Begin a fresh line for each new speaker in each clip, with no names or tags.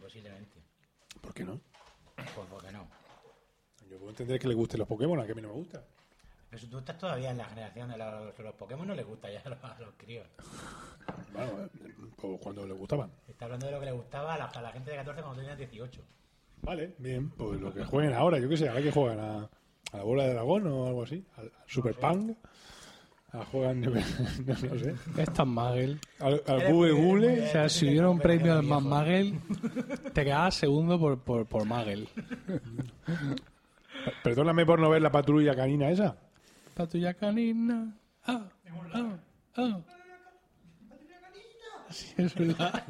posiblemente.
¿Por qué no?
Pues porque no.
Yo puedo entender que le gusten los Pokémon, a que a mí no me gusta.
Pero tú estás todavía en la generación de los, los Pokémon, no les gusta ya a los, a los críos.
Bueno, eh, pues cuando le gustaban.
Está hablando de lo que le gustaba a la, a la gente de 14 cuando tenía 18.
Vale, bien, pues lo que jueguen ahora, yo qué sé, ahora que juegan a, a la bola de dragón o algo así, al al Super Punk, a juegan, no, no sé,
Es tan Magel.
al, al
Eres
Google
muy-
Google.
O sea, si hubiera un premio al más Magel, te quedabas segundo por, por, por Magel.
Perdóname por no ver la patrulla canina esa.
La tuya canina. Ah, ah, ah. Sí, es verdad.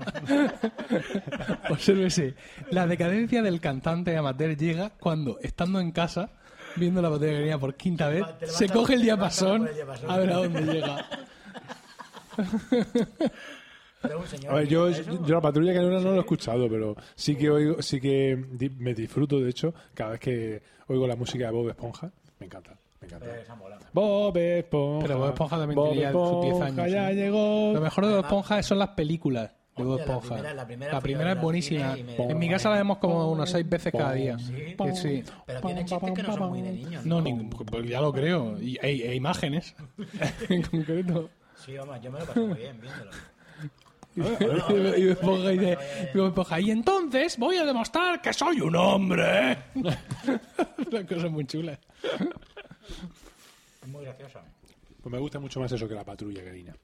Pues Obsérvese. La decadencia del cantante amateur llega cuando, estando en casa, viendo la batalla canina por quinta vez,
va- te
se
levanta-
coge el
te levanta
diapasón
por el diapasón.
a ver a dónde llega.
Pero un señor
A ver,
que
yo,
gusta eso,
yo la patrulla canina no lo he escuchado, pero sí que oigo, sí que di- me disfruto, de hecho, cada vez que oigo la música de Bob Esponja. Me encanta, me
pues,
encanta.
esa mola.
Bob Esponja.
Pero Bob Esponja también
Bob
tenía sus 10
Esponja
años,
ya
¿eh?
llegó.
Lo mejor de Bob Esponja son las películas de Bob
Hostia, la
Esponja.
primera- la primera fui a
es
ver al
buenísima.
cine y me-
En mi casa la vemos como unas seis veces cada día.
Sí.
Que sí.
Pero tiene chistes que no son muy de niños.
No, ni- pues ya lo creo. Y, e- e imágenes, en concreto.
Sí, vamos, yo me lo pasé muy bien viéndolo.
Y me pongo y de- y me pongo, "Y entonces voy a demostrar que soy un hombre. Una cosa muy chula.
Es muy gracioso.
Pues me gusta mucho más eso que la patrulla canina.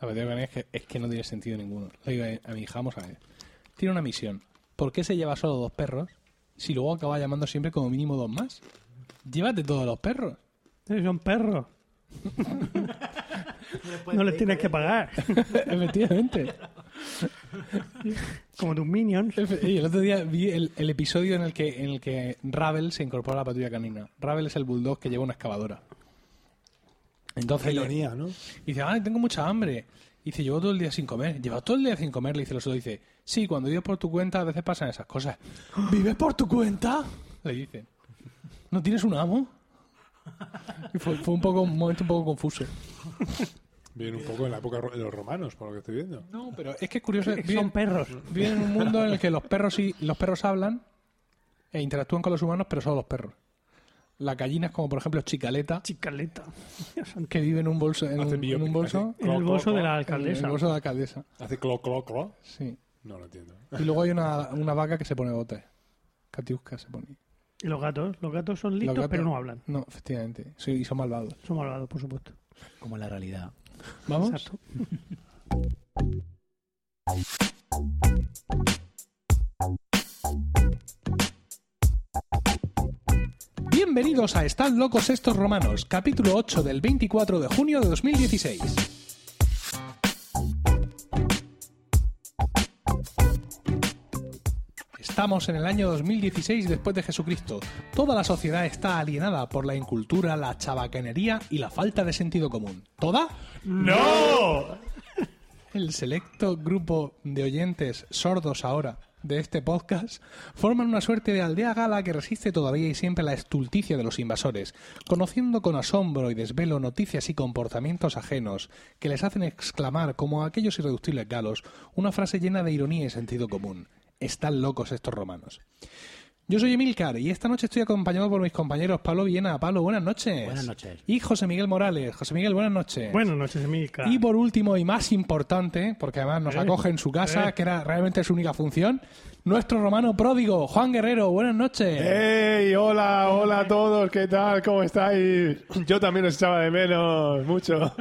La verdad que es que, es que no tiene sentido ninguno. Le digo a, a mi hija, vamos a ver. Tiene una misión. ¿Por qué se lleva solo dos perros si luego acaba llamando siempre como mínimo dos más? Llévate todos los perros.
Sí, Son perros. No les tienes que pagar.
Efectivamente.
Como tus minions.
Efe- Y el otro día vi el, el episodio en el que en el que Ravel se incorpora a la patrulla canina. Ravel es el bulldog que lleva una excavadora. Entonces le-
Ironía, ¿no?
Y dice, ah, tengo mucha hambre. Y dice, llevo todo el día sin comer. Lleva todo el día sin comer. Le dice el oso, dice, sí, cuando vives por tu cuenta a veces pasan esas cosas. ¿Vives por tu cuenta? Le dice, ¿no tienes un amo? Y fue, fue un poco un momento un poco confuso.
Viene un poco en la época ro- de los romanos, por lo que estoy viendo.
No, pero es que es curioso.
Son
viven-
perros.
Viven en un mundo en el que los perros sí, los perros hablan e interactúan con los humanos, pero solo los perros. Las gallinas, como por ejemplo Chicaleta,
Chicaleta.
que vive en un bolso, en
Hace
un,
biopic,
en un bolso,
hace
En el
clo,
bolso
clo, clo.
de la
en el
alcaldesa.
bolso de la alcaldesa.
Hace clo, clo, clo.
Sí.
No lo entiendo.
Y luego hay una, una vaca que se pone botes. Catiusca se pone.
Y los gatos. Los gatos son listos,
Los gatos-
pero no hablan.
No, efectivamente. Sí, y son malvados.
Son malvados, por supuesto.
Como la realidad.
¿Vamos?
Exacto.
Bienvenidos a Están locos estos romanos, capítulo 8 del 24 de junio de 2016. Estamos en el año 2016 después de Jesucristo. Toda la sociedad está alienada por la incultura, la chabacanería y la falta de sentido común. ¿Toda?
¡No!
El selecto grupo de oyentes sordos ahora de este podcast forman una suerte de aldea gala que resiste todavía y siempre la estulticia de los invasores, conociendo con asombro y desvelo noticias y comportamientos ajenos que les hacen exclamar, como a aquellos irreductibles galos, una frase llena de ironía y sentido común. Están locos estos romanos. Yo soy Emilcar y esta noche estoy acompañado por mis compañeros Pablo Villena. Pablo, buenas noches.
Buenas noches.
Y José Miguel Morales. José Miguel, buenas noches.
Buenas noches, Emilka.
Y por último y más importante, porque además nos
Eh,
acoge en su casa,
eh.
que era realmente su única función, nuestro romano pródigo, Juan Guerrero. Buenas noches.
Eh. ¡Hey! Hola, hola a todos, ¿qué tal? ¿Cómo estáis? Yo también os echaba de menos, mucho.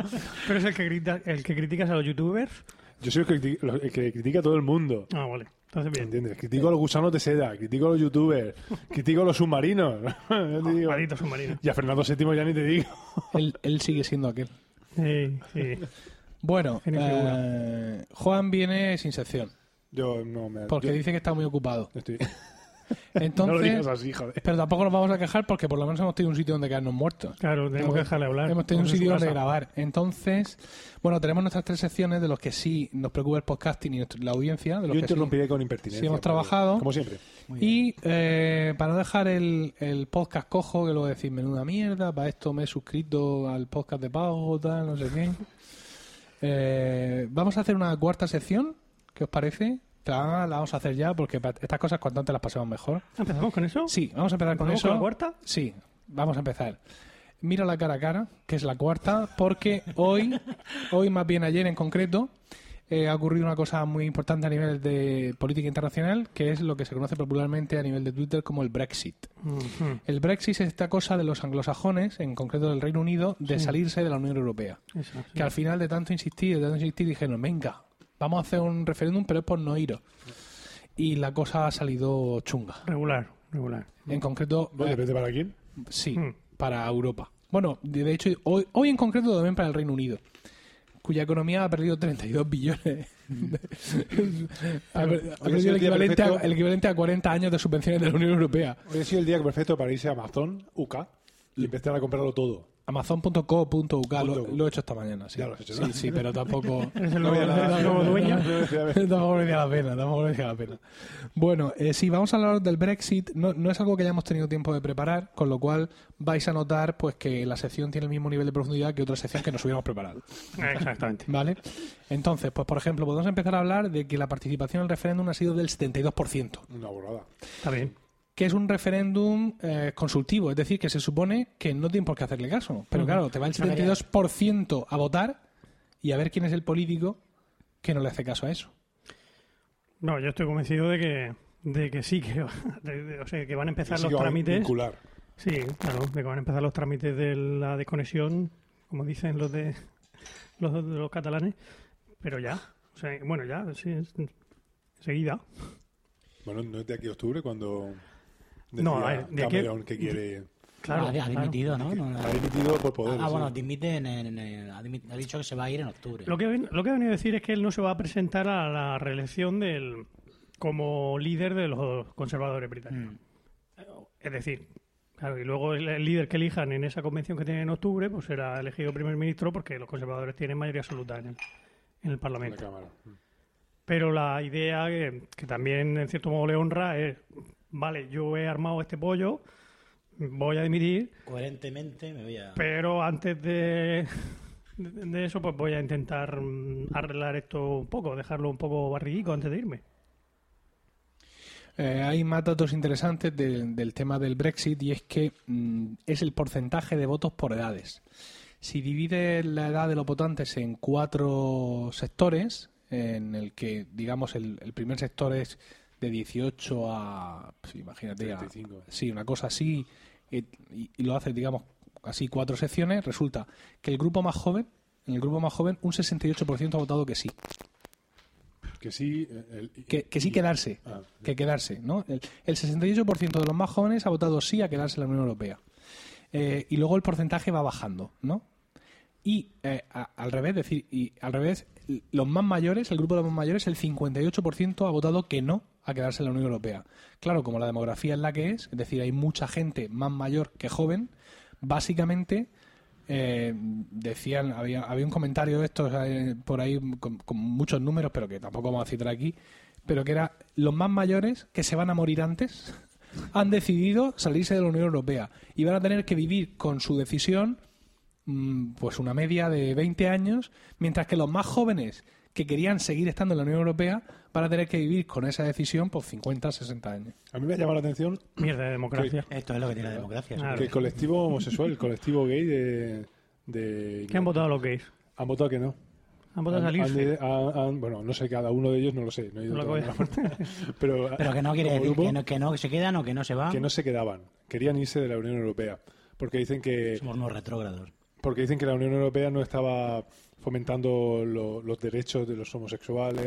Pero es el que, grita- el que criticas a los youtubers.
Yo soy el que critica, lo- el que critica a todo el mundo.
Ah, vale. Entonces bien.
¿Entiendes? Critico a los gusanos de seda, critico a los youtubers, critico a los submarinos. Ya te digo.
Malditos submarinos.
Y a Fernando VII ya ni te digo.
Él, él sigue siendo aquel.
Sí, sí.
Bueno,
Genio
eh,
figura.
Juan viene sin sección,
Yo no me.
porque
yo-
dice que está muy ocupado.
estoy- no lo
Entonces,
digas así, joder.
pero tampoco nos vamos a quejar porque por lo menos hemos tenido un sitio donde quedarnos muertos.
Claro, tenemos que dejarle hablar.
Hemos tenido un
Porque es su
sitio donde
casa.
grabar. Entonces, bueno, tenemos nuestras tres secciones de los que sí nos preocupa el podcasting y nuestra- la audiencia. De los
Yo
que sí-
interrumpiré con impertinencia.
Sí, hemos
Pablo.
trabajado.
Como siempre.
Y eh, para no dejar el, el podcast cojo, que luego decís, menuda mierda, para esto me he suscrito al podcast de pago, tal, no sé qué. Eh, vamos a hacer una cuarta sección, ¿qué os parece? Te la la vamos a hacer ya porque pa- estas cosas cuanto antes las pasemos mejor.
¿Empezamos con eso?
Sí, vamos a empezar con
¿Empezamos
eso.
con la cuarta?
Sí, vamos a empezar. Mira la cara a cara, que es la cuarta, porque hoy, hoy más bien ayer en concreto, eh, ha ocurrido una cosa muy importante a nivel de política internacional, que es lo que se conoce popularmente a nivel de Twitter como el Brexit.
Ujú.
El Brexit es esta cosa de los anglosajones, en concreto del Reino Unido, de salirse de la Unión Europea.
Eso, sí.
Que al final de tanto insistir, de tanto insistir, dijeron, venga, vamos a hacer un referéndum, pero es por no iros. Y la cosa ha salido chunga.
Regular, regular.
En concreto,
Bueno, depende para quién.
Sí,
Hmm.
para Europa. Bueno, de de hecho, hoy, hoy en concreto también para el Reino Unido, cuya economía ha perdido 32 billones. ha per-
sido
ha perdido
el
el
día
equivalente, a,
perfecto.
el equivalente a 40 años de subvenciones de la Unión Europea.
Hoy ha sido el día perfecto para irse a Amazon, UK, y empezar a comprarlo todo.
Amazon.co.uk lo,
Punto co.
lo he hecho esta mañana. Sí,
Ya lo has hecho,
sí,
¿no?
sí, pero tampoco.
Eres el
No
nuevo,
voy a nada.
eres el nuevo dueño.
tampoco merecía la pena, tampoco merecía la pena. Bueno, eh, sí, vamos a hablar del Brexit. No, no es algo que hayamos tenido tiempo de preparar, con lo cual vais a notar pues que la sección tiene el mismo nivel de profundidad que otra sección que nos hubiéramos preparado.
Exactamente.
¿Vale? Entonces, pues por ejemplo, podemos empezar a hablar de que la participación en el referéndum ha sido del 72%,
Una borrada.
Está bien.
que es un referéndum eh, consultivo, es decir, que se supone que no tienen por qué hacerle caso. Pero claro, te va el 72% a votar y a ver quién es el político que no le hace caso a eso.
No, yo estoy convencido de que, de que sí, que, de- de- o sea, que van a empezar
Sí
los
que va a
trámites.
Vincular.
Sí, claro, de que van a empezar los trámites de la desconexión, como dicen los de los, de los catalanes, pero ya, o sea, bueno, ya, sí, es- enseguida.
Bueno, no es de aquí a octubre cuando.
No,
decía
a ver, de aquí-
Cameron que quiere.
Claro,
Ah, ha, ha
claro.
dimitido, ¿no? No, no.
Ha dimitido por poder.
ah,
sí.
bueno, dimite en, en- en- ha, dimi- ha dicho que se va a ir en octubre.
Lo que, ven- lo que ha venido a decir es que él no se va a presentar a la reelección del como líder de los conservadores británicos.
Mm.
Es decir, claro, y luego el, el líder que elijan en esa convención que tienen en octubre, pues será elegido primer ministro porque los conservadores tienen mayoría absoluta en el, en el
En la
Parlamento.
cámara.
Pero la idea que, que también en cierto modo le honra es, vale, yo he armado este pollo, voy a dimitir,
Coherentemente me voy a...
pero antes de, de- de eso pues voy a intentar mm, arreglar esto un poco, dejarlo un poco barriguico antes de irme.
Eh, hay más datos interesantes de- del tema del Brexit y es que mm, es el porcentaje de votos por edades. Si divides la edad de los votantes en cuatro sectores, en el que, digamos, el, el primer sector es de 18 a, pues, imagínate, a-
35.
sí, una cosa así, eh, y, y lo haces, digamos, así cuatro secciones, resulta que el grupo más joven, en el grupo más joven, un 68% ha votado que sí,
Que sí. eh, el- el-
que, que sí quedarse
Ah,
que quedarse, ¿no? El, el 68% de los más jóvenes ha votado sí a quedarse en la Unión Europea. Eh, y luego el porcentaje va bajando, ¿no? Y eh, a- al revés, decir, y al revés, l- los más mayores, el grupo de los más mayores, el 58% ha votado que no a quedarse en la Unión Europea. Claro, como la demografía es la que es, es decir, hay mucha gente más mayor que joven, básicamente eh, decían, había, había un comentario de estos eh, por ahí con, con muchos números, pero que tampoco vamos a citar aquí, pero que era los más mayores que se van a morir antes han decidido salirse de la Unión Europea y van a tener que vivir con su decisión mm, pues una media de 20 años, mientras que los más jóvenes que querían seguir estando en la Unión Europea van a tener que vivir con esa decisión por 50, 60 años.
A mí me ha llamado la atención
Mierda de democracia.
Esto es lo que tiene la democracia.
Claro.
que el colectivo homosexual, el colectivo gay de. de
¿Qué han votado los gays?
Han votado que no.
¿Han votado
Han- han
salirse?
de- han- han- bueno, no sé, cada uno de ellos no lo sé. No he ido
No lo
todavía a la
voy
puerta. pero,
Pero que no quiere
como
decir
grupo,
que no, que no se quedan o que no se van.
que no se quedaban. Querían irse de la Unión Europea. Porque dicen que,
Somos unos retrógrados.
porque dicen que la Unión Europea no estaba fomentando lo- los derechos de los homosexuales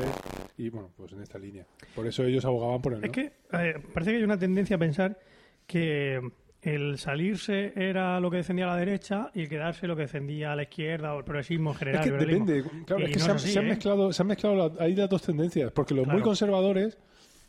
y, bueno, pues en esta línea. Por eso ellos abogaban por el no.
Es que eh, parece que hay una tendencia a pensar que el salirse era lo que defendía la derecha y el quedarse lo que defendía la izquierda o el progresismo en general.
Es que
el liberalismo.
depende. Claro,
Y
es que
no
se han,
así,
se han
¿eh?
mezclado, se han mezclado la- hay las dos tendencias. Porque los muy
Claro.
conservadores,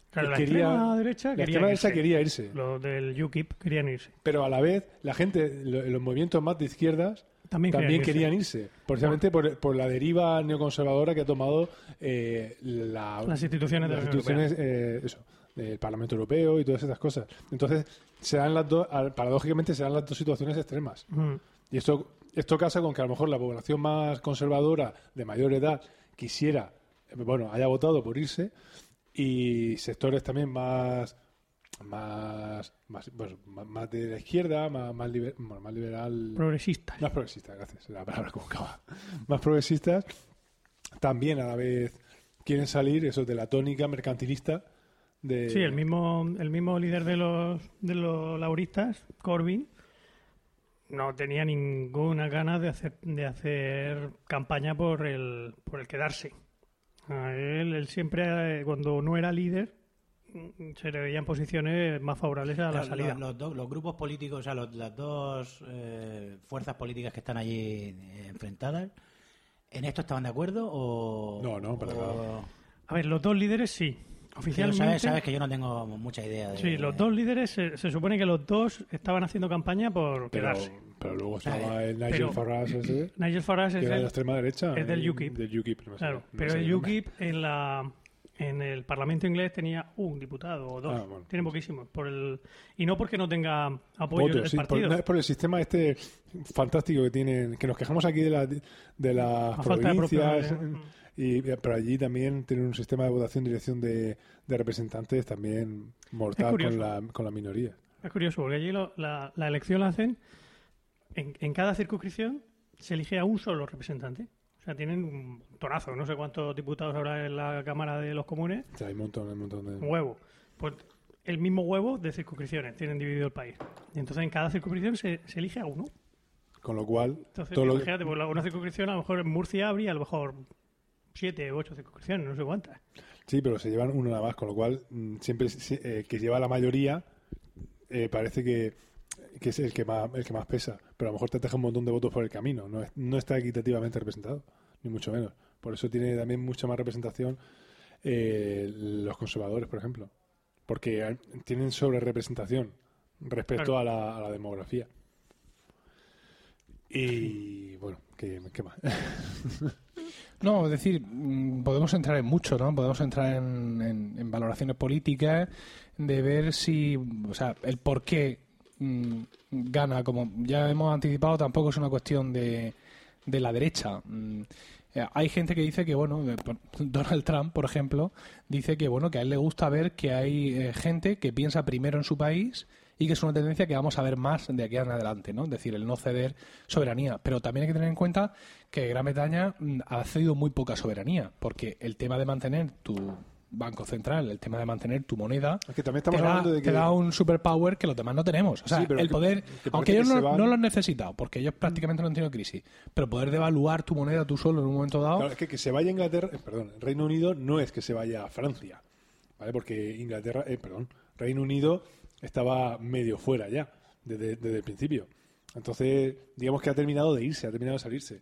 Claro, la
quería-
extrema derecha
la
quería
extrema derecha
irse.
quería irse.
Los del UKIP querían irse.
Pero a la vez, la gente, lo- los movimientos más de izquierdas
También
también,
querían irse.
querían irse. Precisamente por, por la deriva neoconservadora que ha tomado eh, la-
Las instituciones de la
las
Unión Europea.
instituciones, eh, eso, del Parlamento Europeo y todas esas cosas. Entonces, se dan las dos, al- paradójicamente, se dan las dos situaciones extremas.
Mm.
Y esto, esto casa con que a lo mejor la población más conservadora, de mayor edad, quisiera, eh, bueno, haya votado por irse, y sectores también más más más, bueno, más, más de la izquierda, más, más, liber- bueno, más liberal,
Progresistas.
más progresistas, gracias, era la palabra que buscaba, más progresistas, también a la vez quieren salir eso de la tónica mercantilista de
Sí, el mismo, el mismo líder de los, de los lauristas, Corbyn, no tenía ninguna ganas de hacer, de hacer campaña por el, por el quedarse. A él, él siempre, eh, cuando no era líder, mm, se le veían posiciones más favorables a la
Los,
salida.
los- los dos- los grupos políticos, o sea, los- las dos eh, fuerzas políticas que están allí eh, enfrentadas, ¿en esto estaban de acuerdo o...?
No, no, para nada.
o-
A ver, los dos líderes sí.
Pero
Oficialmente,
sabes, sabes que yo no tengo mucha idea de...
Eh,
sí, los dos líderes, se, se supone que los dos estaban haciendo campaña
pero,
por quedarse. Eh,
pero luego estaba el Nigel
pero-
Farage ese,
Nigel Farage
que
es
era de la
el-
extrema derecha,
es del
eh,
UKIP.
del UKIP, no me
Claro,
sale- no me
pero
sale
el
nombre.
UKIP en la en el Parlamento inglés tenía un diputado o dos,
Ah, bueno.
tiene poquísimos por el y no porque no tenga apoyo
Votos,
del
sí, por-
pues, partido.
no, es por el sistema este fantástico que tienen, que nos quejamos aquí de, la- de las
A falta de
provincias, eh,
propio- mm.
y, pero allí también tienen un sistema de votación y dirección de, de representantes también
Es
mortal
curioso.
con la, con la minoría.
Es curioso porque allí lo- la, la elección la hacen en, en cada circunscripción se elige a un solo representante. O sea, tienen un torazo, no sé cuántos diputados habrá en la Cámara de los Comunes,
O sea, hay un montón, hay un montón de...
un huevo. Pues el mismo huevo de circunscripciones, tienen dividido el país. Y entonces en cada circunscripción se, se elige a uno.
Con lo cual,
Entonces,
todo lo que-
imagínate, pues, la- una circunscripción, a lo mejor en Murcia habría a lo mejor siete u ocho circunscripciones, no sé cuántas.
Sí, pero se llevan uno nada más, con lo cual mm, siempre se- eh, que lleva la mayoría eh, parece que, que es el que más el que más pesa, pero a lo mejor te deja un montón de votos por el camino, no, es- no está equitativamente representado, ni mucho menos. Por eso tiene también mucha más representación eh, los conservadores, por ejemplo, porque hay- tienen sobre representación respecto
Claro.
a, la, a la demografía. Y bueno, ¿qué, qué más?
No, es decir, mm, podemos entrar en mucho, ¿no? Podemos entrar en, en- en valoraciones políticas de ver si, o sea, el por qué mm, gana. Como ya hemos anticipado, tampoco es una cuestión de, de la derecha. Mm, eh, Hay gente que dice que, bueno, de- por- Donald Trump, por ejemplo, dice que, bueno, que a él le gusta ver que hay eh, gente que piensa primero en su país y que es una tendencia que vamos a ver más de aquí en adelante, ¿no? Es decir, el no ceder soberanía. Pero también hay que tener en cuenta que Gran Bretaña mm, ha cedido muy poca soberanía, porque el tema de mantener tu banco central, el tema de mantener tu moneda,
Es que también
te
estamos
da,
hablando de
te
que...
da un superpower que los demás no tenemos. O sea,
Sí, pero
el
que-
poder,
que parece
aunque ellos
que se
no,
van-
no lo han necesitado, porque ellos prácticamente no han tenido crisis, pero poder devaluar tu moneda tú solo en un momento dado,
Claro, es que, que se vaya a Inglaterra, eh, perdón, Reino Unido no es que se vaya a Francia, ¿vale? Porque Inglaterra, eh, perdón, Reino Unido estaba medio fuera ya, desde, desde el principio. Entonces, digamos que ha terminado de irse, ha terminado de salirse.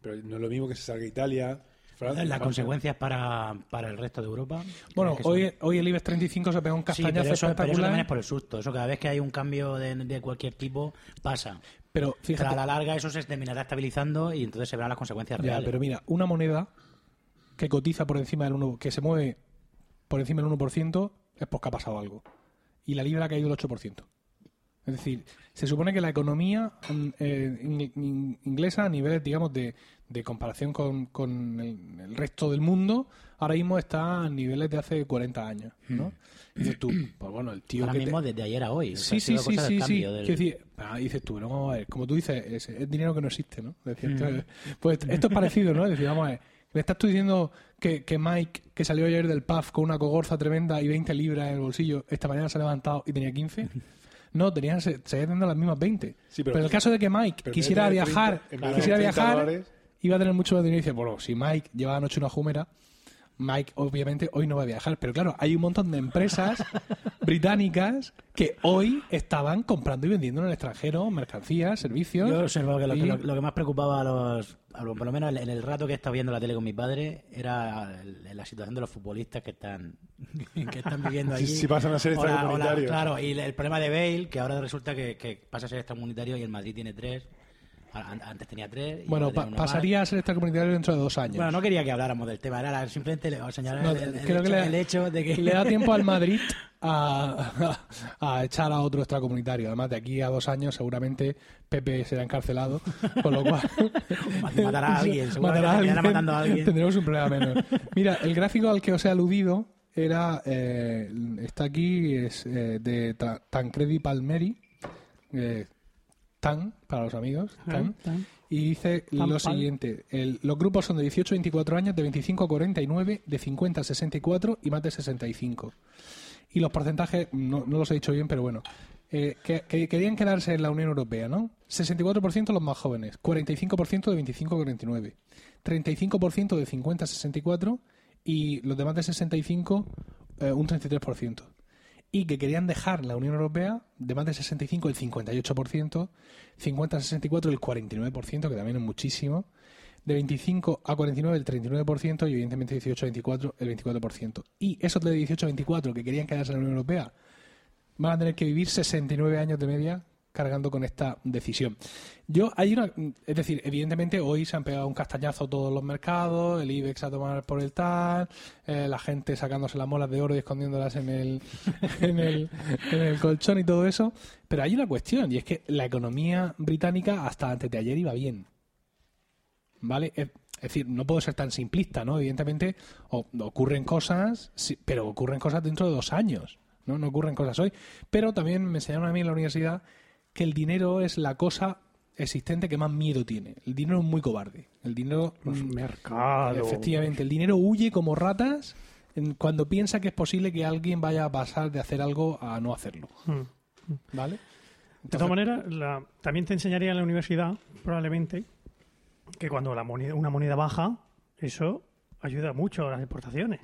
Pero no es lo mismo que se salga Italia, Francia.
Las
Francia.
consecuencias para, para el resto de Europa.
bueno,
¿crees que
hoy,
son?
hoy el E IBEX 35 se pega un
Sí, pero
castañazo
eso, pero eso
espectacular,
también es por el susto. Eso cada vez que hay un cambio de, de cualquier tipo pasa.
pero
Pero
fíjate,
a la larga eso se terminará estabilizando y entonces se verán las consecuencias
Ya,
reales.
pero mira, una moneda que cotiza por encima del 1, que se mueve por encima del 1%, es porque ha pasado algo. Y la libra ha caído el 8%. Es decir, se supone que la economía mm, eh, ing- ing- inglesa a niveles, digamos, de, de comparación con, con el, el resto del mundo, ahora mismo está a niveles de hace 40 años, ¿no? Y dices tú, pues bueno, el tío
Ahora
que te-
mismo desde ayer a hoy. O sea, ha
Sí, sí,
sido
sí,
cosa del
sí, sí.
cambio del-
Quiero decir, ah, dices tú, ¿no? Vamos a ver, como tú dices, es, es dinero que no existe, ¿no? Es decir,
Mm.
entonces, pues esto es parecido, ¿no? Es decir, vamos a ver, le estás tú diciendo que, que Mike, que salió ayer del pub con una cogorza tremenda y 20 libras en el bolsillo, esta mañana se ha levantado y tenía 15. No, tenía, se, seguía teniendo las mismas 20.
Sí,
pero,
pero-
en el caso de que Mike
pero
quisiera
en vez de
viajar,
30, en vez de
quisiera
30
viajar,
dólares-
iba a tener mucho más dinero y dice, bueno, si Mike lleva anoche una jumera, Mike obviamente hoy no va a viajar, pero claro, hay un montón de empresas británicas que hoy estaban comprando y vendiendo en el extranjero mercancías, servicios.
Yo he observado que lo,
y-
que lo- lo que más preocupaba a los, a los- por lo menos en el rato que he estado viendo la tele con mi padre, era el- la situación de los futbolistas que están, que están viviendo
Si-
allí.
si pasan a ser
O la- o la-
extracomunitarios.
Claro, y el problema de Bale, que ahora resulta que, que pasa a ser extracomunitario y el Madrid tiene tres. An- Antes tenía tres. y
bueno,
ahora
pa-
tiene uno más.
pasaría a ser extracomunitario dentro de dos años.
Bueno, no quería que habláramos del tema, era la- simplemente le- señalar
No,
el, el
creo
hecho,
que le-
el hecho de que.
Le da tiempo al Madrid a, a echar a otro extracomunitario. Además, de aquí a dos años seguramente Pepe será encarcelado, con lo cual...
Matará a alguien, seguramente terminará matando a alguien.
Tendremos un problema menos. Mira, el gráfico al que os he aludido era eh, está aquí es eh, de Tra- Tancredi Palmeri eh, Tan para los amigos Tan
Tan.
y dice
Tan
lo
pal.
siguiente el- los grupos son de 18 a 24 años de 25 a 49 de 50 a 64 y más de 65 y los porcentajes no, no los he dicho bien pero bueno eh, que, que querían quedarse en la Unión Europea, ¿no? 64% los más jóvenes, 45% de 25 a 49, 35% de 50 a 64 y los demás de 65 eh, un 33%. Y que querían dejar la Unión Europea de más de 65 el 58%, 50 a 64 el 49%, que también es muchísimo, de 25 a 49 el 39% y evidentemente 18 a 24 el 24%. Y esos de 18 a 24 que querían quedarse en la Unión Europea van a tener que vivir 69 años de media cargando con esta decisión. Yo hay una, es decir, evidentemente hoy se han pegado un castañazo todos los mercados, el Ibex a tomar por el tal, eh, la gente sacándose las molas de oro y escondiéndolas en el, en el en el colchón y todo eso, pero hay una cuestión y es que la economía británica hasta antes de ayer iba bien. ¿Vale? Es, es decir, no puedo ser tan simplista, ¿no? Evidentemente o- ocurren cosas, sí, pero ocurren cosas dentro de dos años, ¿no? No ocurren cosas hoy. Pero también me enseñaron a mí en la universidad que el dinero es la cosa existente que más miedo tiene. El dinero es muy cobarde. El dinero...
Los
mm,
mercados.
Efectivamente, el dinero huye como ratas en- cuando piensa que es posible que alguien vaya a pasar de hacer algo a no hacerlo.
Mm.
¿Vale?
De todas maneras, la- también te enseñaría en la universidad, probablemente, que cuando la moneda, una moneda baja, eso ayuda mucho a las exportaciones.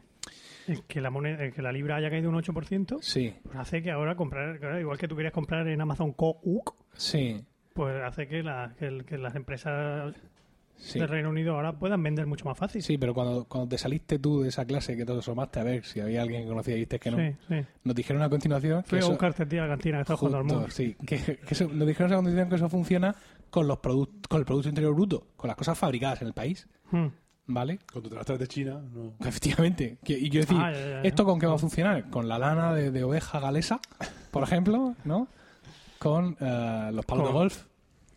El que la, moneda, el que la libra haya caído un 8%,
Sí,
pues hace que ahora comprar, que ahora, igual que tú querías comprar en Amazon Co-UK,
sí,
pues hace que, la- que el- que las empresas
sí.
del Reino Unido ahora puedan vender mucho más fácil.
Sí, pero cuando, cuando te saliste tú de esa clase que te asomaste a ver si había alguien que conocía y dijiste que no,
sí, sí.
nos dijeron a continuación que
Fui a
eso,
buscarte a ti a la cantina que está jugando al
Justo,
mundo.
sí, que, que eso- nos dijeron a continuación que eso funciona con los produc- con el Producto Interior Bruto, con las cosas fabricadas en el país,
Mm.
¿vale?
Cuando te las traes de China, no.
Efectivamente. Que- Y yo decir,
Ah, ya, ya, ya.
¿esto con qué va a funcionar? Con la lana de, de oveja galesa, por ejemplo, ¿no? Con eh, los palos de
Con-
golf.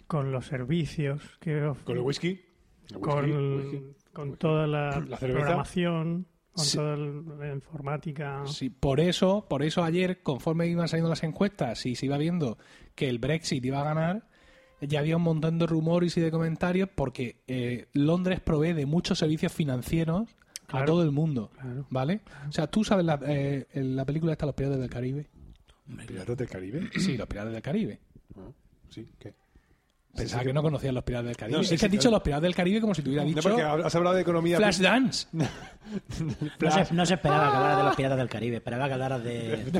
Con los servicios que of-
Con el whisky. El whisky, el whisky.
con, con toda la,
La cerveza.
programación, con
Sí.
toda el- la informática.
Sí, por eso, por eso ayer, conforme iban saliendo las encuestas y se iba viendo que el Brexit iba a ganar, ya había un montón de rumores y de comentarios porque eh, Londres provee de muchos servicios financieros a
Claro.
todo el mundo,
Claro.
¿vale? O sea, tú sabes la, eh, la película esta, Los Piratas del Caribe.
¿Piratas del Caribe?
Sí, Los Piratas del Caribe.
Ah, Sí, ¿qué?
Pensaba
sí,
que no conocías Los Piratas del Caribe.
No,
es
sí,
que
sí,
has dicho
claro.
Los Piratas del Caribe como si te hubiera
No,
dicho
porque has hablado de economía.
Flashdance.
No se, no se esperaba que hablaras de los piratas del Caribe, esperaba que hablaras
De
de,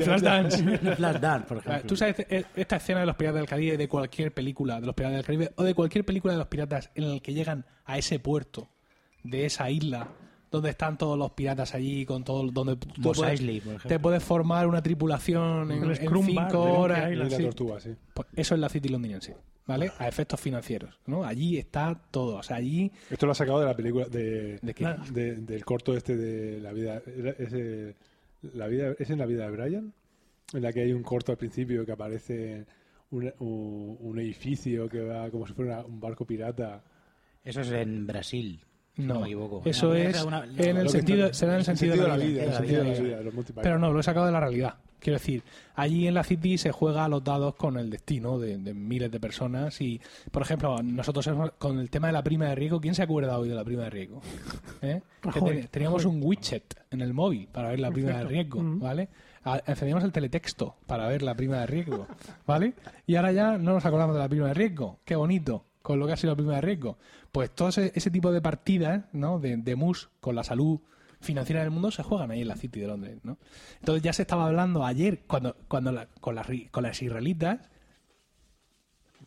Flashdance.
de Flashdance, por
Ah,
ejemplo.
Tú sabes eh, esta escena de los piratas del Caribe, de cualquier película de los piratas del Caribe o de cualquier película de los piratas en la que llegan a ese puerto de esa isla donde están todos los piratas allí con todo donde tú
Mos
puedes-
Eisley, por ejemplo.
te puedes formar una tripulación en,
El
en
Scrum Bar
cinco
de Monkey
horas
Y
Island.
la
Sí.
tortuga, sí.
Pues eso es la City londinense vale a efectos financieros no allí está todo o sea allí
Esto lo ha sacado de la película. De,
¿de qué?
Nada.
de- del corto este de la vida. era- Ese, la vida ¿Es en la vida de Brian? En la que hay un corto al principio que aparece un, un- un edificio que va como si fuera una- un barco pirata.
Eso es en Brasil, si no,
no
me equivoco.
eso
Una-
es
una-
en el
Lo que
sentido
está-
será en el sentido,
de la vida.
en
El
la
sentido de la
vida.
vida. los multipliers.
Pero no, lo he sacado de la realidad. Quiero decir, allí en la City se juega a los dados con el destino de, de miles de personas y, por ejemplo, nosotros hemos- con el tema de la prima de riesgo, ¿quién se acuerda hoy de la prima de riesgo? ¿Eh? Que
Rajoy,
ten- teníamos un widget en el móvil para ver la prima de riesgo,
Mm.
¿vale? A- Encendíamos el teletexto para ver la prima de riesgo, ¿vale? Y ahora ya no nos acordamos de la prima de riesgo. Qué bonito con lo que ha sido la prima de riesgo. Pues todo ese, ese tipo de partidas, ¿no? De, de mus con la salud financiera del mundo se juegan ahí en la City de Londres, ¿no? Entonces ya se estaba hablando ayer cuando, cuando la- con, las, ri- con las israelitas,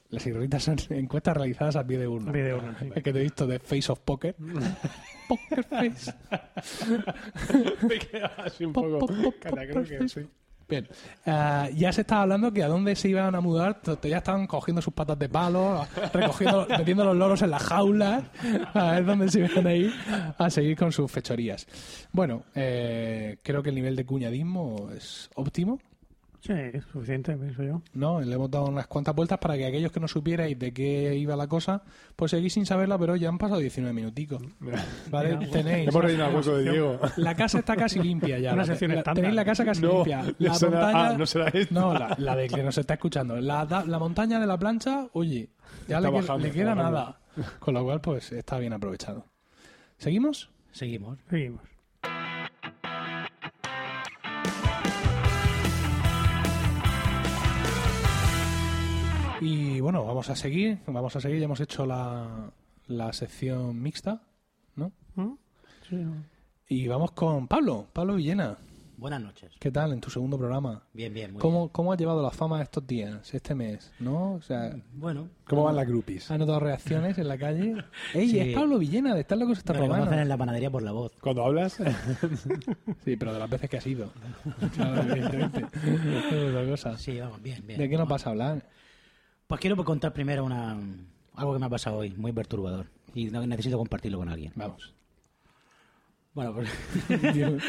las israelitas son encuestas realizadas a pie de urna.
Video, ¿no? Sí.
Es que te he visto de Face of Poker. poker Face.
Me quedaba así un
Pop,
poco.
pop, pop, pop,
catacroque,
perfecto.
sí.
Bien. Ah, ya se estaba hablando que a dónde se iban a mudar. to- Ya estaban cogiendo sus patas de palo, recogiendo, metiendo los loros en las jaulas. A ver dónde se iban a ir a seguir con sus fechorías. Bueno, eh, creo que el nivel de cuñadismo es óptimo.
Sí, es suficiente, pienso yo.
¿no? Le hemos dado unas cuantas vueltas para que aquellos que no supierais de qué iba la cosa, pues seguís sin saberla, pero ya han pasado 19 minuticos. ¿Vale? Tenéis.
Hemos rellenado el hueco de Diego.
La casa está casi limpia ya.
Una
La-
sección
la-
estándar.
tenéis la casa casi
No,
limpia. La
eso era-
montaña...
ah, no será esta.
No, la, la de que nos está escuchando. La, da- la montaña de la plancha, oye, ya
Está
le, queda-
bajando,
le
está
queda
bajando.
nada. Con lo cual, pues está bien aprovechado. ¿Seguimos?
Seguimos.
Seguimos.
Y bueno, vamos a seguir. Vamos a seguir. Ya hemos hecho la, la sección mixta, ¿no?
¿Mm? Sí, no.
Y vamos con Pablo, Pablo Villena.
Buenas noches.
¿Qué tal en tu segundo programa?
Bien, bien, muy
¿Cómo, ¿Cómo has llevado la fama estos días, este mes? ¿No? O sea,
bien. Bueno,
¿Cómo van las groupies?
¿has notado reacciones en la calle? ¡Ey,
Sí.
es Pablo Villena de Estar Locos Estar
me reconocen
Romanos!
en la panadería por la voz.
Cuando hablas,
Sí, pero de las veces que has ido. Claro, evidentemente. Eso es otra cosa.
Sí, vamos, bien, bien.
¿De qué nos vas a hablar?
Pues quiero contar primero una, algo que me ha pasado hoy, muy perturbador. Y no- necesito compartirlo con alguien.
Vamos.
Bueno, pues,
Dios.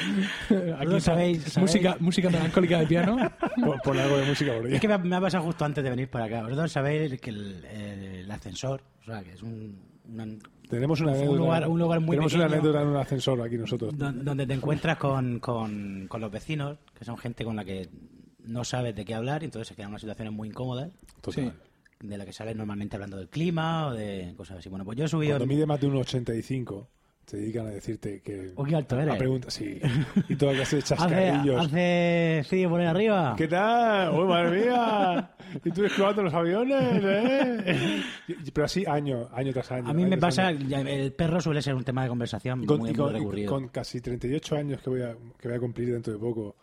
Aquí
Vosotros sabéis-
está.
sabéis-
Música, música melancólica de piano.
pon, pon algo de música por ahí.
es que me ha, me ha pasado justo antes de venir para acá. Vosotros sabéis que el, el ascensor, o sea, que es un, una-
Tenemos una
Un
anécdota.
lugar- un lugar muy
Tenemos una
pequeño.
anécdota en un ascensor aquí nosotros.
don- donde te encuentras con, con, con los vecinos, que son gente con la que no sabes de qué hablar, y entonces se quedan unas situaciones muy incómodas,
Total.
Sí.
de la que sales normalmente hablando del clima o de cosas así. Bueno, pues yo he subido...
Cuando mide más de un 85, te dedican a decirte que.
Oh, qué alto eres.
A preguntas, sí. Y toda clase de
Hace,
chascarrillos.
hace... Sí, por ahí arriba.
¿Qué tal? ¡Uy, madre mía! Y tú explorando los aviones, ¿eh? Y- Pero así año, año tras año.
A mí
año
me
tras
pasa,
año.
ya, el perro suele ser un tema de conversación
Y con,
muy,
y con-
muy
y
recurrido.
con casi 38 años que voy, a, que voy a cumplir dentro de poco,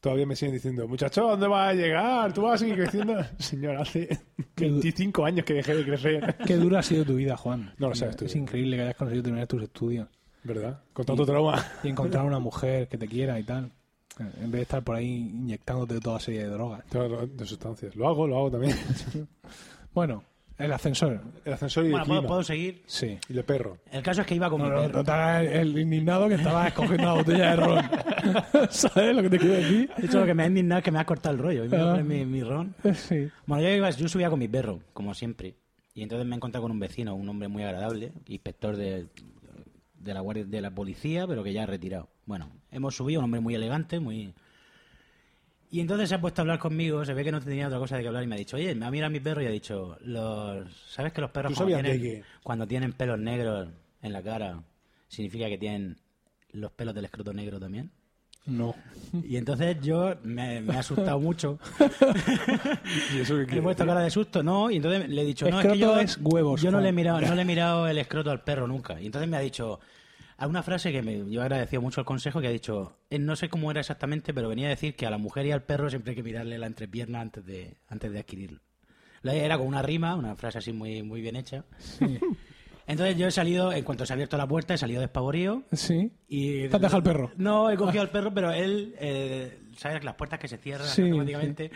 todavía me siguen diciendo, muchacho, ¿dónde vas a llegar? ¿Tú vas a seguir creciendo? Señor, hace 25 años que dejé de crecer.
Qué dura ha sido tu vida, Juan.
No lo sabes tú.
Es increíble que hayas conseguido terminar tus estudios
¿Verdad? Con tanto trauma.
y encontrar una mujer que te quiera y tal. En vez de estar por ahí inyectándote toda serie de drogas.
Todo De sustancias. Lo hago, lo hago también.
Bueno, el ascensor.
El ascensor y el
Bueno, ¿puedo,
clima.
puedo seguir?
Sí.
Y el perro.
El caso es que iba con mi perro.
te hagas el, indignado que estaba escogiendo la botella de ron. ¿Sabes lo que te quiero decir?
De hecho, lo que me ha indignado es que me ha cortado el rollo. Y me voy a
Ah.
poner mi, mi ron.
Sí.
Bueno, yo, iba, yo subía con mi perro, como siempre. Y entonces me he encontrado con un vecino, un hombre muy agradable, inspector de, de la guardia de la policía, pero que ya ha retirado. Bueno, hemos subido, un hombre muy elegante, muy... Y entonces se ha puesto a hablar conmigo, se ve que no tenía otra cosa de que hablar y me ha dicho, oye, me ha mirado mi perro y ha dicho, los... ¿sabes que los perros
¿Tú
cuando
sabías de
tienen,
qué?
cuando tienen pelos negros en la cara, significa que tienen los pelos del escroto negro también?
No.
Y entonces yo me, me he asustado mucho.
Y eso que
Le he puesto cara de susto, ¿no? Y entonces le he dicho, no, es que
Escroto
yo,
es huevos,
yo no,
Juan.
le he mirado, no le he mirado el escroto al perro nunca. Y entonces me ha dicho, hay una frase que me, yo he agradecido mucho al consejo, que ha dicho, eh, no sé cómo era exactamente, pero venía a decir que a la mujer y al perro siempre hay que mirarle la entrepierna antes de, antes de adquirirlo. La- Era con una rima, una frase así muy, muy bien hecha. Entonces yo he salido, en cuanto se ha abierto la puerta, he salido despavorido.
Sí.
Y
¿Te has dejado el perro?
No, he cogido al perro, pero él, eh, ¿sabes? Las puertas que se cierran
Sí,
automáticamente.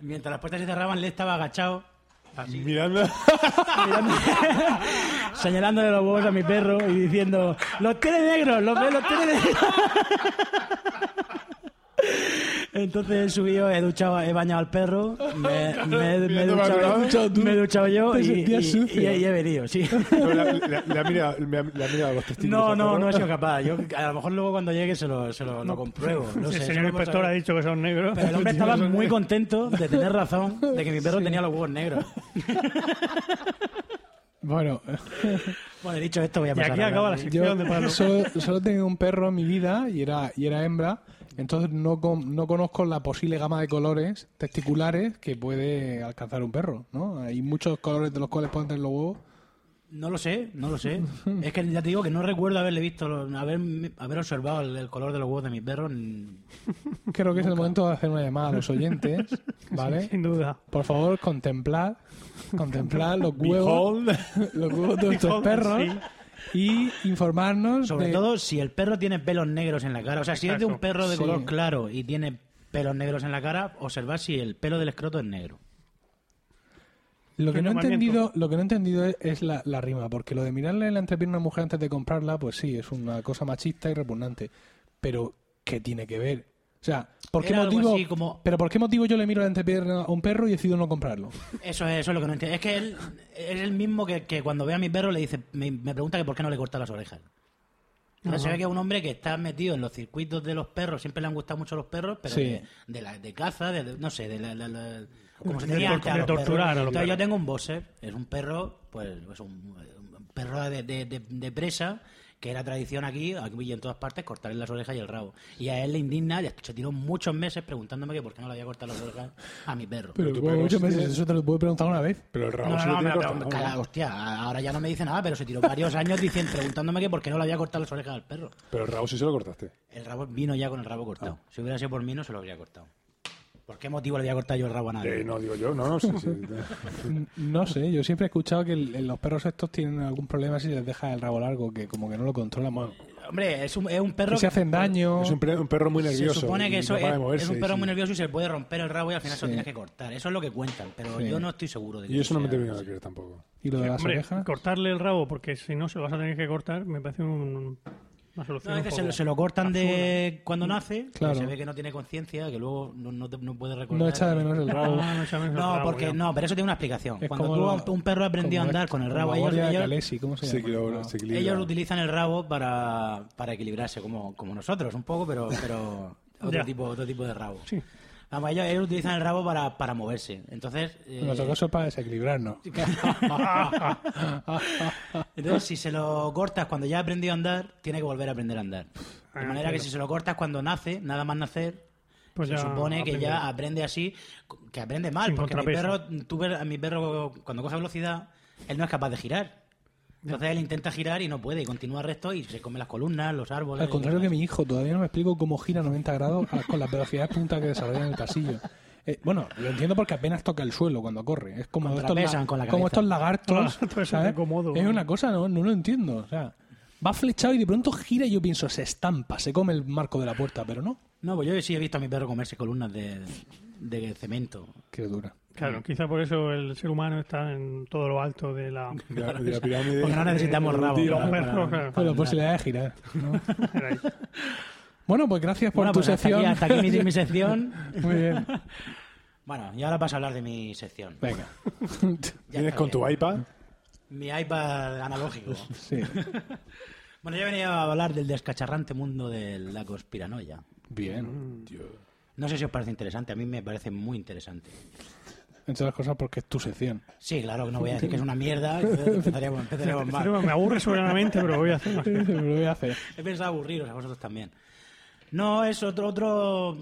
Mientras las puertas se cerraban, él estaba agachado, así,
Mirando.
mirando- señalándole los huevos a mi perro y diciendo: ¡Los tiene negros! ¡Los ve, los tiene negros! Entonces he subido, he duchado, he bañado al perro, me, me- me he,
mirando para
duchado,
otro
lado.
me he duchado yo
Te
y,
sentías
y-
sucio.
y he- y he venido, sí.
No, le, ha- le ha- le ha mirado, le ha- le ha mirado los testículos.
No,
al
no,
perro.
no he sido capaz. Yo, a lo mejor luego cuando llegue se lo, se lo, lo compruebo. No sé,
Sí, el
eso
señor
no
inspector
pasa-
ha dicho que son negros.
Pero el hombre estaba muy contento de tener razón de que mi perro tenía los huevos negros.
Bueno,
Bueno, dicho esto, voy a
Y
pasar.
aquí
a hablar
acaba la
de-
sección de
yo
Pablo.
solo, solo he tenido un perro en mi vida y era, y era hembra. Entonces no, con- no conozco la posible gama de colores testiculares que puede alcanzar un perro, ¿no? Hay muchos colores de los cuales pueden tener los huevos.
No lo sé, no lo sé. Es que ya te digo que no recuerdo haberle visto, los- haber, haber observado el, el color de los huevos de mi perro. ni-
Creo que es el momento de hacer una llamada a los oyentes, ¿vale?
Sin duda.
Por favor, contemplad, contemplad los huevos,
Behold.
los huevos de nuestros
Behold,
perros y informarnos
Sobre
de-
todo si el perro tiene pelos negros en la cara. O sea, si es de un perro de
Sí.
color claro y tiene pelos negros en la cara, observar si el pelo del escroto es negro.
Lo que,
El
no he
llamamiento.
entendido, lo que no he entendido es, es la, la rima, porque lo de mirarle la entrepierna a una mujer antes de comprarla, pues sí, es una cosa machista y repugnante. Pero, ¿qué tiene que ver O sea, ¿por qué
Era algo
motivo,
así como-
pero ¿por qué motivo yo le miro la entrepierna a un perro y decido no comprarlo?
Eso es, eso es lo que no entiendo. Es que él es el mismo que, que cuando ve a mi perro le dice, me, me pregunta que por qué no le corta las orejas. No se ve que es un hombre que está metido en los circuitos de los perros, siempre le han gustado mucho los perros, pero
Sí.
de, de la, de caza, de, de- no sé, de la... la- la- como se
De
tenía
tor-
antes a
de
los
torturar
perros.
a los
Entonces yo
perros.
tengo un boxer, es un perro, pues es un, un perro de, de- de- de presa, que era tradición aquí, aquí y en todas partes, cortarle las orejas y el rabo. Y a él le indigna, y se tiró muchos meses preguntándome que por qué no le había cortado las orejas a mi perro.
Pero
tu
como
perro
muchos
sí
meses,
tiene-
eso te lo puedo preguntar una vez.
Pero el rabo
No,
se
no,
lo
no,
tiene
pero-
cortado,
pero-
¿no?
calla, hostia, ahora ya no me dice nada, pero se tiró varios años diciendo, preguntándome que por qué no le había cortado las orejas al perro.
Pero el rabo sí se lo cortaste.
El rabo vino ya con el rabo cortado. Si hubiera sido por mí, no se lo habría cortado. ¿Por qué motivo le había cortado yo el rabo a nadie?
Eh, no, digo yo, no, no, sí, sí.
N- No sé, yo siempre he escuchado que el- los perros estos tienen algún problema si les deja el rabo largo, que como que no lo controlan. Bueno,
Hombre, es un, es un perro.
que se
que-
hacen daño.
Es un, pre- un perro muy nervioso.
Se supone
y
que eso
no
es,
para de moverse,
es un perro
sí.
muy nervioso y se le puede romper el rabo y al final se lo
Sí.
tienes que cortar. Eso es lo que cuentan, pero
Sí.
yo no estoy seguro de que.
Y eso no me
sea-
termina de creer tampoco.
Y lo de las
Hombre,
orejas.
cortarle el rabo, porque si no se lo vas a tener que cortar, me parece un- una
No,
solución.
a
un
veces se,
poco
lo- se lo cortan de cuando nace, que
Claro.
se ve que no tiene conciencia, que luego no, no te- no puede recordar.
No echa de menos el
absurda.
rabo.
Ah, No, no, echame el
No,
rabo,
porque
ya.
no, pero eso tiene una explicación.
Es
Cuando
como
tú, a
la-
un- un perro aprendió a
como
andar
es-
con el
como
rabo,
la
ellos,
guardia de
ellos-
Calesi, ¿cómo se
Se
llama?
equilibra-
Ah.
se equilibra.
ellos utilizan el rabo para, para equilibrarse, como, como nosotros, un poco, pero, pero otro,
Ya.
tipo, otro tipo de rabo.
Sí.
Vamos, ellos, ellos utilizan el rabo para, para moverse. Entonces, eh,
En nuestro caso es para desequilibrarnos.
entonces, si se lo cortas cuando ya ha aprendido a andar, tiene que volver a aprender a andar. De
Ah,
manera que
pero-
si se lo cortas cuando nace, nada más nacer,
Pues
se
ya
supone que
aprende.
ya aprende así, que aprende mal,
Sin
porque mi perro,
contrapeso.
tú ves a mi perro cuando coge velocidad, él no es capaz de girar. Entonces él intenta girar y no puede, y continúa recto y se come las columnas, los árboles.
Al contrario que mi hijo, todavía no me explico cómo gira 90 grados a- con las velocidades puntas que desarrolla en el pasillo. Eh, bueno, lo entiendo porque apenas toca el suelo cuando corre. Es como, estos,
Contrapesan con la
como
cabeza.
estos lagartos.
Todo eso
¿sabes?
es incomodo.
Es una cosa, no, no lo entiendo. O sea, va flechado y de pronto gira y yo pienso, se estampa, se come el marco de la puerta, pero no.
No, pues yo sí he visto a mi perro comerse columnas de, de cemento.
Qué dura.
Mm.
Claro, quizá por eso el ser humano está en todo lo alto de la.
De la, de la
Eh,
pirámide.
Porque no necesitamos rabo.
de los
para- para-
perros, claro.
Pero la posibilidad de girar. ¿no?
Era ahí.
Bueno, pues gracias por
Bueno,
tu
pues hasta
sección.
aquí, hasta aquí mi, mi sección.
Muy bien.
Bueno, y ahora vas a hablar de mi sección.
Venga.
Ya
Vienes
está
con
bien.
tu iPad.
Mi iPad analógico.
Sí.
Bueno, yo venía a hablar del descacharrante mundo de la conspiranoia.
Bien.
No sé si os parece interesante, a mí me parece muy interesante.
Entre otras cosas porque es tu sección.
Sí, claro, que no voy a decir que es una mierda, entonces empezaríamos, empezaríamos
Este
mal.
tema Me aburre soberanamente, pero voy a hacer.
Lo voy a hacer.
He pensado aburriros a vosotros también. No, es otro, otro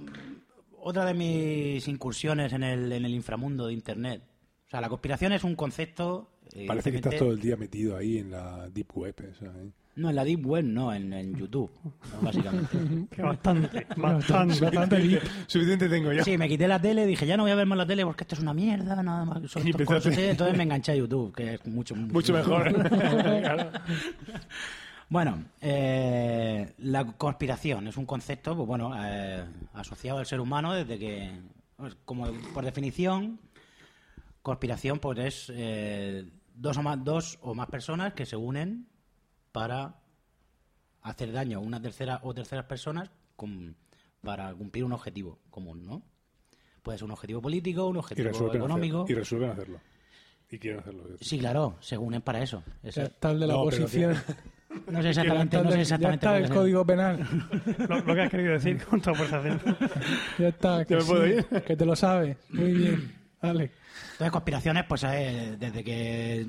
otra de mis incursiones en el, en el inframundo de Internet. O sea, la conspiración es un concepto...
Parece que estás
evidentemente,
todo el día metido ahí en la Deep Web. esa, ¿eh?
No, en la Deep Web no, en, en YouTube, básicamente.
Que bastante,
Bastante,
bastante.
bastante deep.
Suficiente tengo ya.
Sí, me quité la tele, dije, ya no voy a ver más la tele porque esto es una mierda, nada más. son
Y
estos
empezaste.
cosas, entonces me enganché a YouTube, que es mucho,
Mucho mejor. Claro.
Bueno, eh, la conspiración es un concepto, pues bueno, eh, asociado al ser humano desde que, pues, como por definición, conspiración pues es eh, dos o más dos o más personas que se unen para hacer daño a una tercera o terceras personas con- para cumplir un objetivo común, ¿no? Puede ser un objetivo político, un
y,
objetivo
resuelven
económico.
hacerlo, y resuelven hacerlo. Y quieren hacerlo.
Sí, claro, se unen para eso. Esa-
Está el de la
No, pero
oposición.
no sé
Ya
exactamente,
está,
no sé
el- ya
exactamente
está
cuál
el
es
código penal.
Lo, lo que has querido decir con toda fuerza acento.
Ya está. Que,
me puedo
sí,
ir.
que te lo sabes. Muy bien. Vale.
Entonces, conspiraciones, pues eh, desde que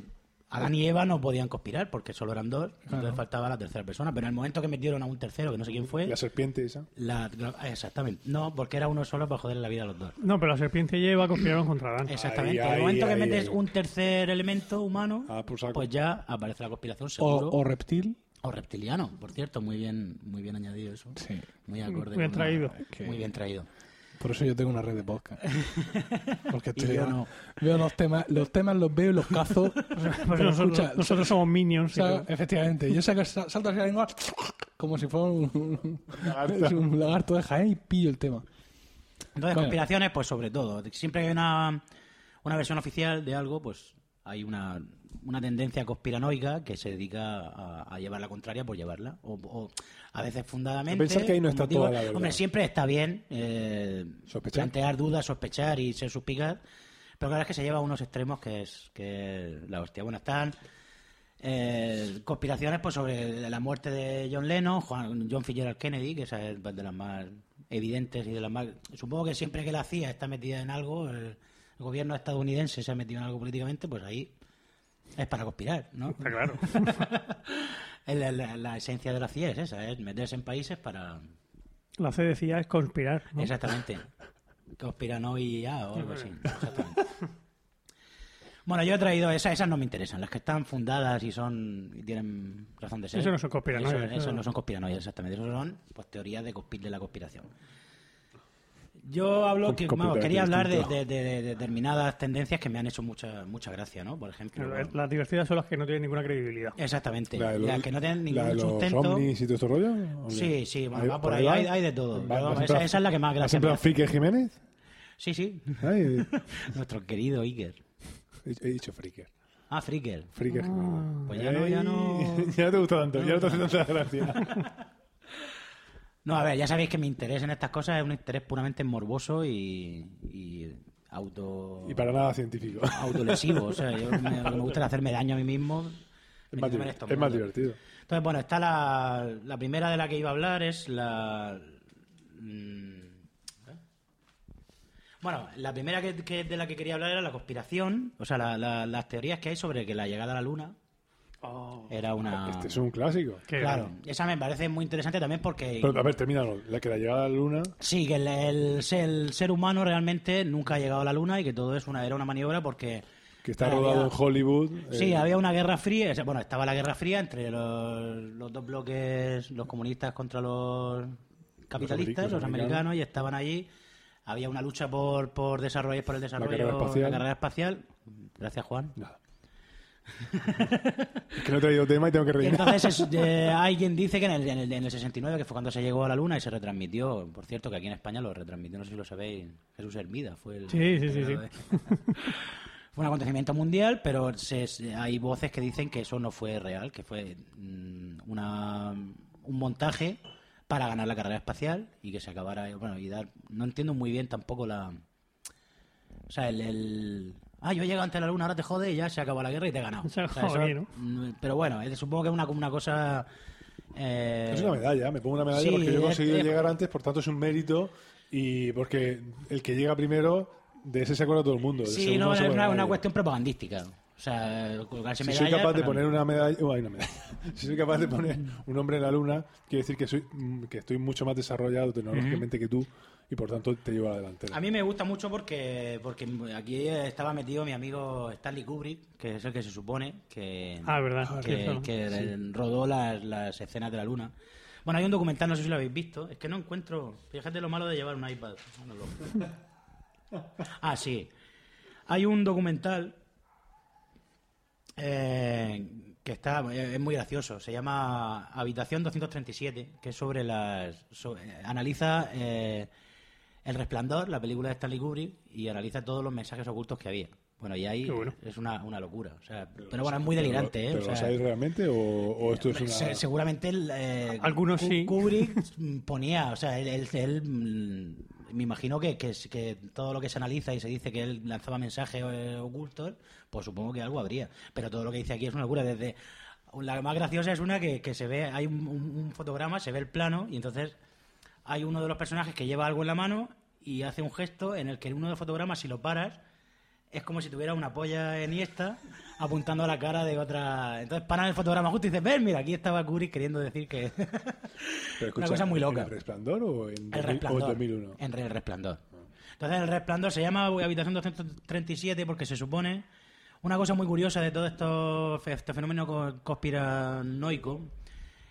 Adán y Eva no podían conspirar porque solo eran dos, entonces faltaba la tercera persona. Pero en el momento que metieron a un tercero, que no sé quién fue,
La serpiente esa.
la- la- exactamente, no, porque era uno solo para joder la vida a los dos.
No, pero la serpiente y Eva conspiraron contra Adán.
Exactamente. en
ahí,
el momento que
ahí,
metes
ahí.
un tercer elemento humano,
Ah, por saco.
pues ya aparece la conspiración
O,
seguro.
o reptil.
O reptiliano, por cierto, muy bien, muy bien añadido eso.
Sí.
Muy acorde.
Muy bien
con la-
traído.
Muy bien traído.
Por eso yo tengo una red de podcast. Porque
Y
estoy-
yo no.
veo los temas, los temas los veo y los cazo.
Pues
Pero
nosotros,
escucha,
nosotros somos minions. y
o sea,
todo.
efectivamente, yo saco, sal- salto hacia la lengua como si fuera un,
Lagarto.
un lagarto de Jaén y pillo el tema.
Entonces,
Bueno.
conspiraciones, pues sobre todo. Siempre que hay una, una versión oficial de algo, pues hay una, una tendencia conspiranoica que se dedica a, a llevar la contraria por llevarla. O, o a veces fundadamente.
A pensar que ahí no
con
está
motivos-
toda la verdad.
Hombre, siempre está bien eh,
Sospechar.
plantear dudas, sospechar y ser suspicaz. Pero claro, es que se lleva a unos extremos que es, que es la hostia. Bueno, están eh, conspiraciones pues sobre la muerte de John Lennon, Juan- John Fitzgerald Kennedy, que esa es de las más evidentes y de las más... Supongo que siempre que la CIA está metida en algo, el gobierno estadounidense se ha metido en algo políticamente, pues ahí es para conspirar, ¿no?
Está claro.
Es La, la- la esencia de la CIA es esa, es meterse en países para...
La C decía es conspirar. ¿no?
Exactamente. Conspiranoia o algo así. Exactamente. Bueno, yo he traído esas, esas no me interesan, las que están fundadas y son y tienen razón de ser.
Eso no son conspiranoias,
Eso, eso
eso-
no son conspiranoias, exactamente. Eso son pues, teorías de, conspi- de la conspiración. Yo hablo
Con-
que,
completamente
vamos, quería hablar de,
distinto.
de- de- de determinadas tendencias que me han hecho mucha mucha gracia, ¿no? Por ejemplo,
Las- Las divertidas son las que no tienen ninguna credibilidad.
exactamente,
La de los-
las que no tienen
la de
ningún
los
sustento.
ovnis y todo este rollo? ¿o qué?
Sí, sí, va,
Ahí-
va por ahí,
va.
hay, hay de todo.
Va-
Pero
va
vamos,
siempre
esa,
a-
esa es la que más
¿Va
gracia
siempre
me
a
hace.
Frique Jiménez?
Sí, sí,
Ay,
nuestro querido Iker.
he, he dicho Frique.
Ah, Fricker.
Frique Jiménez.
Pues ya no, ya no.
ya no te gusta tanto, ya no te hace tanta gracia.
No, a ver, ya sabéis que mi interés en estas cosas es un interés puramente morboso y, y auto.
y para nada científico.
autolesivo. o sea, yo me, lo que me gusta es hacerme daño a mí mismo.
Es más,
metiéndome en
divertido,
estos
es más
mundos.
divertido.
Entonces, bueno, está la, la primera de la que iba a hablar, es la... mm, Bueno, la primera que, que- de la que quería hablar era la conspiración, o sea, la- la- las teorías que hay sobre que la llegada a la Luna era una...
Este es un clásico.
Qué
Claro,
grande.
esa me parece muy interesante también porque...
Pero a ver, termínalo. La que la llegada a la luna.
Sí, que el, el ser- el ser humano realmente nunca ha llegado a la Luna y que todo es una, era una maniobra porque...
Que está
había-
rodado en Hollywood.
Sí,
eh,
había una guerra fría, o sea, bueno, estaba la guerra fría entre los, los dos bloques, los comunistas contra los capitalistas,
los
los,
americanos.
americanos. y estaban allí. Había una lucha por, por desarrollar, por el desarrollo,
carrera espacial.
la carrera espacial. Gracias, Juan.
nada. es que no he traído tema y tengo que
Y
rellenar.
Entonces es- eh, hay quien dice que en el, en, el, en el 69, que fue cuando se llegó a la Luna y se retransmitió, por cierto, que aquí en España lo retransmitió, no sé si lo sabéis, Jesús Hermida fue el...
Sí, sí, sí, sí.
fue un acontecimiento mundial, pero se- se- hay voces que dicen que eso no fue real, que fue mm, una, un montaje para ganar la carrera espacial y que se acabara... Bueno, y dar... No entiendo muy bien tampoco la... O sea, el... el- Ah, yo llego antes de la luna, ahora te jode y ya se acabó la guerra y te he ganado.
Se
O sea, eso-
jode, ¿no?
Mm, Pero bueno, eh, supongo que es una, una cosa. eh,
Es una medalla, me pongo una medalla
sí,
porque yo he
es-
conseguido
es-
llegar antes, por tanto es un mérito y porque el que llega primero, de ese se acuerda todo el mundo. del
Sí,
segundo
no,
se
es
acuerda
una, una
nadie.
cuestión propagandística. O sea, colocarse
Si
medallas.
soy capaz de
para-
poner una medalla, oh, hay una medalla. si soy capaz de poner un hombre en la luna, quiere decir que soy mm, que estoy mucho más desarrollado tecnológicamente que tú y por tanto te llevo a la delantera.
A mí me gusta mucho porque, porque aquí estaba metido mi amigo Stanley Kubrick, que es el que se supone que.
Ah, verdad.
que,
Eso.
que rodó las, las escenas de la luna. Bueno, hay un documental, no sé si lo habéis visto. Es que no encuentro. Fíjate lo malo de llevar un iPad. No lo- Ah, sí. Hay un documental eh, que está eh, es muy gracioso. Se llama Habitación 237, que es sobre las. so- eh, analiza. eh, el Resplandor, la película de Stanley Kubrick, y analiza todos los mensajes ocultos que había. Bueno, y ahí
Qué bueno.
es una, una locura. O sea, pero, bueno, es muy delirante, ¿eh?
¿Pero
O
lo
sea,
sabes realmente o, o esto es una...
se- seguramente el, eh,
Algunos
Ku-
sí.
Kubrick mm, ponía, o sea, él, él- él, mm, me imagino que, que, es- que todo lo que se analiza y se dice que él lanzaba mensajes eh, ocultos, pues supongo que algo habría. Pero todo lo que dice aquí es una locura. Desde la más graciosa es una que, que se ve, hay un, un- un fotograma, se ve el plano y entonces hay uno de los personajes que lleva algo en la mano y hace un gesto en el que uno de los fotogramas, si lo paras, es como si tuviera una polla en esta apuntando a la cara de otra. Entonces paran el fotograma justo y dices, ven, mira, aquí estaba Kubrick queriendo decir que.
Pero escucha,
cosa muy loca.
¿En el resplandor o en,
el
2000 o en
resplandor.
2001?
En el resplandor. Entonces el resplandor se llama Habitación 237 porque se supone. Una cosa muy curiosa de todo esto, fe- este fenómeno co- conspiranoico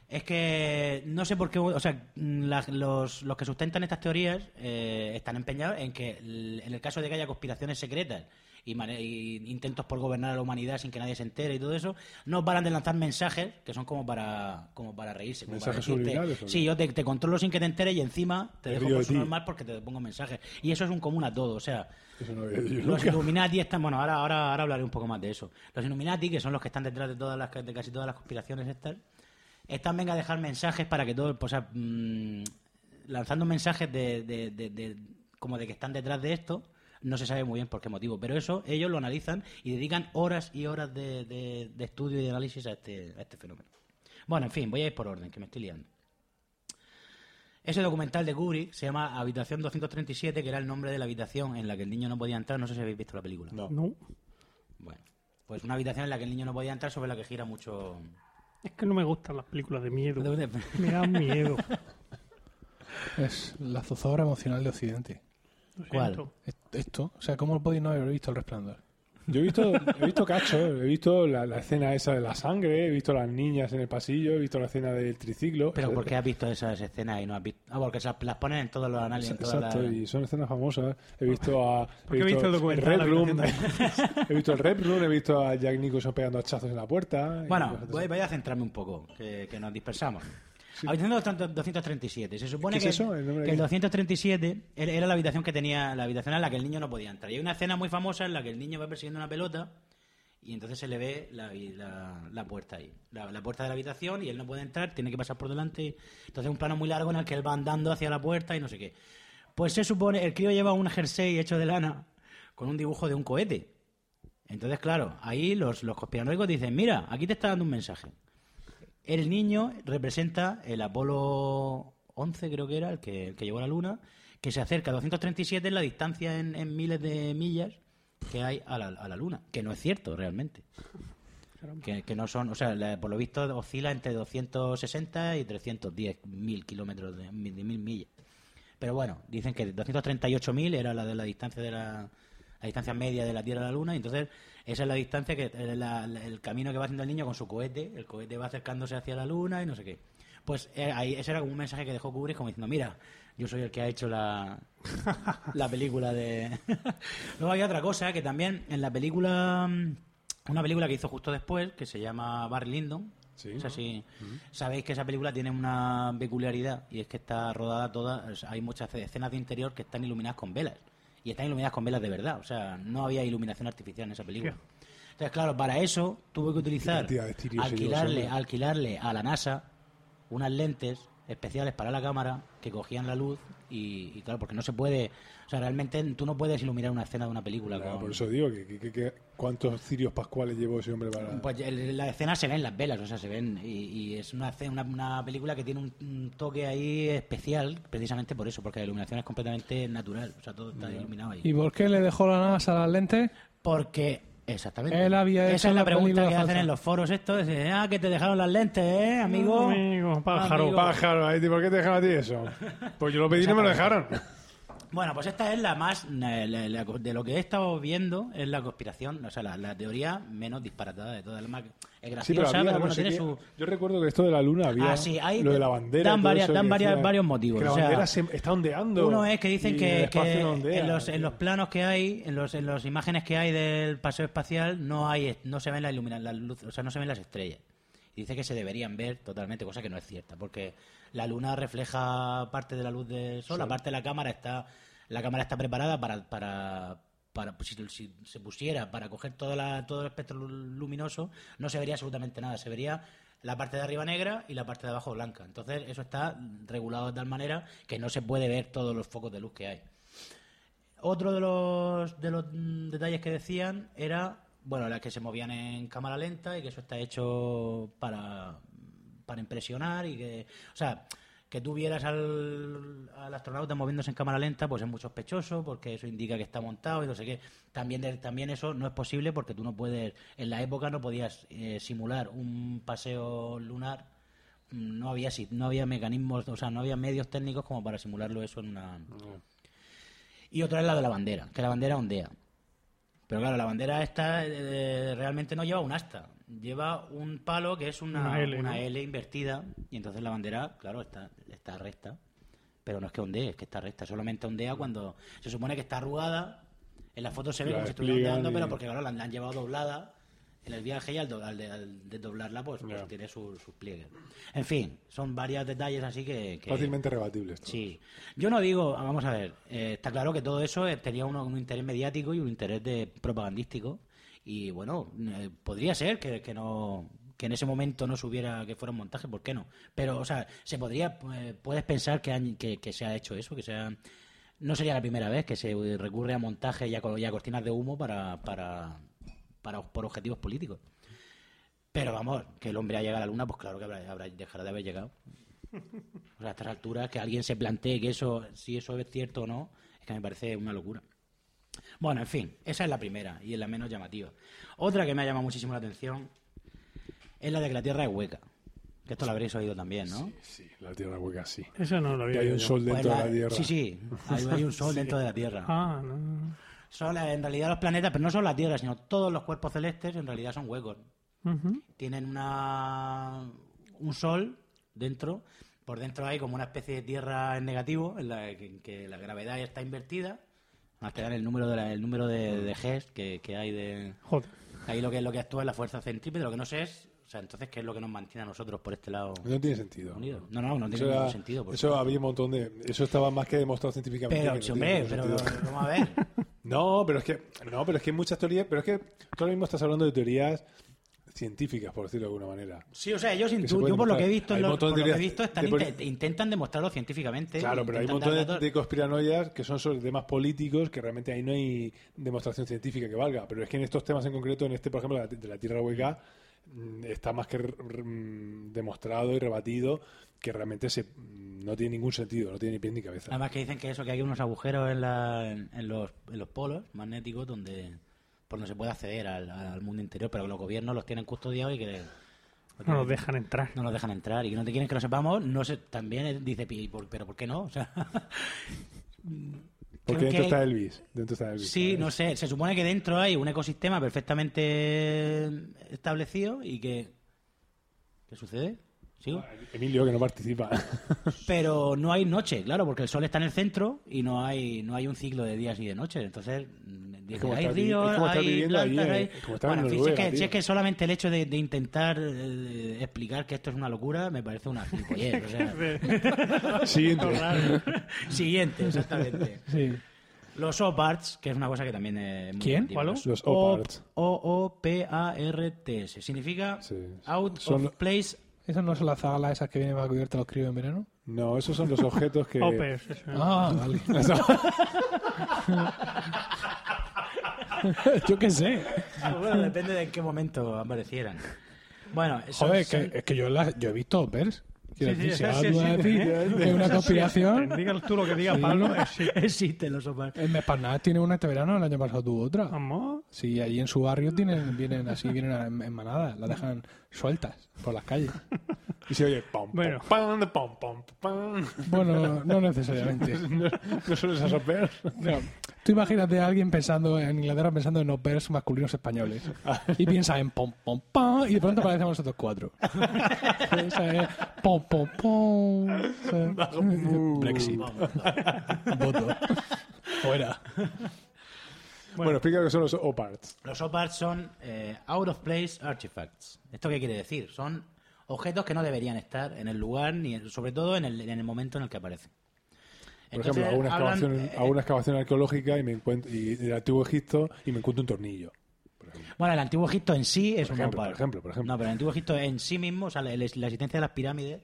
es que no sé por qué, o sea, la- los, los que sustentan estas teorías eh, están empeñados en que l- en el caso de que haya conspiraciones secretas y, mane- y intentos por gobernar a la humanidad sin que nadie se entere y todo eso, no paran de lanzar mensajes que son como para, como para reírse. como para
¿Mensajes
decirte,
subliminales o qué?
Sí, yo te, te controlo sin que te enteres y encima te
Me
dejo
río
por
de
su
ti.
normal porque te pongo mensajes. Y eso es un común a todo, o sea,
Eso no lo había dicho
los
nunca.
Illuminati están, bueno, ahora, ahora, ahora hablaré un poco más de eso. Los Illuminati, que son los que están detrás de todas las de casi todas las conspiraciones estas, están venga a dejar mensajes para que todo, o sea, mm, lanzando mensajes de, de- de- de- como de que están detrás de esto, no se sabe muy bien por qué motivo, pero eso ellos lo analizan y dedican horas y horas de, de- de estudio y de análisis a este, a este fenómeno. Bueno, en fin, voy a ir por orden, que me estoy liando. Ese documental de Kubrick se llama Habitación 237, que era el nombre de la habitación en la que el niño no podía entrar. No sé si habéis visto la película.
No.
No.
Bueno, pues una habitación en la que el niño no podía entrar, sobre la que gira mucho.
Es que no me gustan las películas de miedo.
Pero
Me dan miedo.
Es la zozobra emocional de Occidente.
Lo
¿Cuál?
siento.
Es- Esto, o sea, ¿cómo podéis no haber visto el resplandor?
Yo he visto, he visto cacho, he visto la, la escena esa de la sangre, he visto las niñas en el pasillo, he visto la escena del triciclo.
¿por qué has visto esas escenas y no has visto.? Ah, porque se las- las ponen en todos los análisis. en todas
Exacto,
las-
y son escenas famosas. He visto a.
Porque he visto el documental,
Red
la
Room. he visto el Red Room, he visto a Jack Nicholson pegando hachazos en la puerta. y
Bueno,
cosas
voy,
así.
voy a centrarme un poco, que, que nos dispersamos. Habitación 237. Se supone
¿Qué es
que,
eso? El nombre
que el
de-
237 era era la habitación que tenía, la habitación en la que el niño no podía entrar. Y hay una escena muy famosa en la que el niño va persiguiendo una pelota y entonces se le ve la, vi- la- la puerta ahí. La, la puerta de la habitación y él no puede entrar, tiene que pasar por delante. Entonces un plano muy largo en el que él va andando hacia la puerta y no sé qué. Pues se supone, el crío lleva un jersey hecho de lana con un dibujo de un cohete. Entonces, claro, ahí los, los conspiranoicos dicen, mira, aquí te está dando un mensaje. El niño representa el Apolo 11, creo que era, el que, el que llevó a la Luna, que se acerca a 237 en la distancia en, en miles de millas que hay a la, a la Luna, que no es cierto realmente. Que, que no son, o sea, la- por lo visto oscila entre 260 y 310 mil kilómetros de, mil- de mil millas. Pero bueno, dicen que 238.000 era la de la distancia de la, la distancia media de la Tierra a la Luna, y entonces esa es la distancia que eh, la- la- el camino que va haciendo el niño con su cohete, el cohete va acercándose hacia la Luna y no sé qué. Pues eh, ahí, ese era como un mensaje que dejó Kubrick como diciendo, mira, yo soy el que ha hecho la, la película de... Luego hay otra cosa que también en la película, mm, una película que hizo justo después, que se llama Barry Lyndon,
Sí.
es así. Sabéis que esa película tiene una peculiaridad y es que está rodada toda. o sea, Hay muchas escenas de interior que están iluminadas con velas. Y están iluminadas con velas de verdad. O sea, no había iluminación artificial en esa película. Entonces, claro, para eso tuve que utilizar.
cantidad de estirios se llevó ese
Alquilarle,
hombre?
alquilarle a la NASA unas lentes especiales para la cámara que cogían la luz. Y, y claro, porque no se puede. O sea, realmente tú no puedes iluminar una escena de una película.
Claro,
con-
por eso digo que, que- que- que- cuántos cirios pascuales llevó ese hombre para.
Pues el- la escena se ven las velas, o sea, se ven. Y, y es una, ce- una, una película que tiene un, un toque ahí especial, precisamente por eso, porque la iluminación es completamente natural. O sea, todo está iluminado ahí.
¿Y por qué le dejó la NASA las lentes?
Porque. Exactamente.
Él había
Esa
hecho
es la
la
pregunta
película
que hacen
falsa.
en los foros estos. de, ah, que te dejaron las lentes, ¿eh, amigo?
Amigo, pájaro.
Amigo.
Pájaro, ahí, ¿por qué te dejaron a ti eso? Pues yo lo pedí y no me lo dejaron.
Bueno, pues esta es la más. la- la- la- de lo que he estado viendo, es la conspiración, o sea, la, la teoría menos disparatada de todas. La más, es graciosa,
Sí, pero había,
pero
no
bueno,
sé
tiene
qué.
su.
Yo recuerdo que esto de la luna había
Ah, sí, ahí
lo de
te-
la bandera.
dan
y todo
varias-
eso,
dan
que
varias-
decían
varios motivos,
Que la
o sea,
bandera se está ondeando.
Uno es que dicen
y el
que,
espacio
que
no ondea,
en, los, en
tío.
los planos que hay, en los en las imágenes que hay del paseo espacial, no hay no se ven las ilumina- las luces, o sea, no se ven las estrellas. Y dice que se deberían ver totalmente, cosa que no es cierta, porque la luna refleja parte de la luz del sol, aparte de la cámara está la cámara está preparada para para para si, si se pusiera para coger toda la, todo el espectro lu- luminoso, no se vería absolutamente nada, se vería la parte de arriba negra y la parte de abajo blanca. Entonces, eso está regulado de tal manera que no se puede ver todos los focos de luz que hay. Otro de los, de los mm, detalles que decían era, bueno, las que se movían en cámara lenta y que eso está hecho para, para impresionar y que, o sea, que tú vieras al, al astronauta moviéndose en cámara lenta, pues es muy sospechoso porque eso indica que está montado y no sé qué. También, de- también eso no es posible porque tú no puedes, en la época no podías eh, simular un paseo lunar, Mm, no había, si- no había mecanismos, o sea, no había medios técnicos como para simularlo eso en una... Y otra es la de la bandera, que la bandera ondea. Pero claro, la bandera esta eh, realmente no lleva un asta, lleva un palo que es una, una
Una
L,
L, ¿no?
invertida. Y entonces la bandera, claro, está, está recta. Pero no es que ondee, es que está recta. Solamente ondea cuando se supone que está arrugada En la foto se ve
La
como si estuviera
despliegan
ondeando,
y-
pero porque claro, la, la han llevado doblada en el viaje y al, do- al de- al desdoblarla pues, pues
Ya.
tiene su- sus pliegues. En fin, son varios detalles así que... que-
Fácilmente rebatible esto.
Sí. Yo no digo, vamos a ver, eh, está claro que todo eso eh, tenía uno- un interés mediático y un interés de propagandístico. Y bueno, eh, podría ser que, que no que en ese momento no se hubiera que fuera un montaje, ¿por qué no? Pero, o sea, se podría, eh, puedes pensar que, han- que, que se ha hecho eso, que sea, no sería la primera vez que se eh, recurre a montaje y a, co- y a cortinas de humo para, para, para por objetivos políticos. Pero vamos, que el hombre ha llegado a la luna, pues claro que habrá, habrá- dejará de haber llegado. O sea, Pues a estas alturas, que alguien se plantee que eso, si eso es cierto o no, es que me parece una locura. Bueno, en fin, esa es la primera y es la menos llamativa. Otra que me ha llamado muchísimo la atención es la de que la Tierra es hueca. Que esto lo habréis oído también, ¿no?
Sí, la tierra hueca sí.
Eso no lo
Que
había
hay
oído
un
yo.
sol
Pues
dentro
la-
de la tierra.
Sí, sí, hay, hay un sol dentro de la Tierra.
Ah, no.
Son la- en realidad los planetas, pero no son la Tierra, sino todos los cuerpos celestes en realidad son huecos.
Ujú.
tienen una un sol dentro por dentro hay como una especie de tierra en negativo en la que, en que la gravedad está invertida más que dar el número de la- el número de, de Gs que, que hay de
Joder.
ahí lo que lo que actúa es la fuerza centrípeta lo que no sé es o sea entonces qué es lo que nos mantiene a nosotros por este lado
No tiene sentido.
unido no no no tiene
Eso,
ningún
era-
sentido por
eso había un montón de. Eso estaba más que demostrado científicamente.
pero
que no
sí,
tiene
hombre
ningún
pero
sentido.
vamos a ver
No, pero es que no, pero es que hay muchas teorías, pero es que tú ahora mismo estás hablando de teorías científicas, por decirlo de alguna manera.
Sí, o sea, ellos
se
intu-
puede
yo por lo
demostrar.
que he visto,
Hay
en
un
los-
montón de
por lo que he
teorías
visto están
de poli-
inte- intentan demostrarlo científicamente.
Claro, pero hay un
intentan
montón de,
dar datos-
de conspiranoias que son sobre temas políticos que realmente ahí no hay demostración científica que valga. Pero es que en estos temas en concreto, en este, por ejemplo, la- de la Tierra Hueca, mm, está más que re- re- mm, demostrado y rebatido que realmente se, mm, no tiene ningún sentido, no tiene ni pie ni cabeza.
Además que dicen que eso, que hay unos agujeros en, la- en- en los, en los polos magnéticos donde por no se puede acceder al, al mundo interior, pero que los gobiernos los tienen custodiados y que
No nos dejan entrar.
no nos dejan entrar y que no te quieren que lo sepamos, no sé, también eh, dice, "Pi- por- pero ¿por qué no? O sea,
Porque
creo
dentro
que
está
hay-
Elvis. Dentro está Elvis.
sí,
¿sabes?
no sé, se supone que dentro hay un ecosistema perfectamente establecido y que... ¿Qué sucede? ¿Sigo?
Emilio, que no participa.
Pero no hay noche, claro, porque el sol está en el centro y no hay no hay un ciclo de días y de noches. Entonces, mm, dice,
como
hay
estar vi- es
ríos,
como estar
hay
viviendo ahí,
plantas,
eh,
hay...
es como estar
Bueno, en
en
fin, si es, que,
Noruega,
si es
tío.
que solamente el hecho de, de intentar eh, explicar que esto es una locura me parece una gilipollez. o sea.
Siguiente.
Siguiente, exactamente.
Sí.
Los OPARTs, que es una cosa que también es muy
¿Quién?
llamativa.
¿Cuál?
Los
O-
OPARTs.
O-O-P-A-R-T-S. Significa
Sí.
Out
Son
of
lo-
Place
¿Esas no son las zagalas esas que vienen para cubierta los críos en verano?
No, esos son los objetos que.
Hoppers, Oh, eso.
Ah, vale. Yo qué sé.
Ah, Bueno, depende de en qué momento aparecieran. Bueno, eso
Joder,
es-
que, es que yo, la, yo he visto Opers. Quiero
Sí,
decir,
sí,
si ahora
sí,
tú
sí,
vas a decir
sí,
que es una
Ah,
conspiración.
Digas tú lo que diga Pablo. eh, sí.
existen los Opar.
En Mesparnás tiene una este verano, el año pasado tuvo otra.
Vamos.
Sí, allí en su barrio tienen, vienen así, vienen en en manadas, las dejan sueltas por las calles.
Y se oye pam,
Bueno.
pam, pam, pam, pam.
Bueno, no necesariamente.
No, no son esas operas.
No. Tú imagínate a alguien pensando en Inglaterra pensando en opers masculinos españoles y piensa en pom pom pam y de pronto aparecemos nosotros cuatro. Esa es pom pom pom. Esa es- Brexit. Voto. Fuera.
Bueno, explica lo que son los oparts.
Los Opars son eh, Out of Place Artifacts. ¿Esto qué quiere decir? Son objetos que no deberían estar en el lugar, ni en- sobre todo en el, en el momento en el que aparecen.
Por ejemplo, hago una,
hablan,
excavación,
eh,
hago una excavación arqueológica y me encuentro y del antiguo Egipto y me encuentro un tornillo.
eh, Bueno, el Antiguo Egipto en sí es un
ejemplo,
Opar.
por ejemplo, por ejemplo.
No, pero el Antiguo Egipto en sí mismo, o sea, la, la existencia de las pirámides...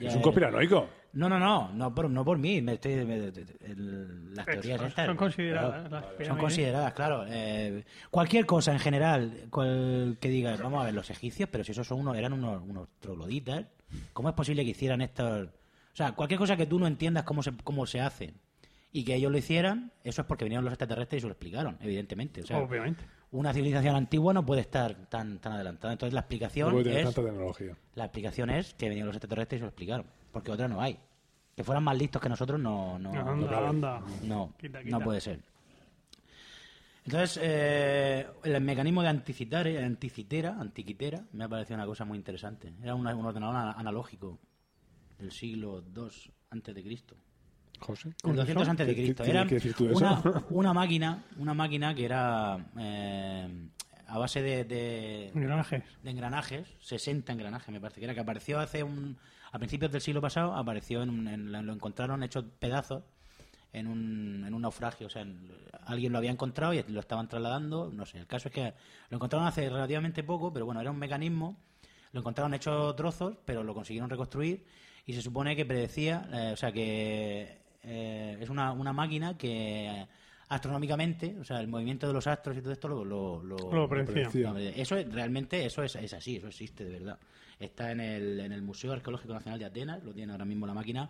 ya
es un conspiranoico.
No, no, no, no por, no por mí. Me estoy, me- el- las teorías
Son-
estas,
son consideradas,
claro,
las
son
pirámides.
consideradas, claro. Eh, cualquier cosa en general cual- que diga, vamos a ver, los egipcios, pero si esos son unos, eran unos, unos trogloditas, ¿cómo es posible que hicieran estas...? O sea, cualquier cosa que tú no entiendas cómo se, cómo se hace y que ellos lo hicieran, eso es porque vinieron los extraterrestres y se lo explicaron, evidentemente. O sea,
Obviamente.
una civilización antigua no puede estar tan, tan adelantada. Entonces la
No
explicación
puede tener
es...
tanta tecnología.
La explicación es que venían los extraterrestres y se lo explicaron. Porque otra no hay. Que fueran más listos que nosotros no. No, no,
Anda, anda.
no,
Quita,
no
quita.
puede ser. Entonces, eh, el mecanismo de anticitar, eh, anticitera, antiquitera, me ha parecido una cosa muy interesante. Era una- un ordenador ana- analógico del siglo II antes de Cristo.
José.
El 200 antes de
¿Qué-
Cristo.
qué- qué
Era
quieres decir tú de
una,
eso?
una máquina, una máquina que era eh, a base de, de-
Engranajes.
de engranajes, 60 engranajes me parece que era, que apareció hace un... A principios del siglo pasado apareció, en, un- en- lo encontraron hecho pedazos en un, en un naufragio, o sea, en- alguien lo había encontrado y lo estaban trasladando, no sé, el caso es que lo encontraron hace relativamente poco, pero bueno, era un mecanismo, lo encontraron hecho trozos, pero lo consiguieron reconstruir y se supone que predecía, eh, o sea, que eh, es una, una máquina que eh, astronómicamente, o sea, el movimiento de los astros y todo esto lo, lo,
Lo predecía.
predecía.
no, hombre, eso es, realmente eso es, es así, eso existe de verdad. Está en el, en el Museo Arqueológico Nacional de Atenas, lo tiene ahora mismo la máquina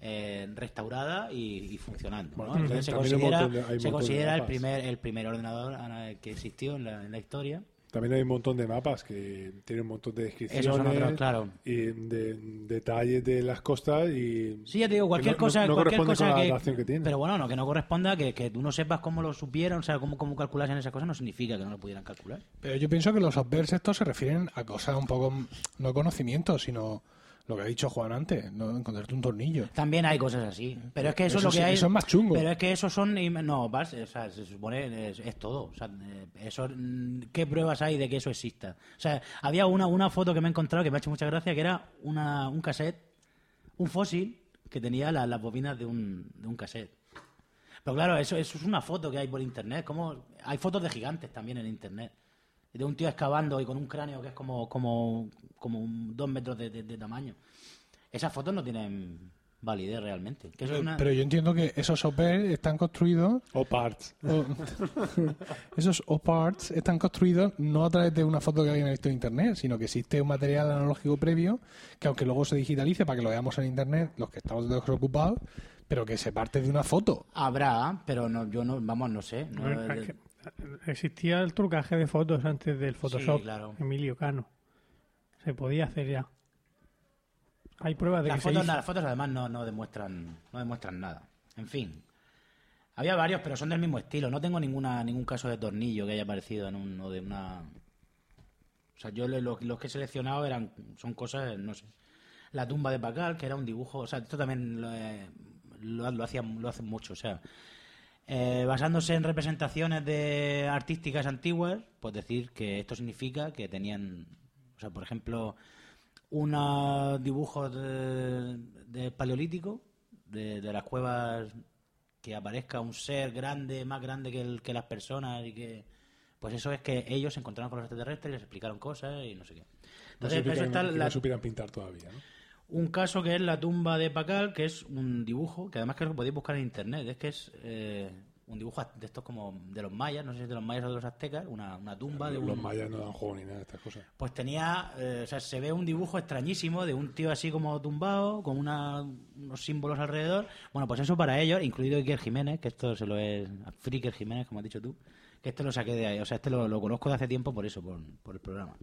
eh, restaurada y, y funcionando. ¿no?
Bueno,
Entonces se
también hay un
considera,
montón de- hay un
se
montón de
considera el
mapas.
primer el primer ordenador ah, que existió en la, en la historia.
También hay un montón de mapas que tienen un montón de descripciones.
Esos son otros, claro.
Y de detalles de las costas y.
Sí, ya te digo,
que
cualquier
no- no-
cosa,
No,
cualquier
corresponde
cosa
con la
que,
adaptación que tiene.
Pero bueno, no, que no corresponda, que, que tú no sepas cómo lo supieron, o sea, cómo, cómo calculasen esas cosas, no significa que no lo pudieran calcular.
Pero yo pienso que los adverts estos se refieren a cosas un poco, no conocimiento, sino lo que ha dicho Juan antes, no encontrarte un tornillo.
También hay cosas así. Pero es que eso,
Eso
es lo
sí,
que hay.
eso es más chungo.
Pero es que eso son. im- No, vas, o sea, se supone. Es, es todo. O sea, eh, eso, mm, ¿Qué pruebas hay de que eso exista? O sea, había una, una foto que me he encontrado que me ha hecho mucha gracia, que era una, un cassette, un fósil, que tenía la- las bobinas de un, de un cassette. Pero claro, eso, eso es una foto que hay por internet. Como, hay fotos de gigantes también en internet. De un tío excavando y con un cráneo que es como, como, como un- dos metros de- de- de tamaño. Esas fotos no tienen validez realmente. Que eso es una-
Eh, Pero yo entiendo que esos adverts están construidos
O parts.
O- Oh. Esos O-Parts están construidos no a través de una foto que alguien ha visto en internet, sino que existe un material analógico previo que, aunque luego se digitalice para que lo veamos en internet, los que estamos desocupados, pero que se parte de una foto.
Habrá, pero no, yo no, vamos, no sé. no-
Bueno, es que Existía el trucaje de fotos antes del Photoshop.
claro.
Emilio Cano. Se podía hacer ya. Hay pruebas de
las,
que se
fotos,
hizo.
las fotos además no, no demuestran no demuestran nada. En fin. Había varios, pero son del mismo estilo. No tengo ninguna ningún caso de tornillo que haya aparecido en un, o de una... O sea, yo le- lo- los, que he seleccionado eran, son cosas, no sé. La tumba de Bacal, que era un dibujo... O sea, esto también lo, eh, lo, lo hacían, lo hacen mucho, o sea... Eh, basándose en representaciones de artísticas antiguas, pues decir que esto significa que tenían, o sea, por ejemplo, unos dibujos de, de paleolítico, de, de las cuevas, que aparezca un ser grande, más grande que, el- que las personas y que... Pues eso es que ellos se encontraron con los extraterrestres y les explicaron cosas y no sé qué.
No
Entonces,
supieran-
eso está
que
la-
no supieran pintar todavía. ¿no?
un caso que es la tumba de Pacal, que es un dibujo, que además creo que podéis buscar en internet, es que es eh, un dibujo de estos como de los mayas, no sé si es de los mayas o de los aztecas, una, una tumba de
Los
un...
mayas no dan juego ni nada de estas cosas.
Pues tenía, eh, o sea, se ve un dibujo extrañísimo de un tío así como tumbado, con una- unos símbolos alrededor. Bueno, pues eso para ellos, incluido Iker Jiménez, que esto se lo es a Friker Jiménez, como has dicho tú, que este lo saqué de ahí, o sea, este lo, lo conozco de hace tiempo por eso, por, por el programa.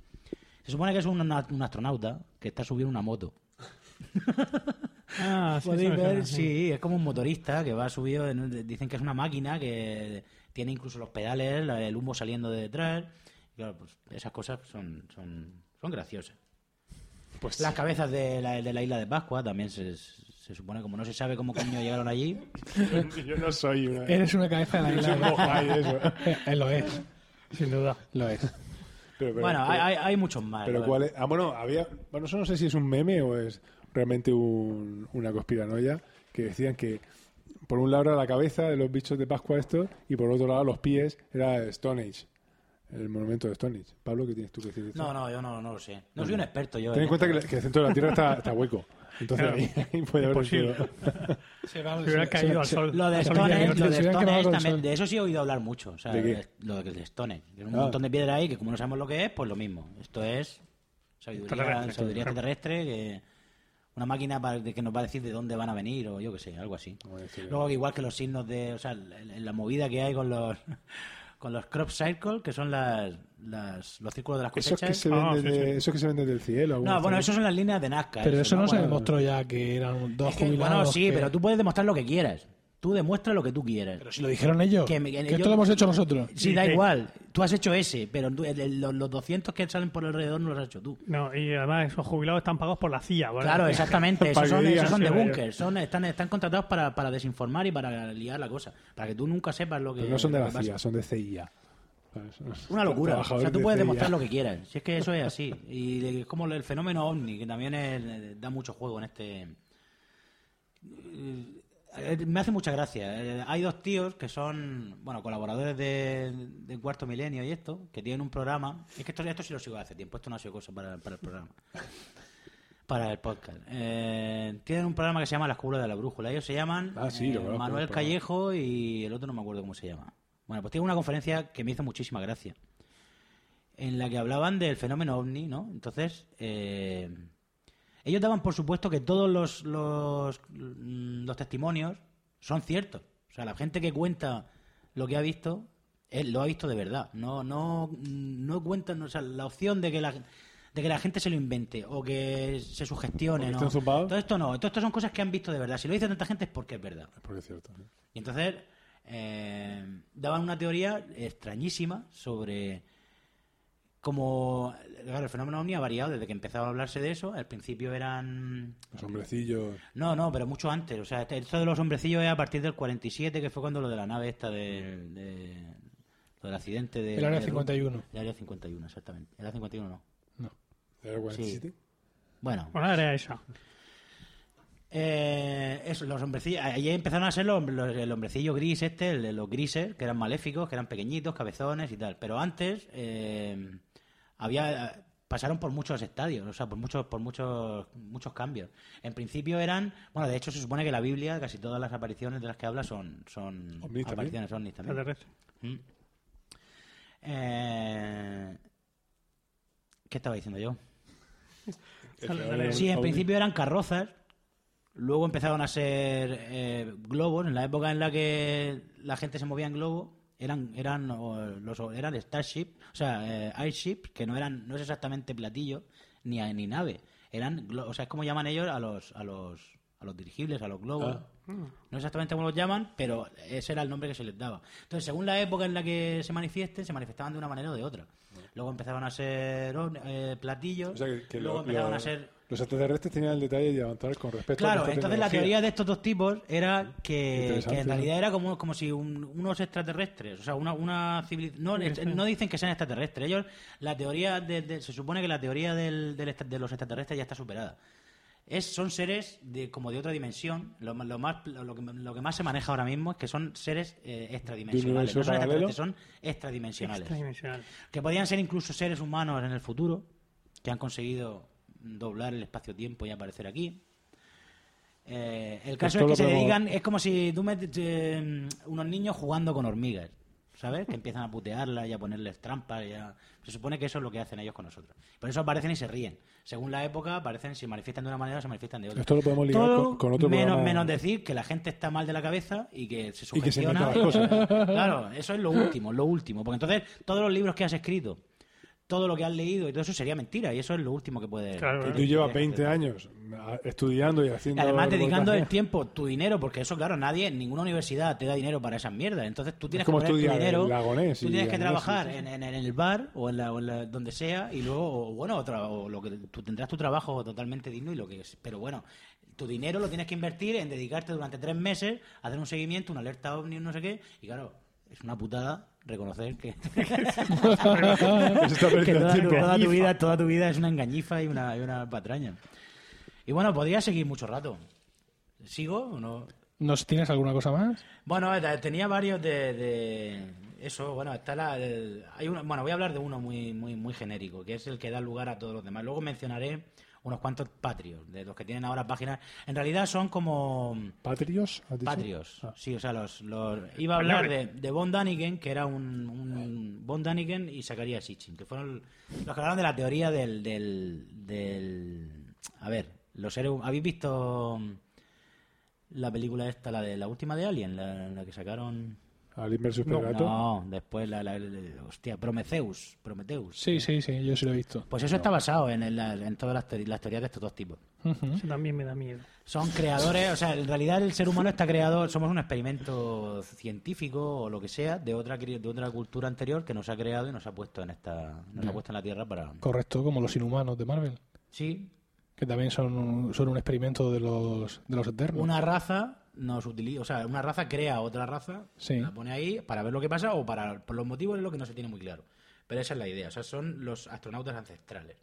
Se supone que es un, un astronauta que está subiendo una moto.
Ah, sí,
Podéis
sí,
ver,
sí.
sí, es como un motorista que va subido, en un- dicen que es una máquina que tiene incluso los pedales, la- el humo saliendo de detrás. Y claro, pues esas cosas son, son, son graciosas.
Pues
Las cabezas de la, de la isla de Pascua también se, se supone, como no se sabe cómo coño llegaron allí.
Pues, yo no soy una.
Eres una cabeza de la
yo soy un
isla.
mojai, eso.
Eh, eh, lo es,
Sin duda.
lo es.
Pero- pero-
bueno,
pero-
hay, hay, hay muchos más.
Pero
¿no?
cuál es? Ah, bueno, había... Bueno, eso no sé si es un meme o es realmente un- una conspiranoia que decían que por un lado era la cabeza de los bichos de Pascua estos y por otro lado los pies era Stone Age, el monumento de Stone Age. Pablo, ¿qué tienes tú que decir? de esto?
No, no, yo no, no lo sé. No soy un experto yo.
Ten en
en
cuenta que,
esto.
la- que el centro de la Tierra está, está hueco. Entonces
Claro.
ahí, ahí puede haber un
Imposible.
pedo.
Se hubiera caído al sol.
Ah,
Lo de
al sol
Stone Age-
interior.
lo de
Se hubieran
Stone
quemado
Age
con el
también,
sol.
de eso sí he oído hablar mucho. O sea,
¿De qué?
de- lo de, de Stone Age, que es un
Ah.
montón de piedras ahí que como no sabemos lo que es, pues lo mismo. Esto es sabiduría,
Extraterrestre.
sabiduría extraterrestre, que una máquina para- de que nos va a decir de dónde van a venir o yo qué sé, algo así.
Bueno, eso ya-
Luego, igual que los signos de. O sea, la, la movida que hay con los. Con los crop circles, que son las, las- los círculos de las
Esos
cosechas.
que, se ¿eh?
Ah,
venden
sí,
de- esos que se venden del cielo.
No,
algunos
bueno,
también.
eso son las líneas de Nazca.
Pero eso no se
Bueno,
demostró ya que eran dos
es que,
jubilados.
Bueno, sí,
que-
pero tú puedes demostrar lo que quieras. Tú demuestra lo que tú quieras.
Pero si lo dijeron ellos.
Que
Que,
me- que yo-
esto lo hemos hecho nosotros.
Sí,
Sí,
da
que-
igual. Tú has hecho ese, pero tú- el- el- los, los 200 que salen por alrededor no los has hecho tú.
No, y además esos jubilados están pagados por la CIA. ¿vale?
Claro, exactamente. Esos
que
son,
digas,
esos son de
sí, vaya.
búnker. Son, están, están contratados para, para desinformar y para liar la cosa. Para que tú nunca sepas lo que.
Pero no son de
lo
la
que pasa.
CIA, son de CIA. ¿Sabes?
Una locura. O
Trabajadores
sea, tú
de
puedes
CIA.
demostrar lo que quieras. Si es que eso es así. Y es como el fenómeno ovni, que también es- da mucho juego en este. Eh, Me hace mucha gracia. Eh, Hay dos tíos que son, bueno, colaboradores de, de Cuarto Milenio y esto, que tienen un programa. Es que esto, esto sí lo sigo hace tiempo, esto no ha sido cosa para, para el programa. Para el podcast. Eh, tienen un programa que se llama La Escuela de la Brújula. Ellos se llaman eh,
Ah, sí, lo conozco, el
Manuel
programa.
Callejo y el otro no me acuerdo cómo se llama. Bueno, pues tienen una conferencia que me hizo muchísima gracia en la que hablaban del fenómeno ovni, ¿no? Entonces, eh, ellos daban por supuesto que todos los, los, mm, los testimonios son ciertos. O sea, la gente que cuenta lo que ha visto, él lo ha visto de verdad. No, no, mm, no cuentan, o sea, la opción de que la de que la gente se lo invente o que se sugestione.
Porque
¿no?
estén zumbados.
Todo esto no, todo esto son cosas que han visto de verdad. Si lo dice tanta gente es porque es verdad.
Porque es cierto. ¿eh?
Y entonces eh, daban una teoría extrañísima sobre cómo claro, el fenómeno ovni ha variado desde que empezaba a hablarse de eso. Al principio eran...
Los hombrecillos.
No, no, pero mucho antes. O sea, este- esto de los hombrecillos es a partir del 47, que fue cuando lo de la nave esta de... de- lo del accidente de...
El Área
de-
51.
El área 51, exactamente. El área 51 no.
No.
¿Era 47?
Bueno,
Bueno, era esa.
Eh, eso, los hombrecillos. Allí empezaron a ser los, los- el hombrecillo gris, este, el de los grises, que eran maléficos, que eran pequeñitos, cabezones y tal. Pero antes eh, había pasaron por muchos estadios, o sea, por muchos, por muchos, muchos cambios. En principio eran, bueno, de hecho se supone que la Biblia, casi todas las apariciones de las que habla son, son
Ovnis también.
apariciones ovnis también.
extraterrestre.
Mm. Eh, ¿Qué estaba diciendo yo?
Dale,
Era
dale.
un
Sí, en
ovni.
principio eran carrozas, luego empezaron a ser eh, globos. En la época en la que la gente se movía en globo, eran eran o, los eran starship, o sea, eh, airships que no eran no es exactamente platillo ni a- ni nave, eran glo- o sea, es como llaman ellos a los a los a los dirigibles, a los globos.
Ah.
No exactamente cómo los llaman, pero ese era el nombre que se les daba. Entonces, según la época en la que se manifiesten, se manifestaban de una manera o de otra. Luego empezaron a ser ovni- eh, platillos,
O sea, que, que
luego
lo-
empezaron
lo-
a ser
Los extraterrestres tenían el detalle de avanzar con respecto a
Claro,
nuestra
entonces la teoría
tecnología.
de estos dos tipos era que,
Interesante,
que en
¿no?
realidad era como, como si un- unos extraterrestres, o sea, una, una civilización... No, es- no dicen que sean extraterrestres, ellos, la teoría, de, de- se supone que la teoría del- del extra- de los extraterrestres ya está superada. Es, son seres de, como de otra dimensión, lo, ma- lo más, lo, que, lo que más se maneja ahora mismo es que son seres eh, extradimensionales,
universo
no son
paralelo?
extraterrestres, son extradimensionales
Extradimensional.
que podían ser incluso seres humanos en el futuro, que han conseguido doblar el espacio-tiempo y aparecer aquí. Eh, el caso
Esto
es
lo
que se
podemos-
dedican, es como si tú metes eh, unos niños jugando con hormigas, ¿sabes? Que empiezan a putearlas y a ponerles trampas. y a- Se supone que eso es lo que hacen ellos con nosotros. Por eso aparecen y se ríen. Según la época, aparecen, se manifiestan de una manera o se manifiestan de otra.
Esto lo podemos ligar
Todo
con, con otro
menos,
programa.
menos decir que la gente está mal de la cabeza y que se
Y que se
sugestiona.
inventa las
Claro, eso es lo último, lo último. Porque entonces todos los libros que has escrito, todo lo que has leído y todo eso sería mentira y eso es lo último que puedes...
Claro,
Que
claro.
tú llevas 20 años ah, estudiando y
Y
haciendo.
Además, dedicando el
reportajes.
tiempo, tu dinero, porque eso, claro, nadie, ninguna universidad te da dinero para esas mierdas. Entonces tú tienes
como
que poner tu
estudiar
dinero,
el lagonés
tú
y
tienes que
el
trabajar
análisis,
en, en- en el bar o en, la, o en la- donde sea y luego, o, bueno, o tra- o lo que tú tendrás tu trabajo totalmente digno y lo que es. Pero bueno, tu dinero lo tienes que invertir en dedicarte durante tres meses a hacer un seguimiento, una alerta ovni, un no sé qué. Y claro, es una putada reconocer que,
Se está
que
perdiendo
toda, tu,
tiempo.
toda tu vida, toda tu vida es una engañifa y una, y una patraña. Y bueno, podría seguir mucho rato. ¿Sigo o no?
¿Nos tienes alguna cosa más?
Bueno, eh, tenía varios de, de- eso, bueno, está la el- hay uno, bueno, voy a hablar de uno muy muy muy genérico, que es el que da lugar a todos los demás. Luego mencionaré unos cuantos patrios, de los que tienen ahora páginas. En realidad son como
¿Patrios? ¿Has dicho?
patrios.
Ah.
Sí, o sea, los, los- iba a hablar de, de Von Daniken, que era un, un Von Daniken y Zacharias Sitchin, que fueron los que hablaron de la teoría del del, del a ver, los seres hum- ¿Habéis visto la película esta, la de la última de Alien, la, la que sacaron?
Alien versus
No.
Pelgato.
No, después la, la- la- hostia, Prometheus, Prometheus.
Sí, sí, sí, yo sí lo he visto.
Pues eso está basado en, el- en todas las, teori- las teorías de estos dos tipos.
Ujú.
Eso también me da miedo.
Son creadores, o sea, en realidad el ser humano está creado, somos un experimento científico o lo que sea de otra cri- de otra cultura anterior que nos ha creado y nos ha puesto en esta nos ha puesto en la Tierra para
Correcto, como los inhumanos de Marvel,
Sí,
que también son un, son un experimento de los, de los eternos.
una raza nos utiliza, o sea, una raza crea otra raza,
Sí.
la pone ahí para ver lo que pasa o para por los motivos en los que no se tiene muy claro. Pero esa es la idea, o sea, son los astronautas ancestrales.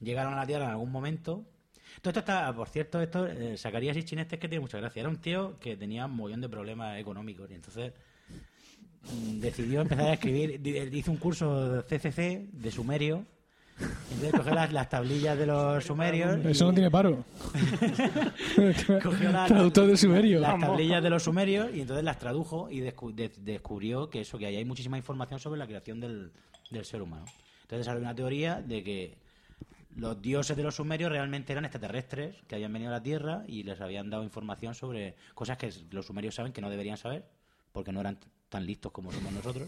Llegaron a la Tierra en algún momento. Todo esto está, por cierto, esto eh, Zacarías y Chineste que tiene mucha gracia. Era un tío que tenía un montón de problemas económicos y entonces mm, decidió empezar a escribir, di- eh, hizo un curso de CCC de sumerio. Entonces cogió las, las tablillas de los sumerios. y-
Eso no tiene paro.
Cogió la-
Traductor de sumerio.
las tablillas de los sumerios y entonces las tradujo y descu- de- descubrió que eso, que ahí hay muchísima información sobre la creación del, del ser humano. Entonces salió una teoría de que los dioses de los sumerios realmente eran extraterrestres que habían venido a la Tierra y les habían dado información sobre cosas que los sumerios saben que no deberían saber porque no eran t- tan listos como somos nosotros.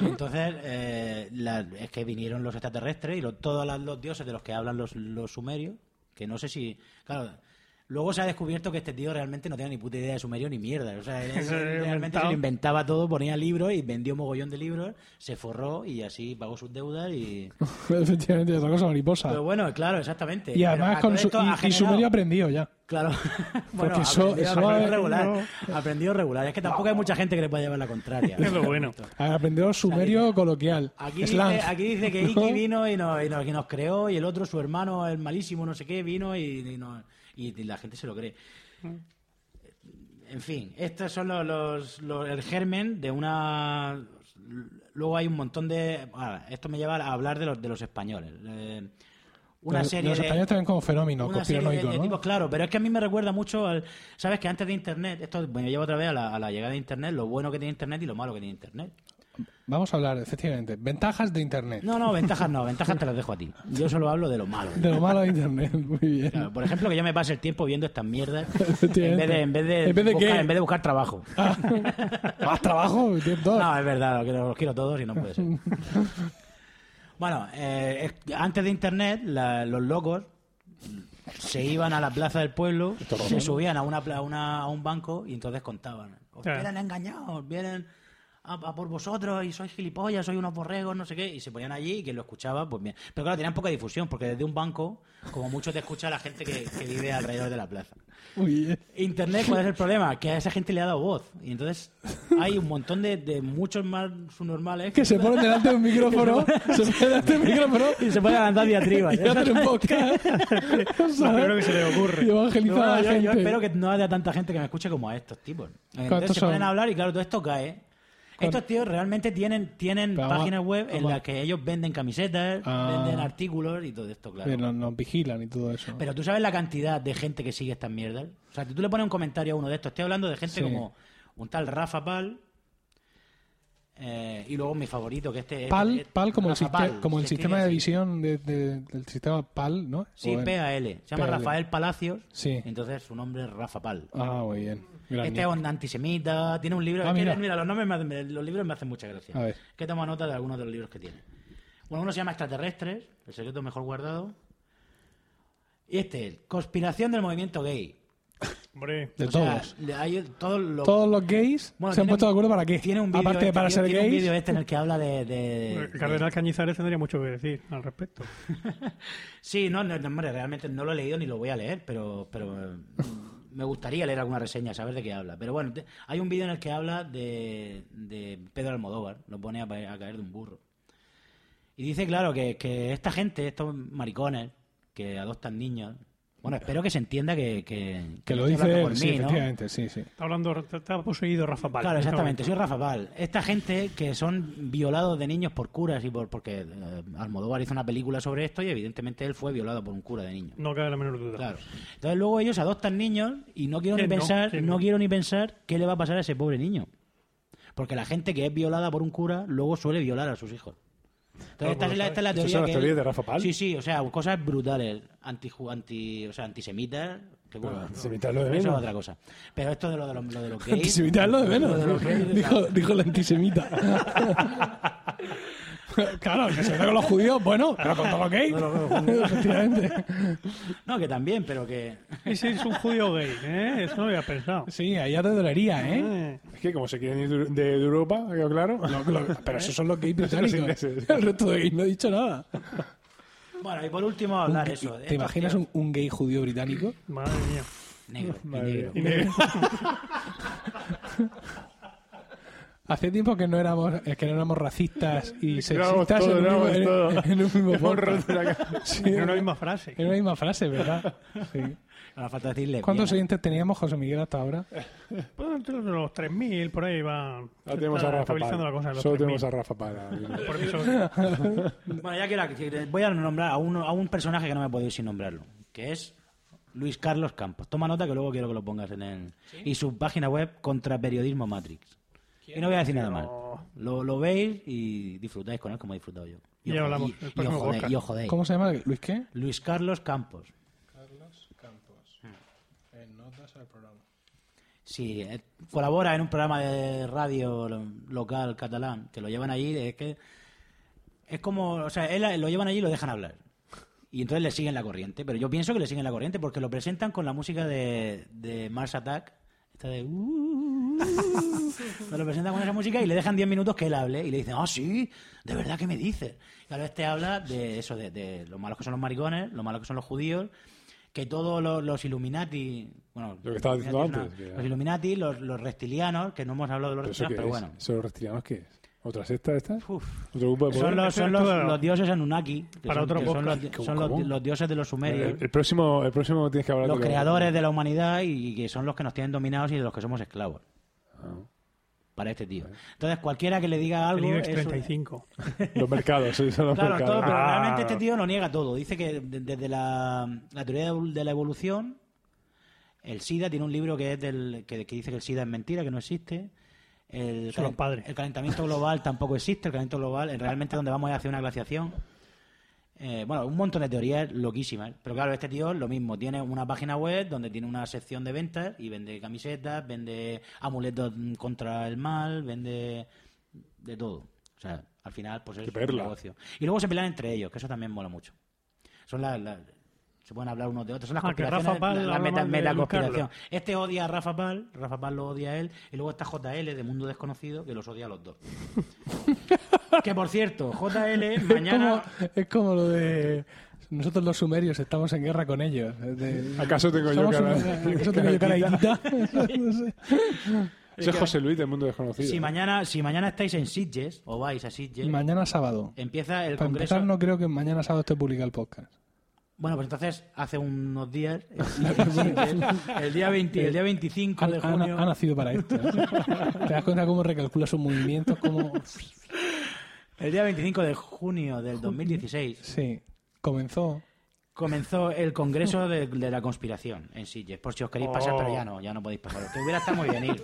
Entonces, eh, la- es que vinieron los extraterrestres y lo- todos las- los dioses de los que hablan los, los sumerios, que no sé si... Claro, luego se ha descubierto que este tío realmente no tenía ni puta idea de sumerio ni mierda. O sea, él-
Eso
él
es
realmente
inventado.
se lo inventaba todo, ponía libros y vendió mogollón de libros, se forró y así pagó sus deudas y...
Efectivamente, otra cosa mariposa.
Pero bueno, claro, exactamente.
y
Pero
además
a
con
todo
su,
esto
y,
ha
y
generado-
sumerio aprendido ya.
Claro. bueno,
Porque eso-
aprendió,
eso
aprendió
ha-
regular. Aprendió regular. Es que tampoco hay mucha gente que le pueda llevar la contraria.
Es lo bueno.
Aprendió sumerio coloquial.
Aquí dice,
slang.
aquí dice que
¿No?
Iki vino y nos, y nos- y nos creó y el otro, su hermano, el malísimo, no sé qué, vino y, y nos- y la gente se lo cree. En fin, estos son los, los- los- el germen de una... Luego hay un montón de... ah, esto me lleva a hablar de los, de los españoles. Eh, una
Los-
serie
los
de-
españoles también como fenómenos
una serie de-
conspiranoicos,
de
¿no?
tipos, claro, pero es que a mí me recuerda mucho al. ¿Sabes que antes de Internet, esto me lleva otra vez a la, a la llegada de Internet, lo bueno que tiene Internet y lo malo que tiene Internet?
Vamos a hablar, efectivamente, ventajas de Internet.
No, no, ventajas no, ventajas te las dejo a ti. Yo solo hablo de lo malo.
De lo malo de Internet, muy bien.
Claro, por ejemplo, que yo me pase el tiempo viendo estas mierdas en
Efectivamente.
vez de, en vez de,
¿En vez de
buscar,
qué?
en vez de buscar trabajo.
Más trabajo, doctor.
No, es verdad, lo que- los quiero todos y no puede ser. Bueno, eh, es- antes de Internet, la- los locos se iban a la plaza del pueblo, se subían a, una, pla- a, una- a un banco y entonces contaban. Os
Claro.
vienen engañados, vienen a, a por vosotros y sois gilipollas, sois unos borregos, no sé qué. Y se ponían allí y quien lo escuchaba, pues bien. Pero claro, tenían poca difusión porque desde un banco, como mucho te escucha la gente que- que vive alrededor de la plaza.
Muy bien.
Internet, ¿cuál es el problema? Que a esa gente le ha dado voz. Y entonces hay un montón de, de muchos más subnormales
Que se ponen delante de un micrófono, se ponen delante de un micrófono
y se pueden lanzar diatribas.
y hacen un podcast.
Lo primero que se le
Y
ocurre.
Pero
evangelizan
bueno,
a la
yo, yo
gente.
espero que no haya tanta gente que me escuche como a estos tipos. Entonces
estos
se ponen
son-
a hablar y claro, todo esto cae. Estos tíos realmente tienen, tienen
Pero vamos-
páginas web en
vamos-
las que ellos venden camisetas,
Ah.
venden artículos y todo esto, claro.
Bien, nos, nos vigilan y todo eso.
Pero tú sabes la cantidad de gente que sigue estas mierdas. O sea, si tú le pones un comentario a uno de estos, estoy hablando de gente
Sí.
como un tal Rafa Pal. eh, y luego mi favorito, que este es.
PAL,
es-
PAL como el,
Rafa
siste-
Pal,
como el
se
sistema de
escribe
visión de- de- del sistema PAL, ¿no?
así. Sí,
O en-
PAL. Se llama
PAL.
Rafael Palacios.
Sí.
Entonces su nombre es Rafa Pal.
Ah, muy bien. Gran
Este es
niño.
un antisemita, tiene un libro.
Ah,
es que-
mira.
mira. los nombres me hacen- me- los libros me hacen mucha gracia.
A ver.
Es Que tomo nota de algunos de los libros que tiene. Bueno, uno se llama Extraterrestres, el secreto mejor guardado. Y este es Conspiración del movimiento gay.
Hombre,
De
O sea,
todos.
le- hay todos los-
Todos los gays
Bueno,
se han
tiene-
puesto de acuerdo para qué.
Tiene un vídeo
Aparte de
este,
para
tío,
ser
tiene un
gays.
vídeo este en el que habla de...
el
de-
cardenal Cañizares tendría mucho que decir al respecto.
Sí, no, no, no, hombre, realmente no lo he leído ni lo voy a leer, pero, pero eh, me gustaría leer alguna reseña, saber de qué habla. Pero bueno, te- hay un vídeo en el que habla de, de Pedro Almodóvar, lo pone a, pa- a caer de un burro. Y dice, claro, que, que esta gente, estos maricones que adoptan niños... Bueno, espero que se entienda que... Que,
Que
que
lo
estoy
dice
hablando
él,
por
sí,
mí, ¿no?
efectivamente, sí, sí.
Está hablando, está poseído Rafa Pal.
Claro,
en este
exactamente. Soy
momento.
Rafa Pal. Esta gente que son violados de niños por curas y por porque eh, Almodóvar hizo una película sobre esto y evidentemente él fue violado por un cura de niño.
No cabe la menor duda.
Claro. Entonces luego ellos adoptan niños y no quiero ni
¿Quién no?
pensar,
¿Quién
no
no?
quiero ni pensar qué le va a pasar a ese pobre niño. Porque la gente que es violada por un cura luego suele violar a sus hijos. Entonces, esta, es la, esta es la
Estas
teoría.
son las
que
teorías
él-
de Rafa Pal.
Sí, sí, o sea, cosas brutales. Anti, anti, o sea, antisemitas. Que bueno,
antisemitas lo de
Eso es
menos.
otra cosa. Pero esto de lo de los lo de los gays.
Antisemita es lo de
Lo de los
menos.
gays,
Dijo, dijo el antisemita. claro, que se meta con los judíos, bueno, pero con todo lo que hay. Efectivamente.
No, que también, pero que.
Ese es un judío gay, ¿eh? Eso no lo había pensado.
Sí, ahí ya te dolería, ¿eh?
Eh,
Es que como se quieren ir de- de Europa, ha quedado claro.
Lo- lo- pero esos son los gays británicos.
ingleses.
El resto de gays no he dicho nada.
Bueno, y por último, hablar
Un-
eso. de
¿Te
estos
imaginas
tíos-
un, un gay judío británico?
Madre mía.
Negro. y
Madre
negro.
mía.
Hace tiempo que no éramos, eh, que no éramos racistas y
Éramos
sexistas
todo,
en, un
éramos
mismo,
todo.
en- en un mismo
Hemos
podcast.
roto la ca-
Sí,
En una misma frase.
Eh.
en una misma frase, ¿verdad? Sí.
Ahora falta decirle.
¿Cuántos
bien.
oyentes teníamos, José Miguel, hasta ahora?
Pues entre los 3.000, por ahí va.
Ahora tenemos
está
a Rafa
estabilizando la cosa
Pal.
en los
Solo
3.000.
tenemos a Rafa Pal.
Por episodio.
Bueno, ya que la- que voy a nombrar a, uno- a un personaje que no me puedo ir sin nombrarlo, que es Luis Carlos Campos. Toma nota que luego quiero que lo pongas en el... Y su página web contra periodismo Matrix. Y no voy a decir nada más. Lo, lo veis y disfrutáis con él como he disfrutado yo. Y
Ya
os-
hablamos,
y-
el
y os
próximo
jodéis,
podcast.
y os jodéis.
¿Cómo se llama? ¿Luis qué?
Luis Carlos Campos.
Carlos Campos. En notas al programa.
Sí, eh, colabora en un programa de radio lo- local catalán, que lo llevan allí, es que es como, o sea, él, lo llevan allí y lo dejan hablar. Y entonces le siguen la corriente, pero yo pienso que le siguen la corriente porque lo presentan con la música de, de Mars Attack, esta de... Me lo presentan con esa música y le dejan 10 minutos que él hable y le dicen, ah, sí, de verdad que me dices. Claro, este habla de eso, de, de lo malos que son los maricones, lo malos que son los judíos, que todos los, los Illuminati, bueno,
Lo que estaba diciendo
Illuminati es
antes,
una-
que-
los Illuminati, los, los reptilianos, que no hemos hablado de los
¿Pero eso
reptilianos,
qué
pero
es?
bueno.
¿Son los reptilianos qué es? ¿Otra secta de estas?
Uf.
¿Otro grupo de poder?
Son los, son los,
Claro.
los dioses Anunnaki, que
Para
son,
otro
que son
podcast.
los,
¿Cómo,
son los-
cómo?
los dioses de los sumerios,
el, el próximo, el próximo tienes que hablar
los
de
creadores de la humanidad y, y que son los que nos tienen dominados y de los que somos esclavos.
Ah.
Para este tío. Entonces, cualquiera que le diga algo.
El IBEX
es un-
35.
Los mercados, sí, son los
Claro,
mercados.
todo, pero
Ah.
realmente este tío lo niega todo. Dice que de- desde la, la teoría de- de la evolución, el SIDA tiene un libro que es del que, que dice que el SIDA es mentira, que no existe. El,
Son los
calen-
padres.
el calentamiento global tampoco existe. El calentamiento global, eh, realmente donde vamos es hacia una glaciación. Eh, bueno, un montón de teorías loquísimas. Pero claro, este tío lo mismo. Tiene una página web donde tiene una sección de ventas y vende camisetas, vende amuletos mm, contra el mal, vende de todo. O sea, al final, pues es
Qué perla.
un negocio. Y luego se pelean entre ellos, que eso también mola mucho. Son las. las- se pueden hablar unos de otros. Son las
Ah, que
conspiraciones,
Rafa Pal
la- la
habla
meta,
mal de Luis
metaconspiración. Este odia a Rafa Pal, Rafa Pal lo odia a él, y luego está JL de Mundo Desconocido, que los odia a los dos. que por cierto, JL mañana.
Es, como, es como lo de. Nosotros los sumerios estamos en guerra con ellos. Es de-
Ah, ¿Acaso tengo yo
somos
cara?
un- ¿Acaso tengo yo cara de quita? No
Ese
sé.
es José Luis del mundo desconocido.
Si mañana, si mañana estáis en Sitges, o vais a Sitges,
Mañana sábado.
empieza el
Para
congreso.
empezar, no creo que mañana sábado esté publicado el podcast.
Bueno, pues entonces hace unos días, en Sitges, el día 20, el día 25 de
Ha, ha-
junio.
ha nacido para esto. ¿eh? Te das cuenta cómo recalcula sus movimientos, cómo...
El día 25 de junio del 2016
Sí, comenzó.
comenzó el Congreso de, de la Conspiración en Sitges. Por si os queréis pasar, pero ya no, ya no podéis pasar. Que hubiera estado muy bien ir.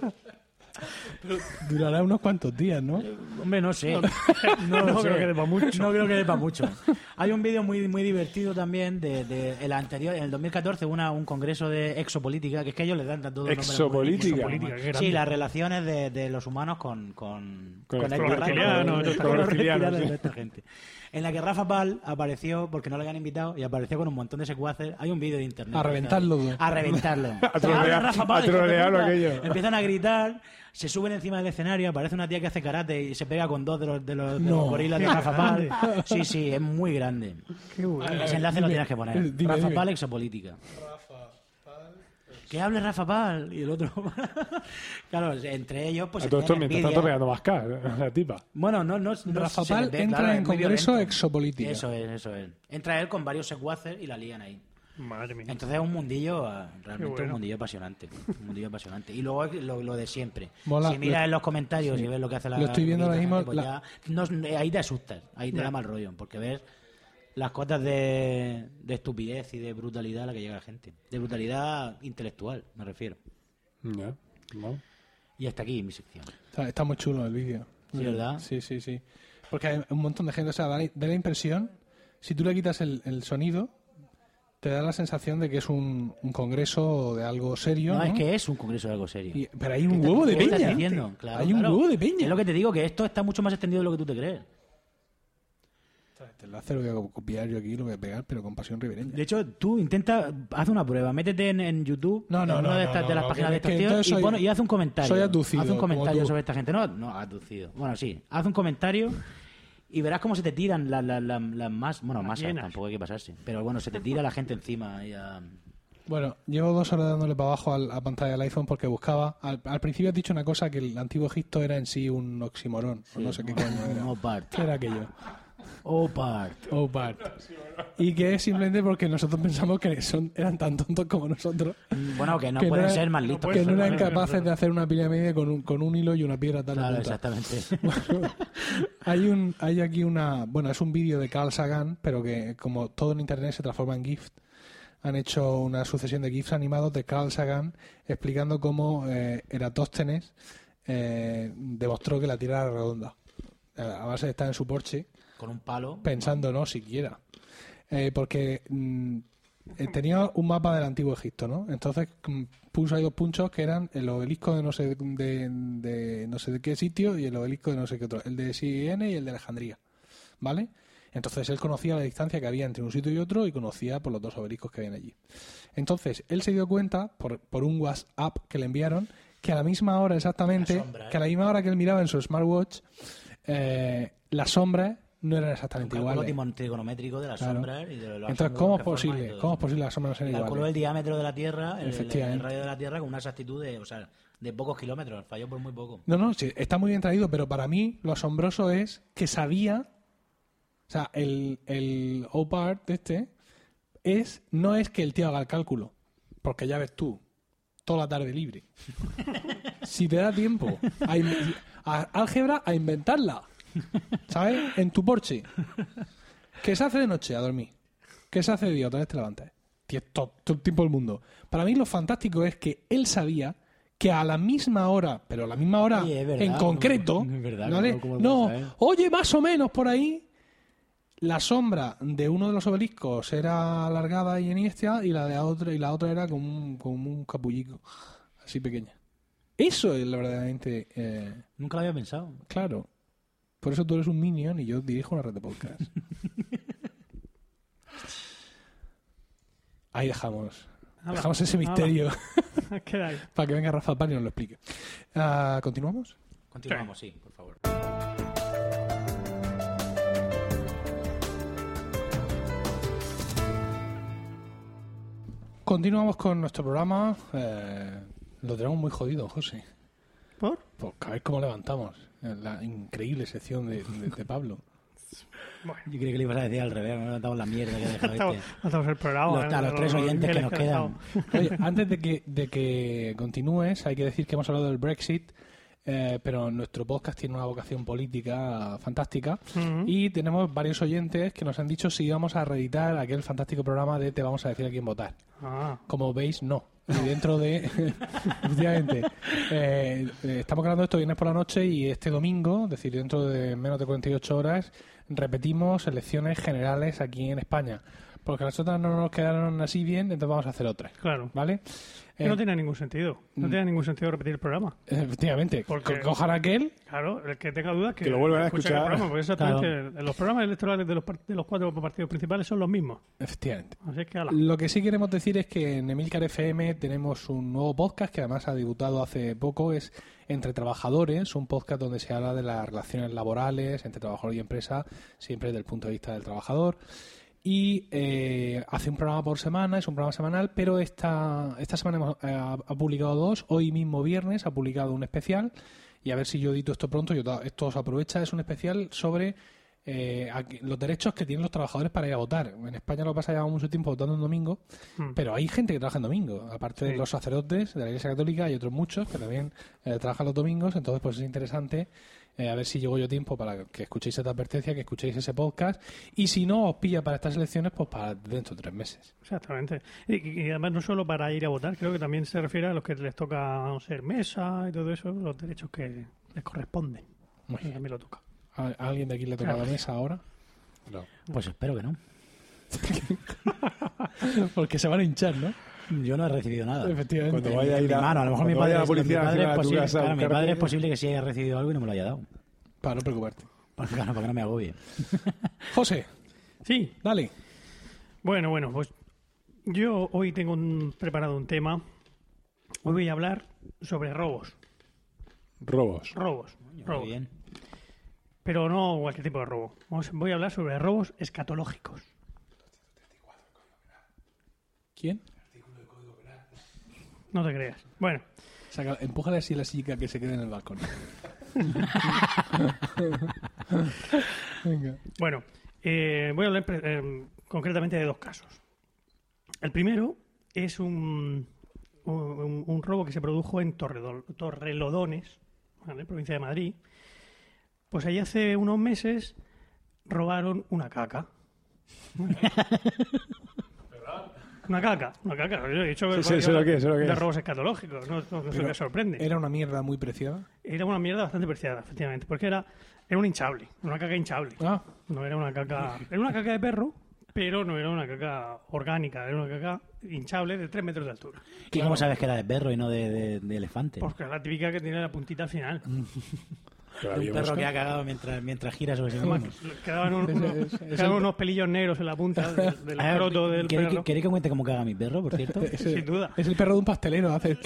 Durará unos cuantos días, ¿no?
Hombre, no sé. No, lo
no
sé.
creo que dé pa' mucho.
No creo que dé pa' mucho. Hay un vídeo muy, muy divertido también de, de el anterior, en el 2014, una, un congreso de exopolítica, que es que ellos les dan tanto nombre.
Exopolítica.
Exopolítica, qué grande.
Sí, las relaciones de, de los humanos con, con,
Con
el
los
terreno,
reptilianos,
con-
toda esta
con los
gente.
reptilianos y toda esta gente. En la que Rafa Pal apareció, porque no le habían invitado, y apareció con un montón de secuaces. Hay un vídeo de internet.
A reventarlo, tú.
A reventarlo.
A trolear-
Ah, Rafa Pal,
a trolearlo
hijo de puta.
aquello.
Empiezan a gritar, se suben encima del escenario, aparece una tía que hace karate y se pega con dos de los, de los, de los
No.
gorilas de
Qué
Rafa Pal. Sí, sí, es muy grande.
Qué bueno.
Ese enlace lo
dime,
tienes que
eh,
poner.
dime,
Rafa
dime.
Pal, exopolítica. Que hable Rafa Pal y el otro. claro, entre ellos, pues.
a todo esto
tienen
mientras
envidia.
tanto pegando más cara, la tipa.
Bueno, no, no, no
Rafa
se
Pal
les ve,
entra
claro,
en
es muy
Congreso
violento.
Exopolítica.
Eso es, eso es. Entra él con varios secuaces y la lían ahí.
Madre mía.
Entonces es un mundillo, ah, realmente
bueno.
un mundillo apasionante. Un mundillo apasionante. Y luego lo, lo de siempre.
Mola,
si miras
lo-
en los comentarios y ves lo que hace la
Lo estoy viendo
la
ahora
gente,
mismo,
pues
la-
ya- no, ahí te asustas, ahí te
Ya.
da mal rollo, porque ves las cotas de, de estupidez y de brutalidad a la que llega la gente. De brutalidad intelectual, me refiero.
Ya, ¿no?
Y hasta aquí mi sección.
Está, está muy chulo el vídeo.
Sí, ¿verdad?
Sí, sí, sí. Porque hay un montón de gente, o sea, da la, da la impresión, si tú le quitas el, el sonido, te da la sensación de que es un, un congreso de algo serio.
No,
No,
es que es un congreso de algo serio.
Y- pero hay un huevo de
¿Qué estás
peña.
diciendo? Claro,
hay un
claro.
huevo de peña.
Es lo que te digo, que esto está mucho más extendido de lo que tú te crees.
Te lo hace, lo voy a copiar yo aquí, lo voy a pegar, pero con pasión ribereña.
De hecho, tú intenta, haz una prueba, métete en, en YouTube,
No, no,
en una
no,
de,
no,
estas, de
no,
las
no,
páginas de
que- que
estos tíos,
entonces
y,
soy-
pon- y haz un comentario.
soy aducido,
Haz un
como
comentario
tú.
sobre esta gente. No, no, aducido. Bueno, sí, haz un comentario y verás cómo se te tiran las la, la- las más... Bueno,
Las
más
hienas.
tampoco hay que pasarse. Pero bueno, se te tira la gente encima. y ah, a-
Bueno, llevo dos horas dándole para abajo al- a la pantalla del iPhone porque buscaba. Al, al principio has dicho una cosa que el antiguo Egipto era en sí un oximorón, o no sé qué coño era.
No part.
¿Qué era aquello?
Oh, part.
Oh, Bart. Y que es simplemente porque nosotros pensamos que son, eran tan tontos como nosotros.
Bueno, que no
Que no
pueden
era-
ser más
no
listos.
puede
que
ser,
no eran
vale, pero
capaces de hacer una pirámide con un, con un hilo y una piedra tan
Claro,
punta.
exactamente.
hay un hay aquí una bueno es un vídeo de Carl Sagan pero que como todo en internet se transforma en GIF han hecho una sucesión de GIFs animados de Carl Sagan explicando cómo eh, Eratóstenes eh, demostró que la Tierra era redonda a base de estar en su porche
Con un palo.
pensando no siquiera Eh, porque mm, eh, tenía un mapa del antiguo Egipto no entonces mm, puso ahí dos punchos que eran el obelisco de no sé de, de no sé de qué sitio y el obelisco de no sé qué otro el de Siene y el de Alejandría vale entonces él conocía la distancia que había entre un sitio y otro y conocía por los dos obeliscos que habían allí entonces él se dio cuenta por, por un WhatsApp que le enviaron que a la misma hora exactamente
La sombra, ¿eh?
que a la misma hora que él miraba en su smartwatch eh, las sombras no eran
Un
exactamente
cálculo
iguales.
timon- trigonométrico de las
Claro.
sombras y de los
Entonces,
ángulos
¿cómo
que forman y
es posible?
todo
¿Cómo es
eso.
posible que las sombras no eh? sean
Calculó
iguales?
el diámetro de la Tierra, el- el,
Efectivamente.
el radio de la Tierra con una exactitud de, o sea, de pocos kilómetros, falló por muy poco.
No, no, sí, está muy bien traído, pero para mí lo asombroso es que sabía, o sea, el, el O-Part este, es, no es que el tío haga el cálculo, porque ya ves tú, toda la tarde libre. si te da tiempo a in- a- álgebra a inventarla, ¿sabes? En tu porche. ¿Qué se hace de noche a dormir? ¿Qué se hace de día? Otra vez te levantas. Tienes to- todo, el tiempo del mundo. Para mí lo fantástico es que él sabía que a la misma hora, pero a la misma hora
Oye, es verdad,
en
no-
concreto,
es verdad,
¿vale?
no, ¿cómo lo
no,
puedes saber?
oye, más o menos por ahí, la sombra de uno de los obeliscos era alargada y eniestia y la de la otra y la otra era como un, como un capullico así pequeña eso es lo verdaderamente eh,
Nunca lo había pensado.
claro por eso tú eres un minion y yo dirijo una red de podcast ahí dejamos
Ala,
dejamos ese
ala.
misterio
Queda ahí.
para que venga Rafa Pan y nos lo explique Ah, continuamos
Continuamos, sí, por favor.
continuamos con nuestro programa eh, lo tenemos muy jodido José
¿Por?
Pues a ver cómo levantamos la increíble sección de, de- de Pablo.
Bueno.
Yo creo que le ibas a decir al revés, me he levantado la mierda que ha dejado
Estamos,
este.
estamos el
Ah,
programa.
Los-
¿eh?
a los tres oyentes que nos
han dejado.
quedan.
Oye, antes de que, de que continúes, hay que decir que hemos hablado del Brexit, eh, pero nuestro podcast tiene una vocación política fantástica
Ujú.
y tenemos varios oyentes que nos han dicho si íbamos a reeditar aquel fantástico programa de Te vamos a decir a quién votar.
Ah,
Como veis, no. Y dentro de. Efectivamente. eh, eh, estamos grabando esto viernes por la noche y este domingo, es decir, dentro de menos de 48 horas, repetimos elecciones generales aquí en España. Porque las otras no nos quedaron así bien, entonces vamos a hacer otras.
claro.
¿Vale?
Que
Eh,
no tenía ningún sentido. No
mm.
tenía ningún sentido repetir el programa.
Efectivamente.
Porque-
Co- Cojan aquel.
Claro, el que tenga dudas que,
Que lo vuelvan a
escuche
escuchar.
El programa, porque exactamente el- los programas electorales de los, par- de los cuatro partidos principales son los mismos.
Efectivamente.
Así que ala.
Lo que sí queremos decir es que en Emilcar FM tenemos un nuevo podcast que además ha debutado hace poco, es Entre Trabajadores, un podcast donde se habla de las relaciones laborales entre trabajador y empresa, siempre desde el punto de vista del trabajador. Y eh, hace un programa por semana, es un programa semanal, pero esta, esta semana hemos, eh, ha ha publicado dos, hoy mismo viernes ha publicado un especial, y a ver si yo edito esto pronto, yo ta- esto os aprovecha, es un especial sobre eh, a que- los derechos que tienen los trabajadores para ir a votar. En España lo pasa ya mucho tiempo votando en domingo,
Mm.
pero hay gente que trabaja en domingo, aparte de
Sí.
los sacerdotes de la Iglesia Católica hay otros muchos que también eh, trabajan los domingos, entonces pues es interesante eh, a ver si llego yo tiempo para que escuchéis esta advertencia, que escuchéis ese podcast y si no os pilla para estas elecciones, pues para dentro de tres meses.
Exactamente. Y, y además no solo para ir a votar, creo que también se refiere a los que les toca ser mesa y todo eso, los derechos que les corresponden.
Muy
Y
bien.
también lo toca.
¿A a alguien de aquí le toca la mesa ahora?
No.
Pues espero que no.
Porque se van a hinchar, ¿no?
Yo no he recibido nada.
Efectivamente.
Cuando vaya a
Mi
ir a,
mano, a lo mejor mi
cuando
padre,
vaya la policía
mi padre es
nacional a tu
posible,
casa a
claro, mi
buscarte,
padre es posible que sí haya recibido algo y no me lo haya dado.
Para no preocuparte.
Claro, para que no me agobie.
José,
Sí,
dale.
Bueno, bueno, pues yo hoy tengo un- preparado un tema. Hoy voy a hablar sobre robos,
robos.
robos,
Muy
robos.
bien.
Pero no cualquier tipo de robo. Vamos- Voy a hablar sobre robos escatológicos.
¿Quién?
No te creas. Bueno,
Saca, empújale así la silla que se quede en el balcón. Venga.
bueno, eh, voy a hablar pre- eh, concretamente de dos casos. El primero es un, un, un robo que se produjo en Torredol- Torrelodones, ¿vale? provincia de Madrid. Pues ahí hace unos meses robaron una caca. Una caca, una caca. Yo he dicho
Sí, sí, sé lo que es, sé lo que
de
es.
robos escatológicos, no, no- no sé
Pero
qué sorprende.
Era una mierda muy preciada.
Era una mierda bastante preciada, efectivamente, porque era, era un hinchable, una caca hinchable.
Ah,
No era una caca. Era una caca de perro, pero no era una caca orgánica, era una caca hinchable de 3 metros de altura.
¿Y cómo sabes que era de perro y no de, de- de elefante?
Porque es la típica que tiene la puntita al final.
Mm.
Pero
De un
habíamos-
perro que ha cagado mientras, mientras gira sobre sí
Además,
mismo.
que Quedaban, un-
Ese-
unos,
ese- ese-
quedaban unos pelillos negros en la punta del,
Ah,
del
A ver,
escroto del
¿queréis que-
perro.
¿Queréis que cuente cómo caga mi perro, por cierto?
Sin duda.
es el perro de un pastelero. Hace...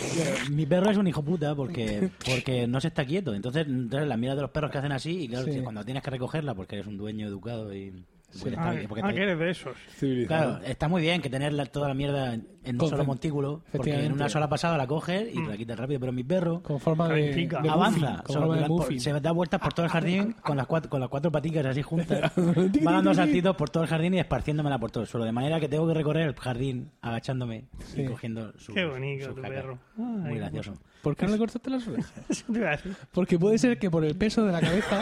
Mi perro es un hijo puta porque, porque no se está quieto. Entonces, entonces las miras de los perros que hacen así, y claro,
Sí.
que cuando tienes que recogerla porque eres un dueño educado y. porque está-
Ah,
porque
ah,
te-
que eres de esos.
civilizado.
claro, está muy bien que tener la- toda la mierda en un
Con-
solo montículo, porque en
efectivamente.
una sola pasada la coges y te la
Mm.
quitas rápido, pero mi perro
Con forma de. de
Califica.
muffin,
avanza,
con
solo que
forma de
la- por-
muffin.
se da vueltas por todo el jardín con las cuatro, con las cuatro paticas así juntas, va dando saltitos por todo el jardín y esparciéndomela por todo el suelo, de manera que tengo que recorrer el jardín agachándome
Sí.
y cogiendo su
Qué bonito
sus
tu
cacas.
perro. Ay,
Muy
qué
gracioso.
¿Por qué no le cortaste las orejas?
Eso te iba a decir.
Porque puede ser que por el peso de la cabeza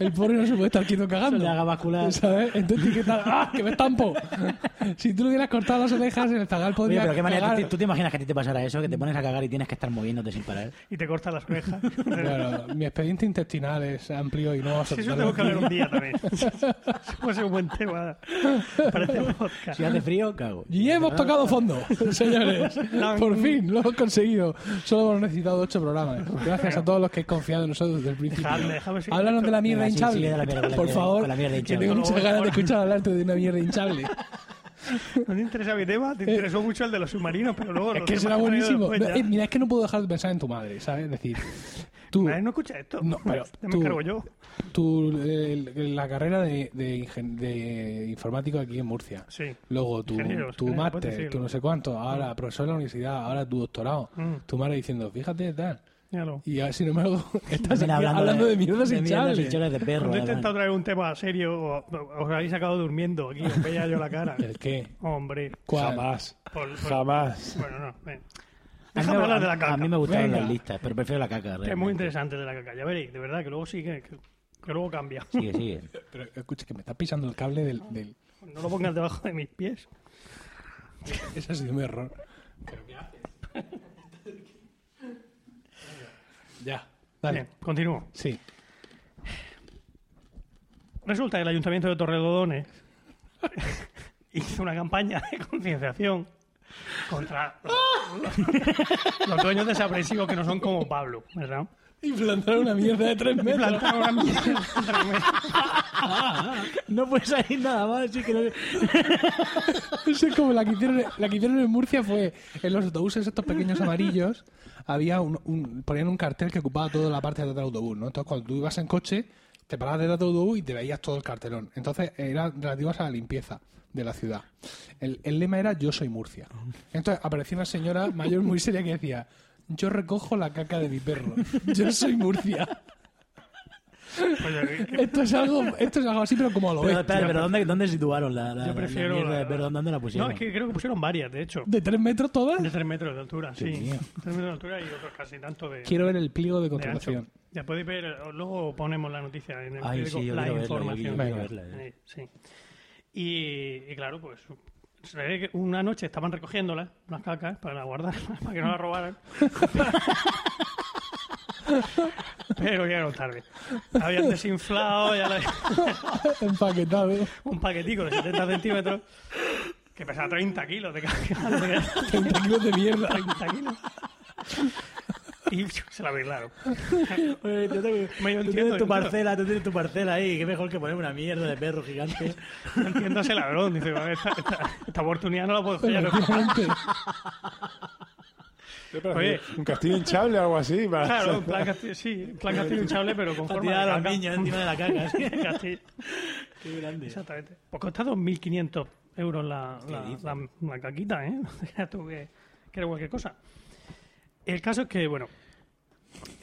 el pobre no se puede estar quieto
Se
cagando.
le haga vascular.
¿Sabes? Entonces, ¿qué tal? ¡Ah, que me estampo! Si tú le hubieras cortado las orejas, el zagal
Oye,
podría
pero qué manera, ¿tú,
cagar.
te- tú te imaginas que a ti te pasara eso? Que te pones a cagar y tienes que estar moviéndote sin parar.
Y te corta las orejas.
Bueno, mi expediente intestinal es amplio y no vas a
Sí, eso
tener-
tengo que hablar un día también. Eso puede ser un buen tema para este podcast.
Si hace frío, cago.
Y hemos tocado fondo, señores. Por fin, lo hemos conseguido. Solo hemos necesitado ocho programas. Gracias a todos los que han confiado en nosotros desde el principio.
Dejadme, déjame seguir.
Háblanos de la mierda
Venga, sí,
hinchable.
sí, de la mierda, con la
por
mierda,
favor,
con la mierda
que
hinchable.
tengo
Por
muchas
favor,
ganas de
por favor.
escuchar hablarte de una mierda hinchable.
No te interesa mi tema, te interesó mucho el de los submarinos, pero luego
Es
los
que
temas
será
han venido
buenísimo.
después
No,
ya.
eh, mira, es que no puedo dejar de pensar en tu madre, ¿sabes? Es decir, tú,
Madre, no escucha esto.
No, pero
Ya me
tú-
encargo yo.
tú el- la carrera de, de, ingen- de informático aquí en Murcia.
Sí.
Luego tu,
Ingenieros,
eh,
tu
ingenieros, puedes
máster,
decirlo.
tu no sé cuánto,
Mm.
ahora profesor de la universidad, ahora tu doctorado.
Mm.
Tu madre diciendo, fíjate, tal.
Míralo.
Y ahora, sin embargo, estás
Mira,
aquí hablando, de, mierdas
de
sin
mierdas
chale.
hinchables de perro.
Cuando he intentado
además.
traer un tema serio, o- o- os habéis acabado durmiendo aquí, os veía yo la cara.
¿El qué?
Hombre.
¿Cuál?
Jamás.
por- por-
Jamás.
Bueno, no. ven.
A mí
Déjame
me-
hablar de la caca.
A mí me gustaron
Venga.
las listas, pero prefiero la caca.
Que
realmente.
es muy interesante de la caca. Ya veréis, de verdad, que luego sí, que, que- que luego cambia.
Sigue, sigue.
Pero escucha, que me está pisando el cable del... del...
No lo pongas debajo de mis pies.
Ese ha sido mi error. ya, dale.
Bien, continúo.
Sí.
Resulta que el Ayuntamiento de Torredodones hizo una campaña de concienciación contra los, los dueños desaprensivos que no son como Pablo, ¿verdad?
Y plantar una mierda de tres
Y
metros.
plantaron una mierda entre medio.
No puede salir nada más. así que no...
Eso es como la que, hicieron, la que hicieron en Murcia fue en los autobuses estos pequeños amarillos había un, un- ponían un cartel que ocupaba toda la parte de atrás del autobús, ¿no? Entonces cuando tú ibas en coche te parabas detrás del autobús y te veías todo el cartelón. Entonces eran relativas a la limpieza de la ciudad. El, el lema era yo soy Murcia. Entonces aparecía una señora mayor muy seria que decía yo recojo la caca de mi perro. Yo soy Murcia.
Pues, eh,
Esto es algo, esto es algo así, pero como a lo
Pero,
ves.
espera, pero ¿dónde, ¿dónde situaron la, la,
Yo
la-
prefiero.
la mierda de
la-
perro? ¿Dónde la Eh, pusieron?
No, es que creo que pusieron varias, de hecho.
¿De tres metros todas?
De 3 metros de altura, sí.
mío.
3 metros de altura y otros casi tanto de.
Quiero ver el pliego de
de ancho.
contratación.
Ya podéis ver, eh, luego ponemos la noticia en el
Ay,
periódico,
sí, yo
la
quiero verla, yo
información.
quiero verla, eh.
Eh, sí. Y, y claro, pues se ve que una noche estaban recogiéndolas, unas cacas, para guardarlas, para que no las robaran. Pero llegaron tarde. Habían desinflado ya la-
Empaquetado.
un paquetico de 70 centímetros que pesaba 30 kilos de carga.
30 kilos de mierda.
30 kilos. Y se la virlaron. Me yo
tú
entiendo,
tienes tu
yo
parcela, tú tienes tu parcela ahí, que mejor que poner una mierda de perro gigante.
No entiendo a ese ladrón. Dice, "Vale, esta, esta- esta oportunidad no la puedo fallar.
Efectivamente.
Oye.
Un castillo hinchable o algo así. para-
Claro, en plan castillo, sí, en plan castillo hinchable, pero con
Para
forma de
tirar a los
caca.
niños encima de la caca. así.
Castillo.
Qué grande.
Exactamente. Pues cuesta 2.500 euros la,
¿Qué
la,
dices?
la- la caquita, ¿eh? Ya tú que, que era cualquier cosa. El caso es que, bueno,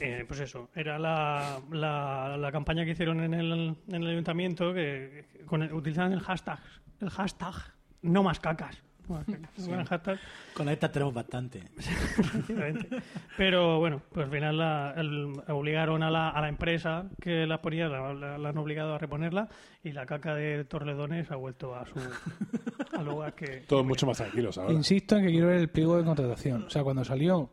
eh, pues eso, era la, la, la campaña que hicieron en el, en el ayuntamiento que, que con el- utilizaban el hashtag, el hashtag no más cacas. No más cacas. Bueno, el hashtag
Con estas tenemos bastante.
Efectivamente. Pero bueno, pues al final la- el- obligaron a la, a la empresa que las ponía, la, la- la han obligado a reponerla y la caca de Torledones ha vuelto a su al lugar que...
Todos mucho más tranquilos ahora.
Insisto en que quiero ver el pliego de contratación. O sea, cuando salió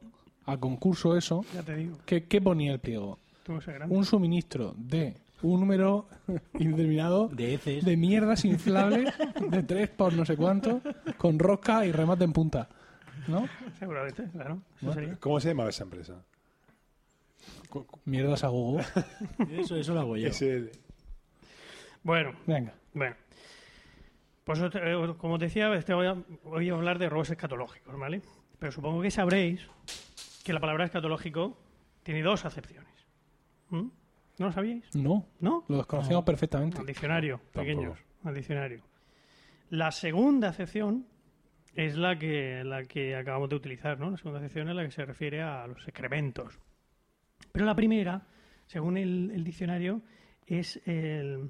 a concurso eso,
Ya te digo,
¿qué, qué ponía el pliego?
tú no seas grande.
Un suministro de un número indeterminado
De heces.
de mierdas inflables de tres por no sé cuánto, con rosca y remate en punta. ¿No?
Seguramente, claro. Eso sería.
¿Cómo se llamaba esa empresa? Cu- cu-
Mierdas a Google.
Eso, eso lo hago yo.
es el-
Bueno,
Venga.
bueno. Pues os- eh, como os decía, este voy, a, voy a hablar de robos escatológicos, ¿vale? Pero supongo que sabréis que la palabra escatológico tiene dos acepciones. ¿Mm? ¿No lo sabíais?
No,
¿No?
lo desconocemos perfectamente.
Al diccionario,
Tampoco.
pequeños, al diccionario. La segunda acepción es la que, la que acabamos de utilizar, ¿no? La segunda acepción es la que se refiere a los excrementos. Pero la primera, según el, el diccionario, es el...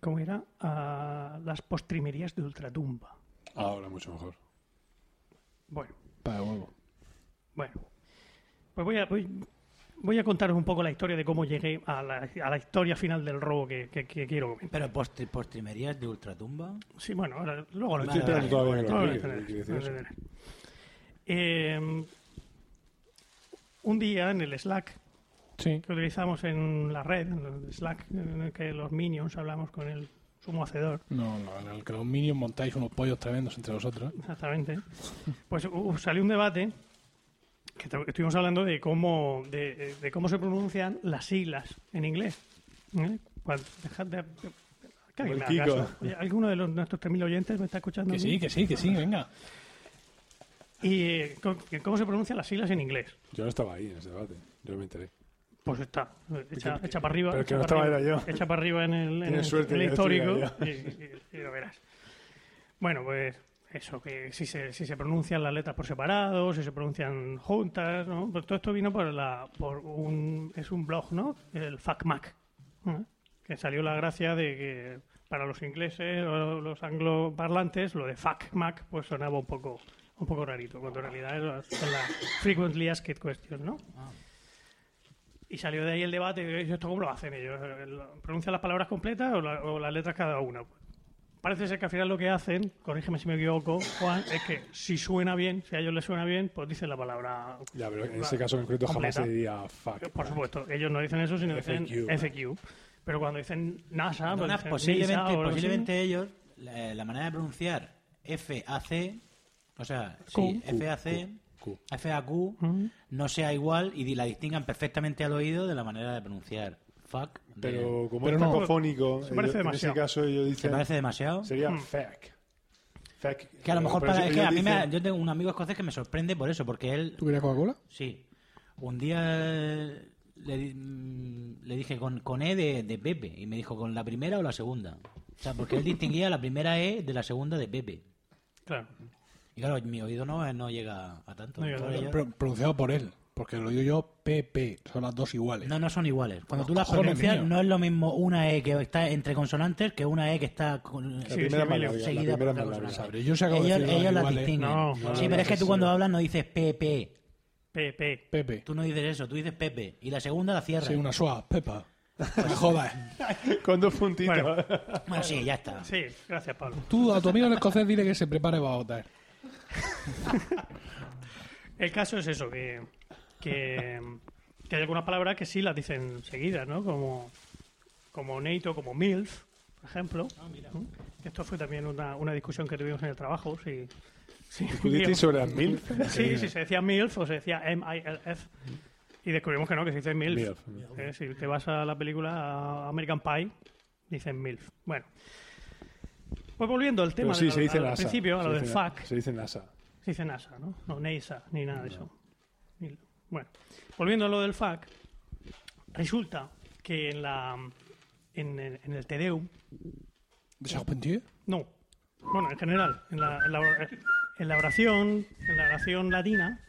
¿Cómo era? Ah, las postrimerías de ultratumba.
ah, Ahora mucho mejor.
Bueno,
Para huevo.
bueno. Pues voy a, voy, voy a contaros un poco la historia de cómo llegué a la, a la historia final del robo que, que- que quiero comentar.
Pero postri- postrimerías de ultratumba.
Sí, bueno, ahora, luego lo
Estoy
entenderás.
esperando
todavía que lo
Luego lo
expliques,
entenderás,
hay que decir
luego
eso.
lo entenderás. Eh, un día en el Slack
Sí.
que utilizamos en la red, en el Slack, en el que los minions hablamos con el sumo hacedor,
No, no, en el que los Minions montáis unos pollos tremendos entre vosotros.
exactamente, pues uh, salió un debate que tu- estuvimos hablando de cómo, de, de cómo se pronuncian las siglas en inglés. ¿eh? Cuando- dejad de- que alguien me
Como el
haga
Kiko.
caso. Oye, ¿Alguno de los, nuestros 3.000 oyentes me está escuchando?
Que
a mí?
sí, que sí, que sí, venga.
¿Y eh, co- que cómo se pronuncian las siglas en inglés?
Yo no estaba ahí en ese debate. Yo me enteré.
Pues está, echa, echa para arriba.
pero
echa
que no
para
estaba,
arriba,
era yo.
Echa para arriba en el, en
Tienes
el-
suerte
en el
que no
histórico y,
estuviera
y- y lo verás. Bueno, pues eso, que si se, si se pronuncian las letras por separado, si se pronuncian juntas, ¿no? Pues todo esto vino por, la, por un... es un blog, ¿no? El FacMac, ¿no? que salió la gracia de que para los ingleses o los angloparlantes lo de FacMac pues sonaba un poco, un poco rarito, cuando en realidad era- son las Frequently Asked Questions, ¿no? Y salió de ahí el debate, y ¿esto cómo lo hacen ellos? ¿Pronuncian las palabras completas o, la- o las letras cada una? Parece ser que al final lo que hacen, corrígeme si me equivoco, Juan, es que si suena bien, si a ellos les suena bien, pues dicen la palabra.
Ya, pero en
la-
ese caso concreto jamás
completa.
se diría fuck.
Por supuesto, ellos no dicen eso, sino
FAQ.
dicen FQ. Pero cuando dicen NASA, pues
Perdona,
dicen
posiblemente,
NISA o algo así.
posiblemente ellos, la, eh, la manera de pronunciar FAC, o sea, sí,
Q,
FAC,
Q,
FAQ,
Mm.
no sea igual y di- la distingan perfectamente al oído de la manera de pronunciar fuck. de-
Pero como
Pero
es
no.
cacofónico,
Se parece
ellos- en ese
demasiado.
caso ellos
¿Te
dicen.
parece demasiado?
Sería fuck. Fuck.
Que a lo mejor
Pero
para, es que
ellos
a mí me-
dicen-
yo tengo un amigo escocés que me sorprende por eso, porque él
¿Tú querías Coca-Cola?
Sí. Un día eh, le, di- mm, le dije con, con E de, de Pepe y me dijo con la primera o la segunda. O sea, porque él distinguía la primera E de la segunda de Pepe.
Claro.
Y claro, mi oído no, eh, no llega a tanto.
No llega
Entonces
tanto.
yo-
Pro- pronunciado por él, porque lo digo yo PP, son las dos iguales.
no, no son iguales. Cuando
Los
tú las
cojones
pronuncias,
míos.
no es lo mismo una E que está entre consonantes que una E que está con-
La
Sí,
primera más
sí, Emilio,
larga, la
seguida
primera
por
más
la
larga.
consonante.
Sabré, yo sé que
ellos
decir
ellos las
iguales.
distinguen.
No, no,
sí,
no,
pero es que tú
sí.
cuando hablas no dices Pepe.
PP.
Pepe.
Tú no dices eso, tú dices Pepe. Y la segunda la cierras.
Sí, una suave, Pepa. Me jodas.
Con dos puntitos.
Bueno.
Bueno, sí, ya está.
Sí, gracias, Pablo.
Tú a tu amigo el escocés dile que se prepare para votar.
El caso es eso, que, que, que que hay algunas palabras que sí las dicen seguidas, ¿no? Como, como NATO, como MILF, por ejemplo. ¿no? Esto fue también una, una discusión que tuvimos en el trabajo. Sí, sí,
¿Discutisteis sobre las mil?
sí, sí, se decía MILF o se decía M-I-L-F. Y descubrimos que no, que se dice MILF.
MILF,
Eh, si te vas a la película American Pie, dicen MILF. Bueno. Pues volviendo al tema
Pero sí,
del-
se dice
al, al
NASA.
principio, a
se
lo del
dice na-
fuck.
Se dice NASA.
Se dice NASA, ¿no? No NASA, ni nada de eso. Ni- Bueno, volviendo a lo del FAC, resulta que en la en el, en el Tedeum,
¿De Charpentier?
no, bueno, en general, en la, en la, en la oración, en la oración latina,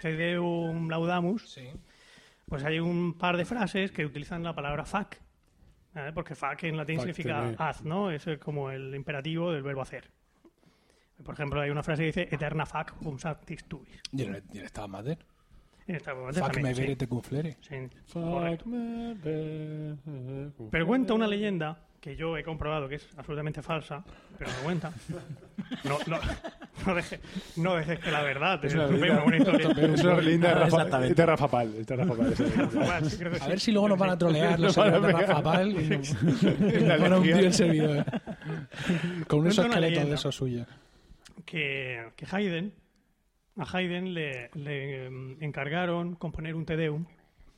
Tedeum Laudamus,
Sí.
pues hay un par de frases que utilizan la palabra fac, ¿vale? porque fac en latín
Fac
significa
tener.
haz, ¿no? Es eh, como el imperativo del verbo hacer. Por ejemplo, hay una frase que dice eterna fac pulsatis tuis.
Yo no, yo no estaba madre.
En esta momento
Fuck
también,
me
sí,
veré te conflere.
sí,
Fuck
correcto.
me, baby.
Pero cuenta una leyenda que yo he comprobado que es absolutamente falsa, pero no cuenta. No, no, no dejes no dejes que la verdad te
Es una
supere una
linda,
historia.
es una linda
Nada,
Rafa,
exactamente.
de Rafa Pal. Es de Rafa Pal, esa leyenda.
Bueno, sí, creo que
A
Pues sí.
ver si luego nos van a trolear
Nos
los
van a
señores de
pegar.
Rafa Pal y nos- y
La
nos van a hundir
leyenda.
el servidor. Con unos
Cuenta una
esqueletos de
leyenda.
esos suyos.
que, que Haydn, a Haydn le, le, em, encargaron componer un Te Deum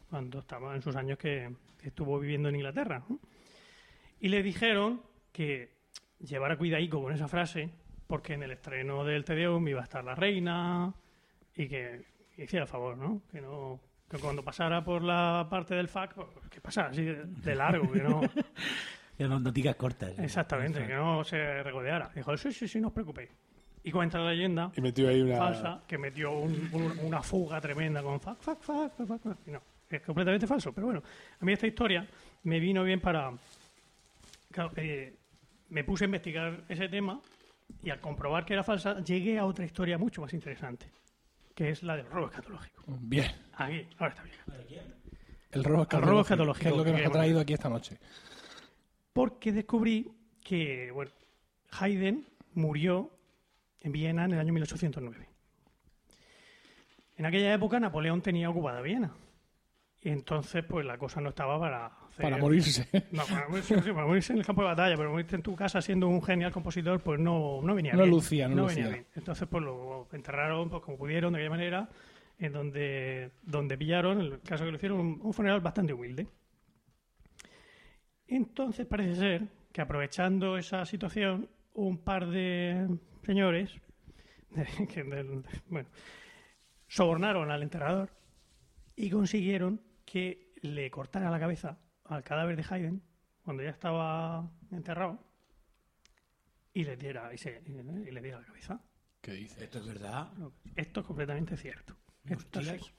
cuando estaba en sus años que estuvo viviendo en Inglaterra. ¿no? Y le dijeron que llevara cuidadico con esa frase, porque en el estreno del Te Deum iba a estar la reina y que hiciera el favor, ¿no? Que no que cuando pasara por la parte del FAC, pues, que pasara así de- de largo, que no,
Que no, no digas cortas.
Exactamente, que no se regodeara. Dijo, sí, sí, sí, no os preocupéis. Y cuenta la leyenda
Y metió ahí una.
falsa que metió un- un- una fuga tremenda con fuck, fuck, fuck, fuck, fuck, fuck. Y No, es completamente falso. Pero bueno, a mí esta historia me vino bien para... claro, eh, me puse a investigar ese tema y al comprobar que era falsa, llegué a otra historia mucho más interesante, que es la del robo escatológico.
Bien.
Aquí, ahora está bien.
El robo
El robo escatológico,
Que es lo que
que
nos ha
queremos.
traído aquí esta noche.
porque descubrí que, bueno, Haydn murió en Viena en el año 1809. En aquella época Napoleón tenía ocupada Viena. Y entonces, pues la cosa no estaba para hacer-
Para morirse.
No, para morirse, sí, para morirse en el campo de batalla, pero morirte en tu casa siendo un genial compositor, pues no, no venía
No
bien.
lucía, no
venía
lucía.
bien. Entonces, pues lo enterraron pues, como pudieron, de aquella manera, en donde, donde pillaron, en el caso que lo hicieron, un, un funeral bastante humilde. Entonces parece ser que aprovechando esa situación, un par de señores que del- bueno, sobornaron al enterrador y consiguieron que le cortara la cabeza al cadáver de Haydn cuando ya estaba enterrado y le diera, y se- y le diera la cabeza.
¿Qué dice?
Esto es verdad.
Esto es completamente cierto. Esto
Hostias.
sí.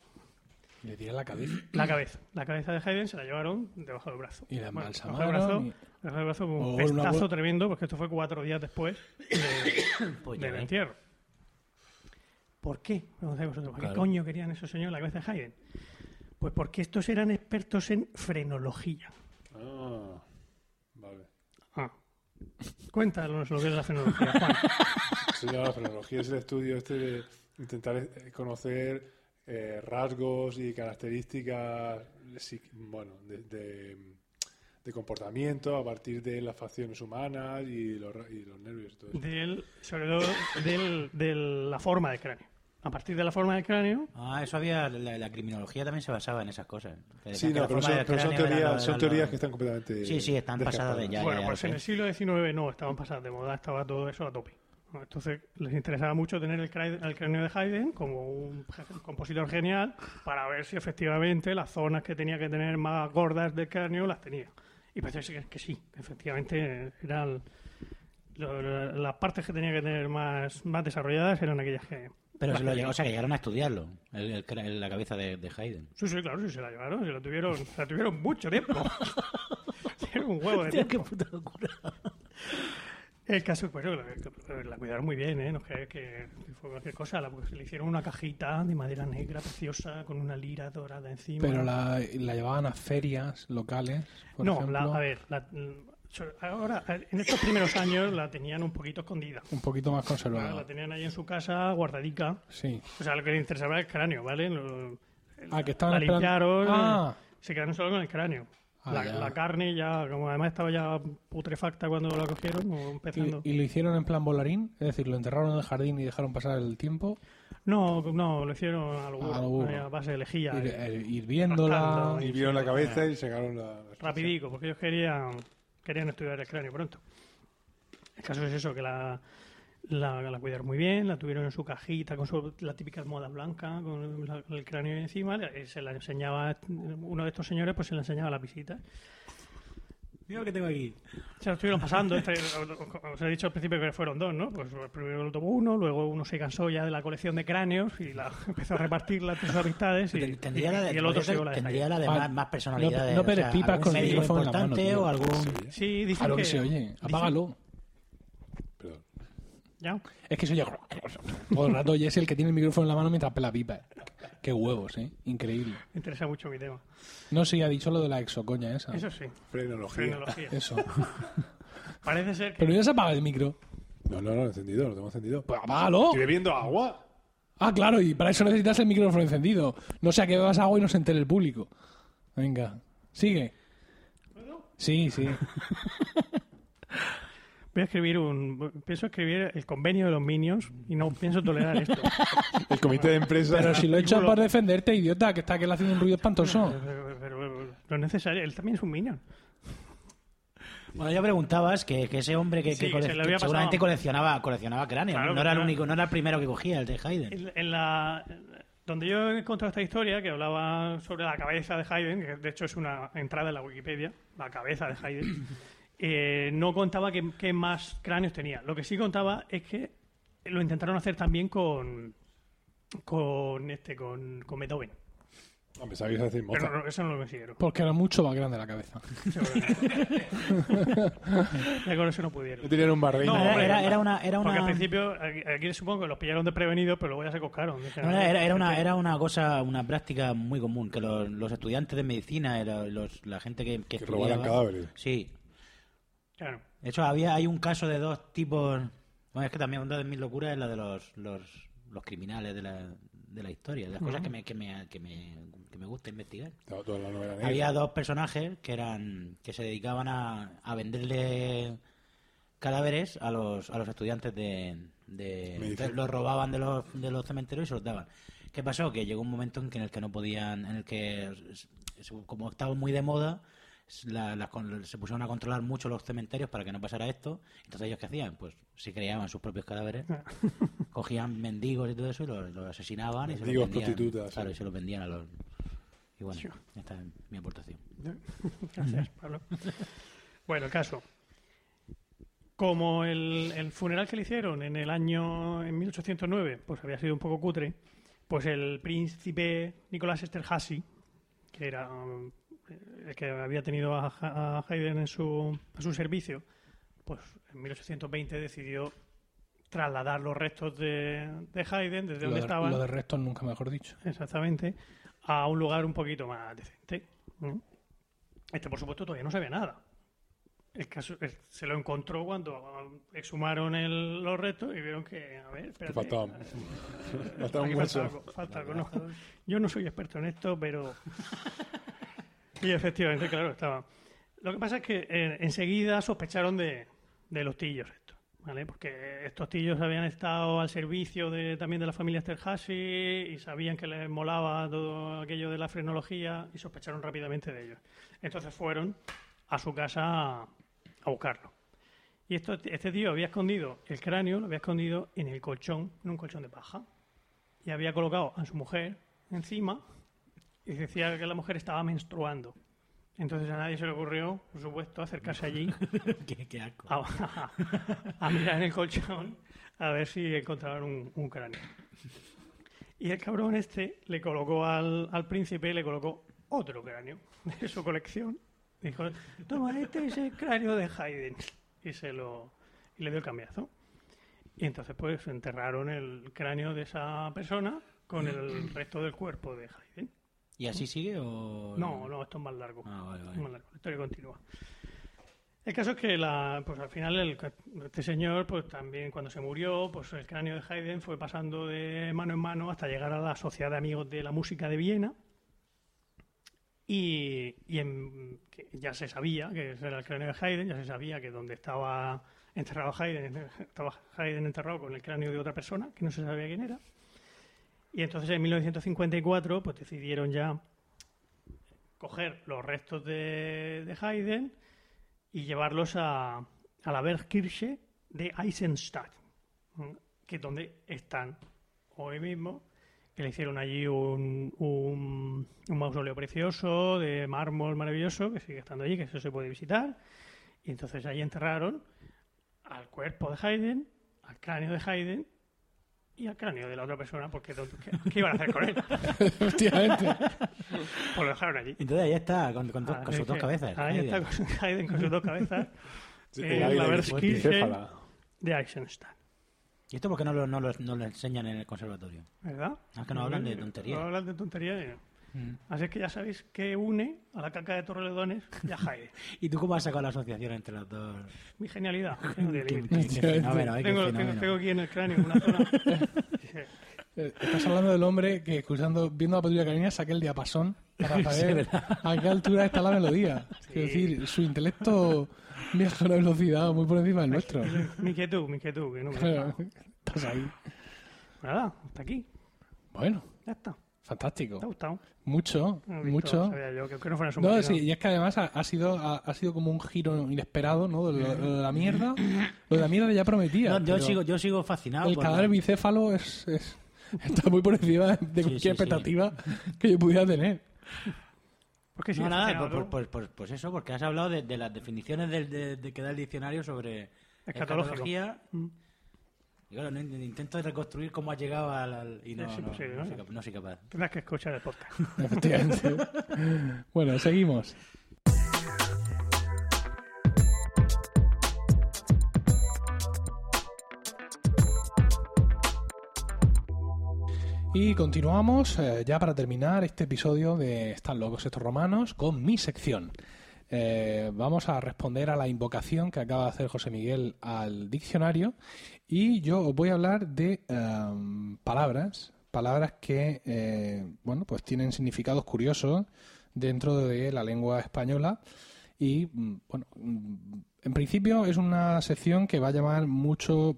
Le tiré la cabeza.
La cabeza. La cabeza de Haydn se la llevaron debajo del brazo.
Y la
Bueno,
embalsamaron
debajo del brazo,
y-
debajo del brazo con
O
un
una bol-
pestazo tremendo, porque esto fue cuatro días después de-
Pues ya
del
eh.
ves.
entierro. ¿Por qué? Preguntáis vosotros, ¿por qué
Claro.
coño querían esos señores la cabeza de Haydn? Pues porque estos eran expertos en frenología.
Ah, vale.
Ah. Cuéntanos lo que es la frenología, Juan.
Sí, no, la frenología es el estudio este de intentar eh, conocer eh, rasgos y características psiqui- bueno, de, de- de comportamiento a partir de las facciones humanas y los, ra- y los nervios. y todo eso.
Del, sobre todo del- de la forma del cráneo. A partir de la forma del cráneo,
Ah, eso había. La, la criminología también se basaba en esas cosas. Que
Sí,
decían que
no,
la forma
pero son,
del
pero son
cráneo era
teorías,
lo-
son
era lo-
teorías que están completamente.
Sí, sí, están pasadas de
descartadas.
ya.
Bueno, pues
lo
en
sé.
el siglo XIX no, estaban pasadas de moda, estaba todo eso a tope. ¿no? Entonces les interesaba mucho tener el, cra- el cráneo de Haydn como un ge- compositor genial para ver si efectivamente las zonas que tenía que tener más gordas del cráneo las tenía. Y parece ser que sí, que efectivamente eran lo- lo- las partes que tenía que tener más, más desarrolladas eran aquellas que...
Pero se lo llegó- o sea, que llegaron a estudiarlo, el- el cra- la cabeza de, de Haydn.
Sí, sí, claro, sí, se la llevaron, se la tuvieron, se la tuvieron mucho tiempo. Tienen un huevo de tiempo.
puta locura.
El caso pues, es bueno, la, la cuidaron muy bien, ¿eh? No es que, que fue cualquier cosa. La, pues, le hicieron una cajita de madera negra preciosa con una lira dorada encima.
Pero la, la llevaban a ferias locales. por
no,
ejemplo.
la- a ver, la- mm, so- ahora, eh, en estos primeros años la tenían un poquito escondida.
Un poquito más
¿vale? Ah, La
conservada.
tenían ahí en su casa guardadica.
Sí.
O sea, lo que le interesaba era el cráneo, ¿vale? Lo-
Ah, que estaban
la
esperando-
limpiaron,
Ah.
eh, se quedaron solo con el cráneo.
Ah,
la,
ya.
la carne ya, como además estaba ya putrefacta cuando la cogieron, o empezando.
Y, y lo hicieron en plan bolarín, es decir, lo enterraron en el jardín y dejaron pasar el tiempo,
No, no, lo hicieron a lo burro,
A lo burro.
ahí a base de lejía.
ir,
eh,
eh, ir viéndola.
rascando.
Y vieron la cabeza y sacaron la.
rapidico, porque ellos querían, querían estudiar el cráneo pronto. El caso es eso, que la, la, la cuidaron muy bien, la tuvieron en su cajita con su, la típica almohada blanca, con la- el cráneo encima, eh, se la enseñaba, uno de estos señores pues se la enseñaba a las visitas.
Mira lo que tengo aquí.
Se lo estuvieron pasando, este, os he dicho al principio que fueron dos, ¿no? Pues primero lo tomó uno, luego uno se cansó ya de la colección de cráneos y la, empezó a repartirla entre sus amistades y,
Ten- tendría la
y
de,
el otro se llevó la de
tendría la de
Vale.
más, más
No-
personalidades.
no
o sea,
peres pipas
algún
con el
médico
micrófono en la mano,
importante
tío.
o algún...
Jaime. Sí, dicen
A lo que
que
se oye,
dicen-
apágalo.
Perdón.
ya.
Es que se oye. Todo el rato y es el que tiene el micrófono en la mano mientras pela pipa. Qué huevos, ¿eh? Increíble.
Me interesa mucho mi tema.
No, sí, ha dicho lo de la exocoña esa.
Eso sí,
Frenología.
frenología.
Eso.
Parece ser que
Pero ya se apaga el micro.
No, no, no, encendido, lo tengo encendido.
Pues apágalo.
Estoy bebiendo agua.
Ah, claro, y para eso necesitas el micrófono encendido. No sea que bebas agua y no se entere el público. Venga, sigue. Sí, sí.
voy a escribir un... Pienso escribir el convenio de los minions y no pienso tolerar esto.
El comité de empresa.
Pero si lo he hecho
Artículo-
para defenderte, idiota, que está aquel haciendo un ruido espantoso.
Pero- pero- pero no es necesario. Él también es un minion.
Bueno, ya preguntabas que, que ese hombre que, que
Sí, que se
cole-
le había
que seguramente
pasado.
coleccionaba, coleccionaba cráneos.
Claro,
no era el
claro.
único, no era el primero que cogía, el de Hayden.
En, en la donde yo he encontrado esta historia que hablaba sobre la cabeza de Haydn, que de hecho es una entrada en la Wikipedia, la cabeza de Haydn, eh, no contaba qué, qué más cráneos tenía. Lo que sí contaba es que lo intentaron hacer también con con este con, con Beethoven.
Ah, me sabías decir moza.
Pero no, eso no lo considero.
Porque era mucho más grande la cabeza.
Ya con eso no
No
pudieron.
tenían un barril.
No,
era,
hombre,
era- era una, era
Porque
una,
al principio, aquí, aquí supongo que los pillaron desprevenidos, pero luego ya se coscaron.
no, era- era- era una, era una cosa, una práctica muy común, que los, los estudiantes de medicina, era- los, la gente que, que,
Que robaran
estudiaba-
cadáveres.
Sí.
Claro.
De hecho, había, hay un caso de dos tipos... Bueno, es que también una de mis locuras es la de los, los, los criminales de la, de la historia, de las cosas que me, que me, que me, que me gusta investigar.
Estaba toda la novela negra.
Había dos personajes que eran que se dedicaban a, a venderle cadáveres a los, a los estudiantes de, de-
Me dice-
entonces los robaban de los, de los cementerios y se los daban. ¿Qué pasó? Que llegó un momento en que en el que no podían, en el que s- s- como estaba muy de moda, s- la- las con- se pusieron a controlar mucho los cementerios para que no pasara esto. Entonces ellos qué hacían? Pues se creaban sus propios cadáveres,
Ah.
cogían mendigos y todo eso y los, los asesinaban y se los
Mendigos,
vendían.
prostitutas,
Claro,
sí.
y se los vendían a los y bueno, esta es mi aportación.
Gracias, Pablo. Bueno, el caso. Como el, el funeral que le hicieron en el año en 1809, pues había sido un poco cutre, pues el príncipe Nicolás Esterhazy, que era um, el que había tenido a, Ha- a Haydn en su, a su servicio, pues en 1820 decidió trasladar los restos de, de Haydn desde
Lo
donde
de,
estaban
lo de restos nunca mejor dicho.
exactamente, a un lugar un poquito más decente. ¿no? Este, por supuesto, todavía no sabía nada. El caso el- se lo encontró cuando ah, exhumaron el- los restos y vieron que, a ver, espérate,
Que faltaba. faltaba
aquí
un
falta
hueso.
algo, falta algo, no. Yo no soy experto en esto, pero... y efectivamente, claro, estaba... Lo que pasa es que eh, enseguida sospecharon de, de los tillos estos, ¿vale? Porque estos tillos habían estado al servicio de, también de la familia Esterhazy y sabían que les molaba todo aquello de la frenología y sospecharon rápidamente de ellos. Entonces fueron a su casa a, a buscarlo. Y esto, este tío había escondido el cráneo, lo había escondido en el colchón, en un colchón de paja, y había colocado a su mujer encima y decía que la mujer estaba menstruando. Entonces a nadie se le ocurrió, por supuesto, acercarse allí
qué, qué asco.
a, Ah, a mirar en el colchón a ver si encontraban un, un cráneo. Y el cabrón este le colocó al, al príncipe, le colocó otro cráneo de su colección. Dijo, toma, este es el cráneo de Haydn. Y se lo y le dio el cambiazo. Y entonces pues enterraron el cráneo de esa persona con el resto del cuerpo de Haydn.
¿Y así sigue o...?
No, no, esto es más largo.
Ah, vale,
Es
vale.
más largo, La historia continúa. El caso es que la, pues al final el- este señor, pues también cuando se murió, pues el cráneo de Haydn fue pasando de mano en mano hasta llegar a la Sociedad de Amigos de la Música de Viena, Y, y en- que ya se sabía que ese era el cráneo de Haydn, ya se sabía que donde estaba enterrado Haydn, estaba Haydn enterrado con el cráneo de otra persona, que no se sabía quién era. Y entonces en 1954 pues decidieron ya coger los restos de, de Haydn y llevarlos a, a la Bergkirche de Eisenstadt, ¿m? que es donde están hoy mismo, que le hicieron allí un, un, un mausoleo precioso de mármol maravilloso, que sigue estando allí, que eso se puede visitar. Y entonces ahí enterraron al cuerpo de Haydn, al cráneo de Haydn y al cráneo de la otra persona, porque ¿dó- ¿qué, qué iban a hacer con él?
Efectivamente.
Pues lo dejaron allí.
Entonces ahí está, con, con, dos- con sus dos cabezas.
Ah, Ahí
Ahí
está con Haydn con sus dos cabezas
Sí,
Eh,
el águila
la
bicéfala.
Bergkirche. de Eisenstadt,
¿Y esto por qué no lo, no, lo, no lo enseñan en el conservatorio?
¿verdad?
Ah, que no hablan de tonterías.
No hablan de tonterías. eh.
Mm.
Así es que ya sabéis que une a la caca de Torrelodones y a Haydn.
¿Y tú cómo has sacado la asociación entre las dos?
Mi genialidad. no tiene
Qué-
límite.
qué fenómeno, eh, qué
Tengo, tengo,
fenómeno.
tengo aquí en el cráneo una zona.
Eh, Estás hablando del hombre que escuchando, viendo la patrulla canina saqué el diapasón para saber a qué altura está la melodía. Es decir, su intelecto viaja a una velocidad muy por encima del nuestro.
mi quietud, mi quietud. Que no me
Claro, Estás ahí.
Nada, hasta aquí.
Bueno,
Ya está.
fantástico.
¿Te ha gustado?
Mucho,
No he visto,
mucho.
Sabía yo que, que no fuera su
No, sí, y es que además ha, ha sido ha, ha sido como un giro inesperado, ¿no? Lo, lo- lo de la mierda, lo de la mierda ya prometía.
No, yo,
pero
sigo, yo sigo fascinado.
el
por la-
cadáver bicéfalo es, es- está muy por encima de cualquier
sí, sí.
expectativa que yo pudiera tener.
Porque sí,
No, nada,
aficionado,
por- por- por- por- pues eso, porque has hablado de, de las definiciones del- de, de que da el diccionario sobre
Escatológico.
escatología.
Mm.
Y claro, no, intento reconstruir cómo has llegado al... al- y no,
Es
no,
imposible,
no
¿no?
soy cap- no soy capaz.
Tendrás que escuchar el podcast.
Efectivamente. bueno, seguimos. Y continuamos eh, ya para terminar este episodio de Están locos estos romanos con mi sección. Eh, vamos a responder a la invocación que acaba de hacer José Miguel al diccionario y yo os voy a hablar de em, palabras, palabras que eh, bueno pues tienen significados curiosos dentro de la lengua española y mm, bueno mm, en principio es una sección que va a llamar mucho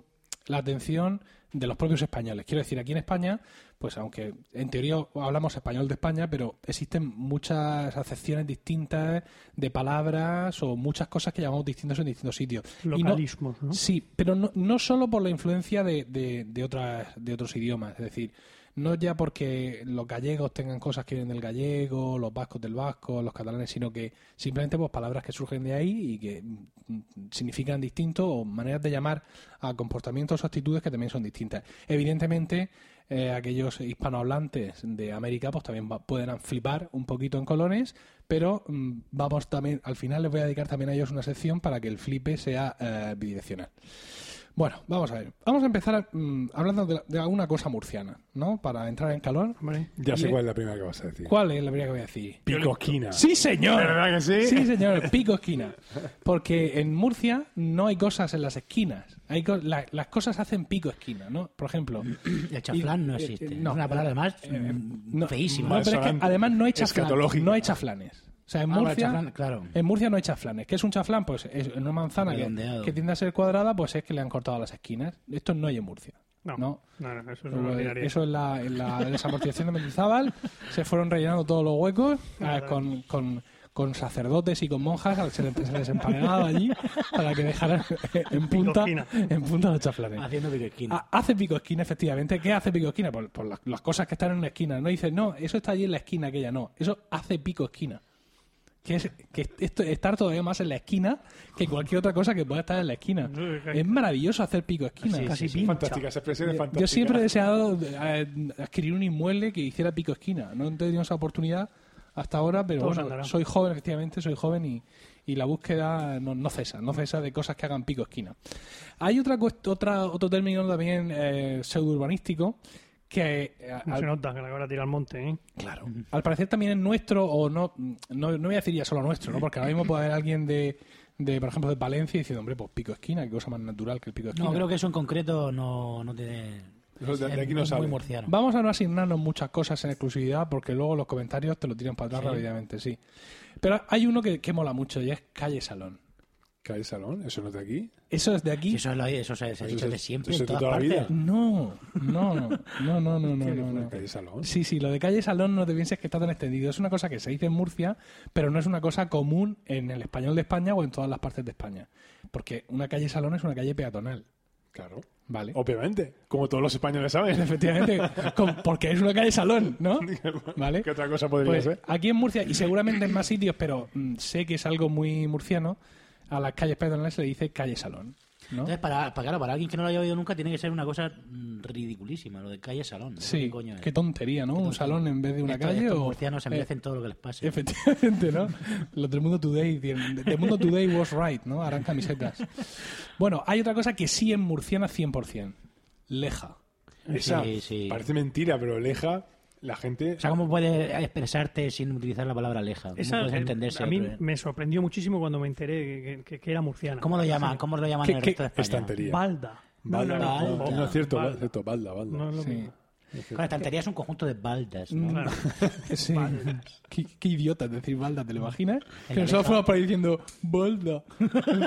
la atención de los propios españoles. Quiero decir, aquí en España, pues aunque en teoría hablamos español de España, pero existen muchas acepciones distintas de palabras o muchas cosas que llamamos distintos en distintos sitios. Y no-
Localismos, ¿no?
Sí, pero no, no solo por la influencia de, de, de otras, de otros idiomas, es decir, no ya porque los gallegos tengan cosas que vienen del gallego, los vascos del vasco, los catalanes, sino que simplemente pues, palabras que surgen de ahí y que mm, mm, significan distinto o maneras de llamar a comportamientos o actitudes que también son distintas. Evidentemente, eh, aquellos hispanohablantes de América pues también va- pueden flipar un poquito en colones, pero mm, vamos también, al final les voy a dedicar también a ellos una sección para que el flipe sea eh, bidireccional. Bueno, vamos a ver. Vamos a empezar mm, hablando de, la- de alguna cosa murciana, ¿no? Para entrar en calor.
Hombre.
Ya sé
Y-
cuál es la primera que vas a decir.
¿Cuál es la primera que voy a decir?
Picoquina.
¡Sí, señor!
¿Verdad que sí?
Sí, señor, pico esquina. Porque en Murcia no hay cosas en las esquinas. Hay co- la- las cosas hacen pico esquina, ¿no? Por ejemplo,
El chaflán no
eh,
existe.
eh, no.
es una palabra además mm,
no,
feísima.
no, pero es que
Malsonante.
además no hay chaflanes.
Escatológica.
No hay chaflanes. O sea, en
Ah, vale,
Murcia,
chaflán, claro.
en Murcia no hay chaflanes. ¿Qué es un chaflán? Pues es una manzana que,
Redondeado.
que tiende a ser cuadrada, pues es que le han cortado las esquinas. Esto no hay en Murcia.
No,
No.
no, no, eso es
Pero,
una
eh,
ordinaria.
Eso en la, en la desamortización de Mendizábal se fueron rellenando todos los huecos ah, con, con- con sacerdotes y con monjas al que se les, se les empanelaba allí para que dejaran en punta,
Picoquina.
en punta los chaflanes.
Haciendo pico esquina.
Ah, Hace pico esquina, efectivamente. ¿Qué hace pico esquina? Por, por las, las cosas que están en una esquina. No dices, no, eso está allí en la esquina, aquella no. Eso hace pico esquina. Que es que esto, estar todavía más en la esquina que cualquier otra cosa que pueda estar en la esquina.
Sí, que-
Es maravilloso hacer pico esquina.
Sí,
Casi
sí, sí.
pincha.
Fantástica, esa expresión es fantástica.
Yo siempre he deseado eh, adquirir un inmueble que hiciera pico esquina. No he tenido esa oportunidad hasta ahora, pero
Todo se
bueno,
andará.
soy joven, efectivamente, soy joven y, y la búsqueda no, no cesa, no cesa de cosas que hagan pico esquina. Hay otra, cuest- otra otro término también eh, pseudourbanístico que eh,
No
al-
se nota que la hora tira al monte, ¿eh?
Claro. Al parecer también es nuestro, o no, no, no voy a decir ya solo nuestro, ¿no? Porque ahora mismo puede haber alguien de, de, por ejemplo, de Valencia diciendo, hombre, pues pico esquina, qué cosa más natural que el pico esquina.
No, creo que eso en concreto no, no tiene
Los de, de aquí no
es muy
salen.
murciano.
Vamos a no asignarnos muchas cosas en exclusividad porque luego los comentarios te lo tiran para atrás
Sí.
rápidamente, sí. Pero hay uno que, que mola mucho y es Calle Salón.
Calle Salón, eso no es de aquí.
Eso es de
Sí,
aquí.
Eso, es lo- eso se, se ha
Eso
dicho
es-
de siempre, en
eso es
todas
de toda la
partes.
vida.
No, no, no, no, no, no, no, no, no.
Calle Salón.
Sí, sí, lo de calle salón no te pienses que está tan extendido. Es una cosa que se dice en Murcia, pero no es una cosa común en el español de España o en todas las partes de España. Porque una calle salón es una calle peatonal,
Claro.
¿vale?
Oh.
Obviamente, como todos los españoles saben.
Efectivamente, con- porque es una calle salón, ¿no? ¿Vale?
¿Qué otra cosa podría
Pues
ser?
aquí en Murcia, y seguramente en más sitios, pero mm, sé que es algo muy murciano, a las calles peatonales se le dice calle salón, ¿no?
Entonces, para, para, claro, para alguien que no lo haya oído nunca, tiene que ser una cosa mm, ridiculísima, lo de calle salón. ¿no?
Sí,
¿Qué coño es?
qué tontería, ¿no? Un salón en vez de una
Esto-
calle
estos
o...
murcianos se
eh,
merecen todo lo que les pase.
Efectivamente, ¿no? Los del mundo today, dicen, del mundo today was right, ¿no? Harán camisetas. Bueno, hay otra cosa que sí en murciana 100%. Leja.
Esa,
Sí, sí.
parece mentira, pero Leja, la gente...
O sea, ¿cómo puedes expresarte sin utilizar la palabra aleja? ¿Cómo
Esa,
puedes
eh,
entenderse?
a mí
Pero-
me sorprendió muchísimo cuando me enteré que, que- que era murciana.
¿Cómo lo llaman? ¿Cómo lo llaman
¿Qué-
en el
qué-
resto de España?
estantería.
Balda.
Balda.
no,
No,
Balda.
no, es cierto,
Balda.
es cierto, Balda, Balda.
No es lo
Sí.
mismo.
Claro, estantería es un conjunto de baldas. ¿no?
Claro.
Sí. Qué, qué idiota es decir balda, ¿te lo imaginas? Que
la
nosotros
leja.
fuéramos por ahí diciendo balda.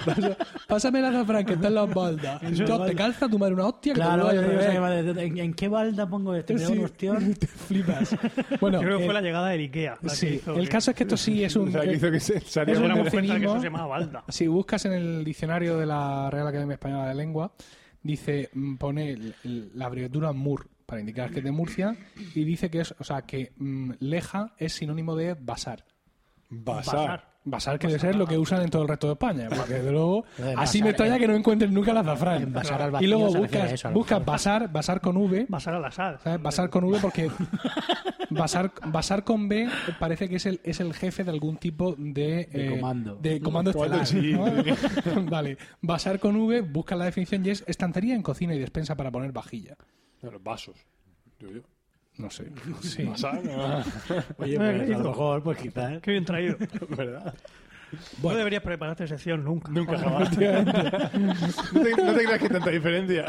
Pasa- Pásame la azafrán que está en la balda. Yo te calza tu madre una hostia que
Claro,
te
yo
duele
digo,
al
o sea,
revés.
vale, ¿en, en qué balda pongo este? esto? ¿Me da
Sí.
un ostión?
Te flipas. Bueno,
Yo creo que
eh,
fue la llegada del Ikea. la que
sí,
hizo
el
que-
caso es que esto sí es un...
O sea, que hizo que se saliera
Yo
una
no me
un
di cuenta que
eufemismo.
eso se llamaba Balda.
Si buscas en el diccionario de la Real Academia Española de Lengua, dice mm, pone l- l- la abreviatura MUR para indicar que es de Murcia y dice que es, o sea, que mm, leja es sinónimo de basar.
basar.
Basar que debe ser lo que usan en todo el resto de España, porque desde luego
Lo de
así
basar
me extraña
en-
que no encuentres nunca el azafrán.
en basar al
y
vacío
luego
se refiere
buscas,
a eso, a lo
buscas
mejor.
basar, basar con V,
Basar al azar.
¿sabes? Basar con V porque basar, basar con B parece que es el, es el jefe de algún tipo de, eh,
De comando.
De comando
Comando,
estelar. ¿no? vale. Basar con V, busca la definición y es estantería en cocina y despensa para poner vajilla.
No, los vasos. Yo, yo.
No sé. Sí.
Basar, ah,
Oye,
No,
pues,
¿qué
a
hizo?
lo mejor, pues quizás.
Qué bien traído.
¿verdad?
No deberías prepararte sección nunca.
Nunca jamás. no, te, no te creas que hay tanta diferencia.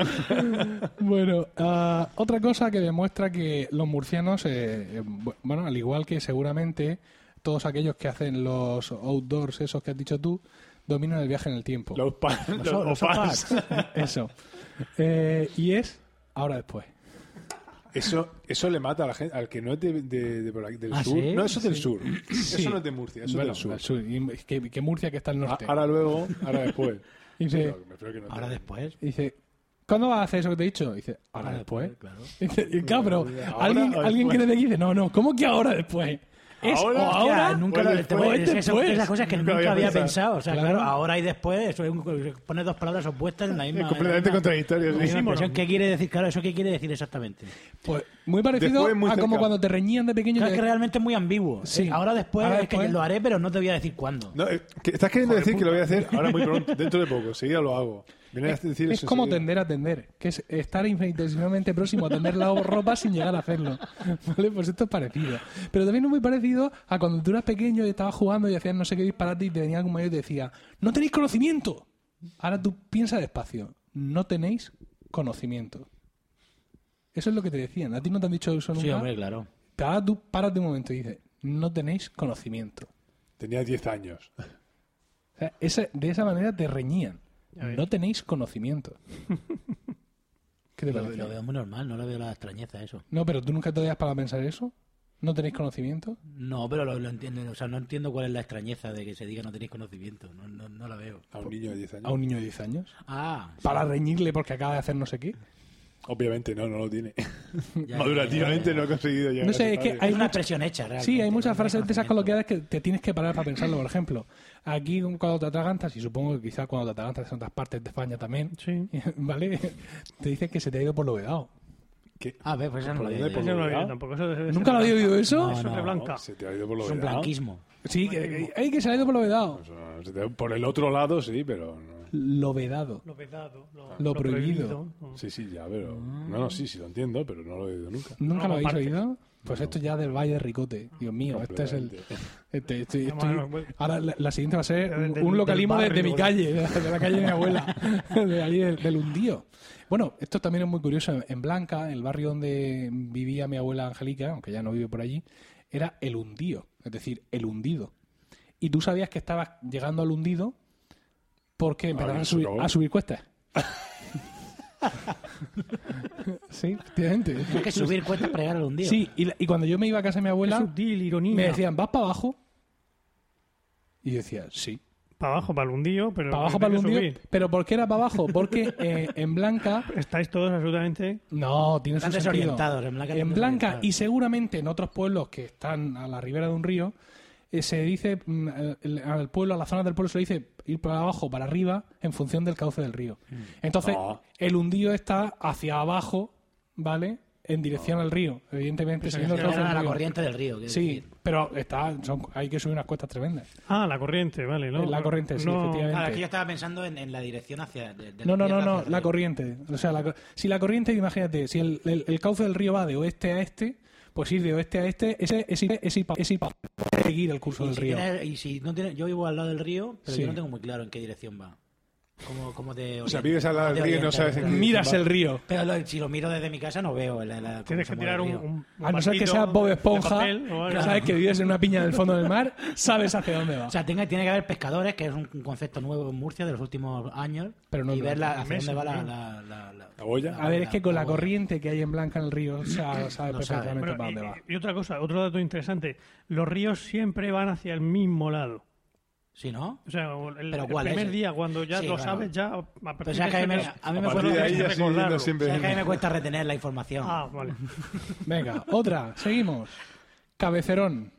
Bueno, ah, otra cosa que demuestra que los murcianos, eh, eh, bu- bueno, al igual que seguramente todos aquellos que hacen los outdoors, esos que has dicho tú, dominan el viaje en el tiempo.
Los, pa- los,
los
opas.
Eso. Eh, y es ahora después.
Eso, eso le mata a la gente, al que no es de, de- de por aquí, del
¿Ah,
sur.
sí?
No, eso es del sur.
Sí.
Eso no es de Murcia, eso
Bueno,
es del sur.
al sur. Y que, que Murcia que está al
Ah,
norte.
ahora luego, ahora después.
Y dice,
Pero me refiero que no
Ahora
te-
después.
dice, ¿cuándo vas a hacer eso que te he dicho? Y dice, ahora,
Ahora
después.
después, claro.
Y dice, y claro, pero
Ahora
alguien,
o
alguien que
después.
desde aquí dice, no, no, ¿cómo que ahora después? Es
Ahora,
o ahora.
Hostia, nunca
o
lo,
el
te-
después,
es- es-
después.
es las cosas que
Nunca
nunca,
había
había,
pensado.
pensado. O sea,
Claro.
claro, ahora y después, eso es un- pones dos palabras opuestas en la misma.
Es completamente
en la misma-
contradictorio.
en
sí.
la misma expresión. ¿Qué quiere decir? Claro, ¿eso qué quiere decir exactamente?
Pues muy parecido
Después muy
a como
cerca.
cuando te reñían de pequeño.
Claro,
que-
es que realmente es muy ambiguo.
Sí.
Eh, Ahora después
Ahora
es que
después.
lo haré, pero no te voy a decir cuándo.
No, eh, que estás queriendo decir que lo voy a hacer ahora muy pronto, dentro de poco. Seguida lo hago. Viene a decir
Es
eso
como
enseguida.
tender a tender, que es estar infinitesimamente próximo a tender la ropa sin llegar a hacerlo. ¿Vale? Pues esto es parecido. Pero también es muy parecido a cuando tú eras pequeño y estabas jugando y hacías no sé qué disparate y te venía algún mayor y te decía, ¡No tenéis conocimiento! Ahora tú piensa despacio, no tenéis conocimiento. Eso es lo que te decían. A ti no te han dicho eso nunca.
sí, hombre, claro.
Pero ahora tú párate un momento y dices, no tenéis conocimiento.
Tenía 10 años.
O sea, esa- de esa manera te reñían. No tenéis conocimiento. ¿Qué te
Lo,
parece?
lo veo muy normal, no le veo la extrañeza a eso.
No, pero tú nunca te das para pensar eso. ¿No tenéis conocimiento?
No, pero lo, lo entiendo. O sea, no entiendo cuál es la extrañeza de que se diga no tenéis conocimiento. No, no, no la veo.
A un niño de 10 años.
A un niño de 10 años.
Ah,
Para reñirle porque acaba de hacer no sé qué.
Obviamente no, no lo tiene.
ya,
Madurativamente no ha conseguido llegar.
No
a
sé,
esa
es que
tarde.
es
hay
una
muchas,
expresión hecha, realmente.
sí, hay muchas
no tenéis
frases de esas
conocimiento.
coloquiales que te tienes que parar para pensarlo. Por ejemplo, aquí cuando te atragantas, y supongo que quizás cuando te atragantas en otras partes de España también,
Sí.
¿vale? Te dicen que se te ha ido por lo vedado.
Ah, ver, pues esa no la veo. yo.
Por lo
Eso no lo
¿Verdad?
había tampoco. Eso debe ser
¿Nunca lo había
blanca.
oído eso?
No,
Eso es de
no.
blanca.
No, se te ha ido por lo
Es un
vedado.
blanquismo.
Sí, que, hay que se le ha ido por lo vedado.
O sea, se te ha- Por el otro lado sí, pero... No.
Lo vedado.
Lo vedado. Lo,
Lo prohibido.
No.
Sí, sí, ya, pero... No, no, sí, sí lo entiendo, pero no lo he oído nunca.
¿Nunca
No
lo habéis
compartes.
oído? Pues esto ya del Valle de Ricote. Dios mío, este es el. este- este-
Vamos,
estoy-
vamos.
ahora la, la siguiente va a ser
Del- del-
un
del
localismo de, de mi
barrio.
calle, de, la- de la calle de mi abuela, de allí del, del hundío. Bueno, esto también es muy curioso. En- En Blanca, el barrio donde vivía mi abuela Angélica, aunque ya no vive por allí, era el hundío, es decir, el hundido. Y tú sabías que estabas llegando al hundido porque empezaron a
eso
subir,
no.
a subir cuestas. sí, efectivamente.
Hay que subir cuentas para llegar al hundido.
Sí, y, la- y cuando yo me iba a casa de mi
Es
abuela,
Sutil, ironía.
me decían, ¿vas para abajo? Y yo decía, sí.
Para abajo, para el hundío, pero.
¿Para abajo,
hay
para
que
un día?
subir.
¿Pero por qué era para abajo? Porque eh, en Blanca...
Estáis todos absolutamente.
No, tiene su
Están
sentido.
desorientados, en Blanca
En
están
Blanca
desorientados.
y seguramente en otros pueblos que están a la ribera de un río, eh, se dice mm, eh, el- al pueblo, a la zona del pueblo se le dice ir para abajo, para arriba, en función del cauce del río.
Mm.
Entonces,
Oh.
Ah.
el hundío está hacia abajo, ¿vale? En
Oh.
dirección al río, evidentemente, siguiendo el
Era
cauce del
la
río.
corriente del río. quiero
Sí,
decir.
pero está, son- hay que subir unas cuestas tremendas.
Ah, la corriente, vale, ¿no?
La corriente, sí,
No,
efectivamente.
Claro, es que yo estaba pensando en, en la dirección hacia. de- de
No,
la
no, no,
tierra
no,
hacia
la
arriba.
corriente. O sea, la co- si la corriente, imagínate, si el, el- el cauce del río va de oeste a este, pues ir de oeste a este es, es, ir- es ir pa- es ir pa- seguir el curso
Y
del
si
río.
tiene- y si no tiene, yo vivo al lado del río, pero
Sí.
yo no tengo muy claro en qué dirección va. Como, como de
O sea,
oriente-
vives al lado
como
del
de
río y no
oriente,
sabes en
claro.
qué
Miras el río.
Pero lo- si lo miro desde mi casa no veo. la- la- cómo
Tienes
se
que
mueve el
tirar un.
río.
un- un
A no ser que
barquito
seas Bob
de
Esponja,
papel o
que
algo.
sabes que vives en una piña en el fondo del mar, sabes hacia dónde va.
O sea, tenga- tiene que haber pescadores, que es un un concepto nuevo en Murcia de los últimos años,
Pero no
y
en
ver
Blanca,
la, hacia
meses,
dónde va la,
¿no?
la, la, la-
¿La boya?
A ver, es que con la
boya.
corriente que hay en Blanca en el río, o sea, sabes
No sabe.
perfectamente
Bueno,
para
y,
dónde va.
y- y otra cosa, otro dato interesante. Los ríos siempre van hacia el mismo lado.
Sí, ¿no?
O sea, el, el
Pero ¿cuál
primer
es?
día, cuando ya
Sí,
lo
claro.
sabes, ya a partir
Pero sabes que a mí me,
de ese día-
a mí
A
me
partir de
cuesta,
ahí ya
Recordarlo.
sí, no siempre.
sabes que a mí me cuesta retener la información.
Ah, vale.
Venga, otra, seguimos. Cabecerón.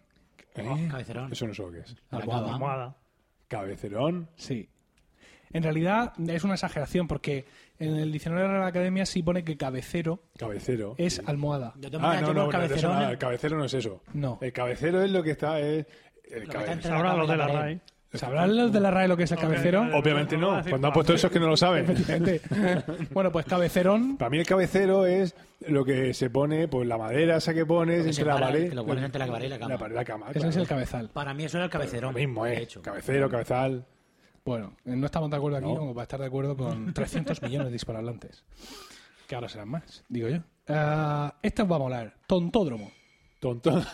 Oh, Cabecerón.
¿Eh? Eso no sé lo que es.
La
Almohada.
cama.
Almohada.
Cabecerón.
Sí. En realidad es una exageración porque en el diccionario de la Real Academia sí pone que cabecero
Cabecero.
es almohada.
Yo tengo
Ah,
yo
no,
tengo
no,
el
pero eso
cabecerón.
nada, el cabecero no es eso.
No.
El cabecero es lo que está. Es
Lo
el
que está
cabecero.
entre
Ahora
cama y
los de la
pared.
RAI.
¿Sabrán los de la RAE lo que es el cabecero?
vale.
Obviamente
No, no,
Ah,
no.
no,
Cuando
no,
han puesto eso es que no lo saben.
Efectivamente. bueno, pues cabecerón.
Para mí el cabecero es lo que se pone, pues la madera esa que pones
que
entre la
separa,
pared.
que lo pones entre la pared y la cama.
La pared y la cama.
Ese
claro.
es el cabezal.
Para mí eso era el
Lo
cabecerón.
mismo,
de
¿eh?
hecho.
Cabecero, cabezal.
Bueno, eh, no estamos de acuerdo aquí
No.
como para estar de acuerdo con 300 millones de hispanohablantes. Que ahora serán más, digo yo. Ah, esta os va a molar. Tontódromo.
Tonto.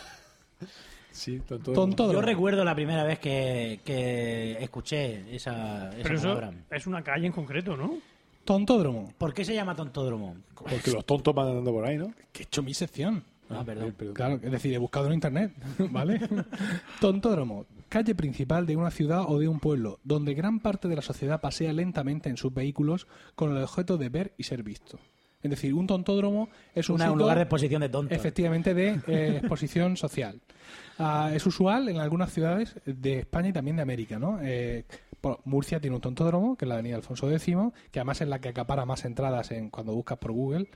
Sí, tonto.
Yo
Tontódromo.
recuerdo la primera vez que, que escuché esa, esa
Pero eso
palabra.
es una calle en concreto, ¿no?
Tontódromo.
¿Por qué se llama tontódromo?
Porque los tontos van andando por ahí, ¿no?
Que he hecho mi sección.
Ah, perdón.
Sí, perdón.
Claro, es decir, he buscado en internet, ¿vale? Tontódromo, calle principal de una ciudad o de un pueblo, donde gran parte de la sociedad pasea lentamente en sus vehículos con el objeto de ver y ser visto. Es decir, un tontódromo es un,
Una- un
sitio,
lugar de exposición de tontos.
efectivamente de eh, exposición social. Ah, es usual en algunas ciudades de España y también de América, ¿no? Eh, por- Murcia tiene un tontódromo, que es la avenida Alfonso X, que además es la que acapara más entradas en, cuando buscas por Google,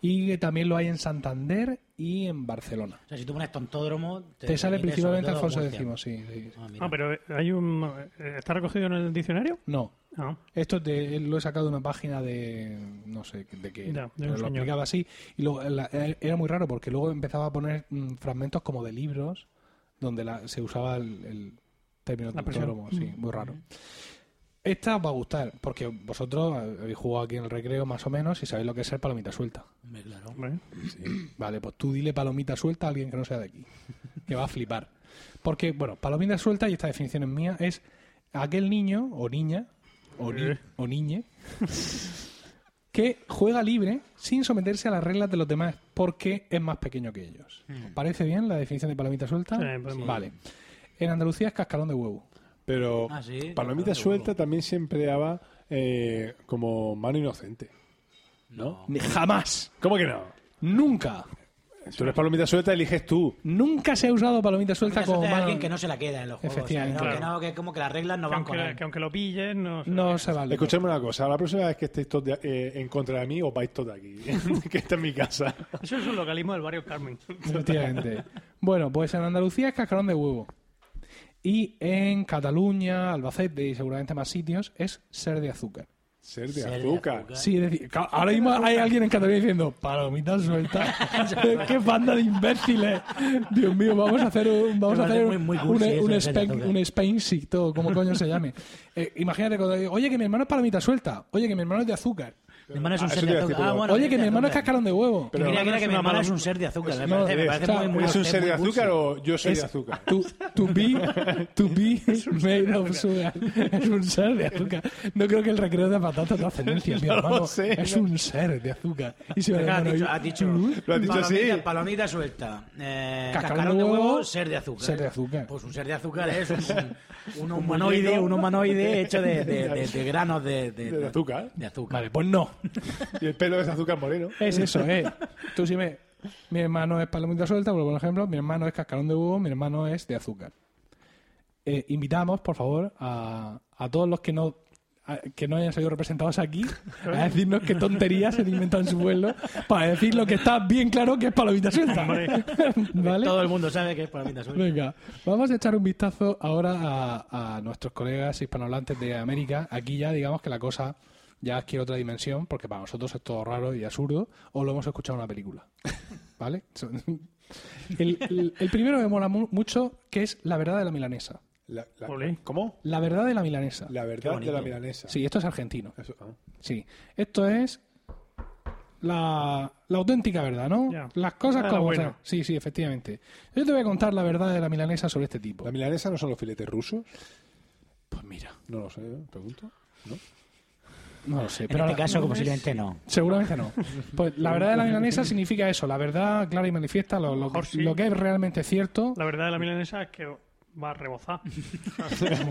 y que también lo hay en Santander y en Barcelona.
O sea, si tú pones tontódromo...
Te, sale
viene
principalmente
sobre todo
Alfonso
Murcia.
X, sí. sí.
Ah, mira.
Ah, pero hay un... eh, ¿Está recogido en el diccionario? Ah,
No,
No.
esto te- lo he sacado de una página de. No sé de qué.
Ya, de un
pero lo
señor.
explicaba así. Y luego, la- eh, era muy raro porque luego empezaba a poner mm, fragmentos como de libros donde la- se usaba el, el término
La presión. Mm.
tontódromo, sí, muy raro. Esta os va a gustar porque vosotros habéis jugado aquí en el recreo más o menos y sabéis lo que es ser palomita suelta.
Hombre, claro.
Vale.
Vale, pues tú dile palomita suelta a alguien que no sea de aquí, que va a flipar. Porque, bueno, palomita suelta, y esta definición es mía, es aquel niño o niña o, ni-
Eh.
o niñe que juega libre sin someterse a las reglas de los demás porque es más pequeño que ellos. ¿Os parece bien la definición de palomita suelta?
Hmm. Sí, podemos.
Vale. En Andalucía es cascarón de huevo.
Pero
Ah, sí,
Palomita
claro,
Suelta
seguro.
también se empleaba eh, como mano inocente. ¿No?
Ni- ¡Jamás!
¿Cómo que no?
¡Nunca!
Tú eres Palomita Suelta, eliges tú.
Nunca se ha usado palomita suelta
Mira,
como
suerte hay
mano-
alguien que no se la queda en los juegos.
Efectivamente.
O sea, que
Claro.
no, que como que las reglas no
Que
van con
aunque,
él.
que aunque lo pillen, no... sé.
No se vale.
Escuchadme una cosa, la próxima vez que estéis todos de- eh, en contra de mí, os vais todos de aquí. que esta es mi casa.
Eso es un localismo del barrio Carmen.
Efectivamente. Bueno, pues en Andalucía es cascarón de huevo. Y en Cataluña, Albacete y seguramente más sitios es ser de azúcar.
Ser de
Ser de
azúcar.
azúcar.
Sí, es decir, ca- ahora mismo hay alguien en Cataluña diciendo, palomitas sueltas, qué banda de imbéciles. Dios mío, vamos a hacer un, vamos
Me
a hacer
parece
un,
muy- muy cursi
un-
eso,
un
en
Spain-
realidad, toca.
un Spain Sick, todo, como coño se llame. Eh, imagínate cuando digo, oye, que mi hermano es palomita suelta, oye, que mi hermano es de azúcar,
Mi hermano es un
Ah,
ser
eso te
de
iba a decir,
azúcar. Ah,
pero-
bueno,
oye, que mi
de
hermano es
azúcar.
cascarón de huevo.
Yo creía que era
Es
que mi
una
hermano
mala-
es un ser de azúcar. Me
No,
parece, me
es.
parece
O sea,
muy, muy
¿Es un
usted,
ser de
muy cursi.
azúcar o yo soy
Es
de azúcar?
To, to be, to be made of sugar. Es un ser de azúcar. No creo que el recreo de patatas no ascendencia,
No
mi
lo
hermano.
sé,
es
no.
un ser de azúcar. Y si mi
Venga,
hermano-
ha dicho,
Mm,
ha dicho,
Lo has dicho
palomita,
así.
palomita suelta. Eh,
Cascarón
cascarón
de
de
huevo,
huevo, ser de azúcar.
ser de azúcar.
Pues un ser de azúcar es un, un humanoide, un humanoide hecho de, de- de- de granos de, de-
De azúcar.
de azúcar.
Vale, pues no.
Y el pelo es azúcar moreno.
Es eso, eh. Tú si me... Mi hermano es palomita suelta, por ejemplo. Mi hermano es cascarón de huevo, mi hermano es de azúcar. Eh, invitamos, por favor, a, a todos los que no a- que no hayan salido representados aquí a decirnos qué tonterías se inventan en su pueblo para decir lo que está bien claro que es palomita suelta. ¿Vale?
Todo el mundo sabe que es palomita suelta.
Venga, vamos a echar un vistazo ahora a, a nuestros colegas hispanohablantes de América. Aquí ya digamos que la cosa ya adquiere otra dimensión, porque para nosotros es todo raro y absurdo, o lo hemos escuchado en una película. ¿Vale? Son- El, el- el primero me mola mu- mucho, que es la verdad de la milanesa.
La- la-
Olé.
¿Cómo?
La verdad de la milanesa.
La verdad de
bonito.
la milanesa.
Sí, esto es argentino.
Eso, ah.
Sí. Esto es la, la auténtica verdad, ¿no?
Ya.
Las cosas
Ah,
como
bueno.
son. Sí, sí, efectivamente. Yo te voy a contar la verdad de la milanesa sobre este tipo.
¿La milanesa no son los filetes rusos?
Pues mira.
No lo sé, ¿eh? pregunto. ¿No?
No lo sé,
En
pero
este
la-
caso, como posiblemente no.
seguramente no. Pues la verdad de la milanesa significa eso, la verdad clara y manifiesta, lo, lo,
Mejor sí.
lo que es realmente cierto.
La verdad de la milanesa es que va a rebozar.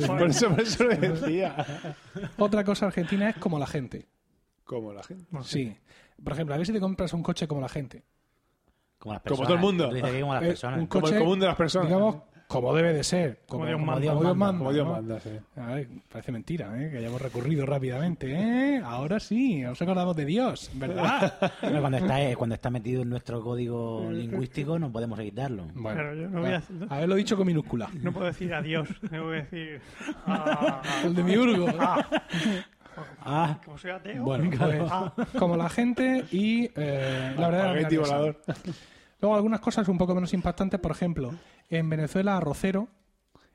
Por eso, por eso lo decía.
Otra cosa argentina es como la gente.
Como la gente.
Sí. Por ejemplo, a ver si te compras un coche como la gente.
Como las
Como
personas.
todo el mundo.
Tú dices que como las
Eh,
personas.
un
Como el
coche,
común de las personas.
Digamos, como debe de ser.
Como Dios manda.
Como Dios manda,
Como Dios
¿no?
manda, sí.
A ver, parece mentira, ¿eh? que hayamos recurrido rápidamente. ¿eh? Ahora sí, nos acordamos de Dios, ¿verdad?
Hombre, Cuando está, eh, cuando está metido en nuestro código lingüístico, no podemos evitarlo.
Bueno,
Claro, yo no voy a-
a- haberlo dicho con minúscula.
No puedo decir adiós, tengo que decir. ah,
El de Miurgo.
Ah,
como soy ateo.
Bueno, pues, como la gente y eh, la verdad de la
Espagueti
milanesa.
volador.
Luego algunas cosas un poco menos impactantes, por ejemplo, en Venezuela arrocero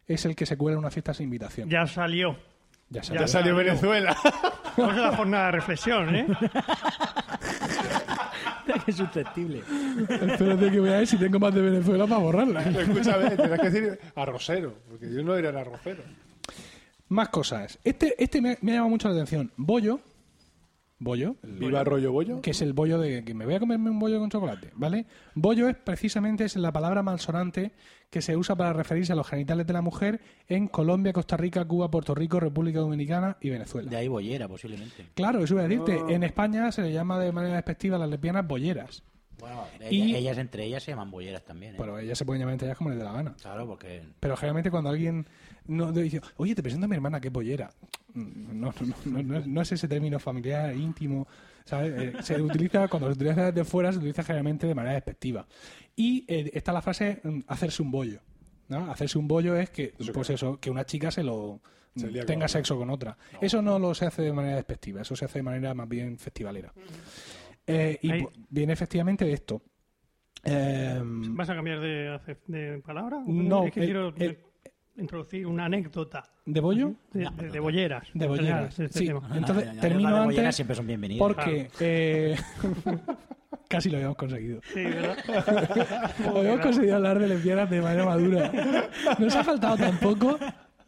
es el que se cuela en una fiesta sin invitación.
Ya salió.
Ya sabes.
Ya salió Venezuela.
Vamos a la jornada de reflexión, ¿eh?
es susceptible.
Espérate que voy a ver si tengo más de Venezuela para borrarla.
Escúchame, tendrás que decir arrocero, porque yo no era el arrocero.
Más cosas. Este, este me, me ha llamado mucho la atención. Bollo. Bollo. el-
¿Viva rollo bollo?
que es el bollo de que me voy a comerme un bollo con chocolate, ¿vale? Bollo es precisamente es la palabra malsonante que se usa para referirse a los genitales de la mujer en Colombia, Costa Rica, Cuba, Puerto Rico, República Dominicana y Venezuela.
De ahí bollera, posiblemente.
Claro, eso iba a decirte, en España se le llama de manera despectiva a las lesbianas bolleras,
Bueno, ellas,
Y-
ellas entre ellas se llaman bolleras también. ¿eh?
pero ellas se pueden llamar entre ellas como les dé la gana.
Claro, porque
Pero generalmente cuando alguien no te dice, oye, te presento a mi hermana, que es bollera. No, no, no, no, no es ese término familiar, íntimo. ¿sabes? Eh, se utiliza, cuando se utiliza desde fuera, se utiliza generalmente de manera despectiva. Y eh, está la frase mm, hacerse un bollo. ¿no? Hacerse un bollo es que, pues eso, que una chica se lo
Se
mm,
lía con
tenga
otra.
sexo con otra. Eso no lo se hace de manera despectiva, eso se hace de manera más bien festivalera. Eh, y
Ahí-
pues, viene efectivamente de esto. Em,
¿Vas a cambiar de, hacer- de palabra?
No,
Es que
el-
quiero
el-
introducir una anécdota
¿De bollo?
de,
Una
de-
anécdota.
de bolleras.
De
en general,
bolleras.
de este
sí.
tema.
Entonces,
Ah, las
termino
anécdotas de bolleras
antes
siempre son Ah, bienvenidas.
porque eh, casi lo habíamos conseguido.
Sí, ¿verdad?
Habíamos conseguido hablar de lesbianas de manera madura. Nos ha faltado tampoco,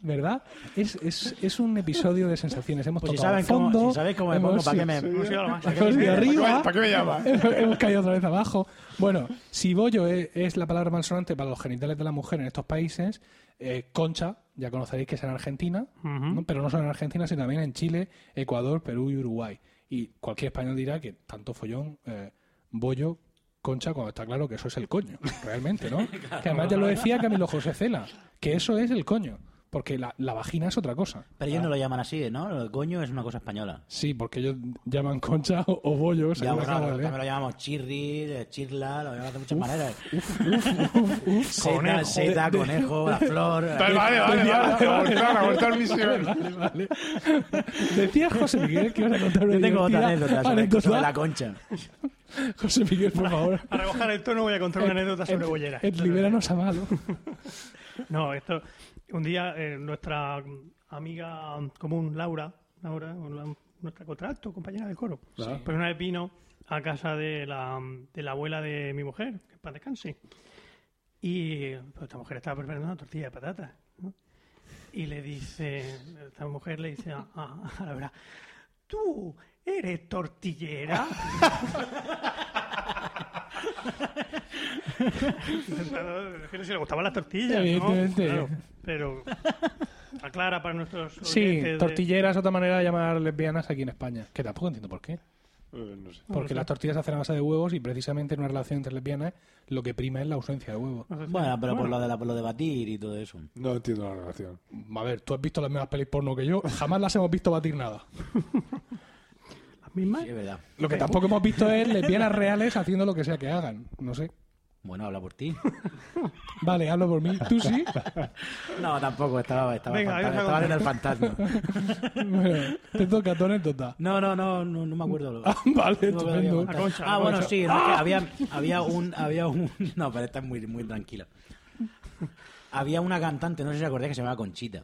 ¿verdad? Es, es, es un episodio de sensaciones. Hemos
Pues si
tocado
saben cómo-
fondo.
si sabéis cómo me pongo, pues
hemos-
¿para qué me-
Hemos ido a lo más.
hemos ido arriba.
¿Para qué me llamas?
Hemos caído otra vez abajo. Bueno, si bollo es, es la palabra malsonante para los genitales de la mujer en estos países, eh, concha, ya conoceréis que es en Argentina,
Ujú.
¿no? pero no solo en Argentina, sino también en Chile, Ecuador, Perú y Uruguay. Y cualquier español dirá que tanto follón, eh, bollo, concha, cuando está claro que eso es el coño, realmente, ¿no? Que además ya lo decía Camilo José Cela, que eso es el coño. Porque la, la vagina es otra cosa.
Pero ellos no lo llaman así, ¿no? Lo de coño es una cosa española.
Sí, porque ellos llaman concha o, o bollo. o sea,
Ya,
que
bueno,
acabo de
nosotros
leer.
también lo llamamos chirri, eh, chirla, lo llamamos de muchas maneras. Seta,
Conejo.
seta, conejo, la flor. eh.
Vale, vale, vale, vale, abortar, abortar misión.
Vale, vale. Decía José Miguel que ibas a contar una
Yo tengo otra
divertida
anécdota sobre,
anécdota.
sobre la concha.
José Miguel, por favor.
Para rebajar el tono voy a contar una anécdota sobre
Ed-
Bollera.
Ed, libéranos a malo.
No, esto. Un día eh, nuestra amiga común, Laura, Laura, la- nuestra contrato, compañera del coro,
Sí.
pues una vez vino a casa de la, de la abuela de mi mujer, que en paz descanse. Y pues, esta mujer estaba preparando una tortilla de patatas. ¿no? Y le dice, esta mujer le dice a, a- a Laura, ¿tú eres tortillera? Es que no sé si le gustaban las tortillas, ¿no?
Evidentemente.
Claro, pero aclara para nuestros
Sí,
oyentes de-
tortilleras es otra manera de llamar lesbianas aquí en España. Que tampoco entiendo por
Ah,
qué.
Eh, No sé.
Porque las tortillas se hacen a base de huevos y precisamente en una relación entre lesbianas lo que prima es la ausencia de huevos.
Bueno, pero por lo, de la- por lo de batir y todo eso.
No entiendo la relación.
A ver, tú has visto las mismas pelis porno que yo. Jamás las hemos visto batir nada.
Las mismas.
Sí, es verdad.
Lo que tampoco hemos visto es lesbianas reales haciendo lo que sea que hagan. No sé.
Bueno, habla por ti.
Vale, hablo por mí. ¿Tú sí?
No, tampoco, estaba, estaba,
Venga,
fantasma,
vamos a
estaba en el fantasma.
Bueno, te toca tu anécdota.
No, no, no, no, no me acuerdo. lo-
Ah,
no
vale,
me acuerdo
estupendo.
lo que había contado.
La concha,
ah,
la
bueno,
concha.
sí, no, que había, había un, había un, no, pero esta es muy, muy tranquila. Había una cantante, no sé si acordáis, que se llamaba Conchita.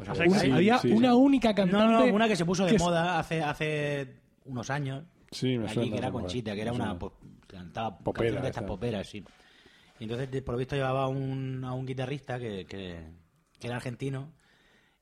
¿Os
sea,
acordáis?
que-
Sí,
Había
sí.
una única
No,
cantante.
no, una que se puso de
que es-
moda hace, hace unos años.
Sí, me
Aquí
suena,
que era
me suena.
Conchita, que era
Me
una
suena.
pop- cantaba
Popera,
canciones de estas
esa.
poperas, sí. Y entonces, de- por lo visto, llevaba a un, a un guitarrista que, que- que era argentino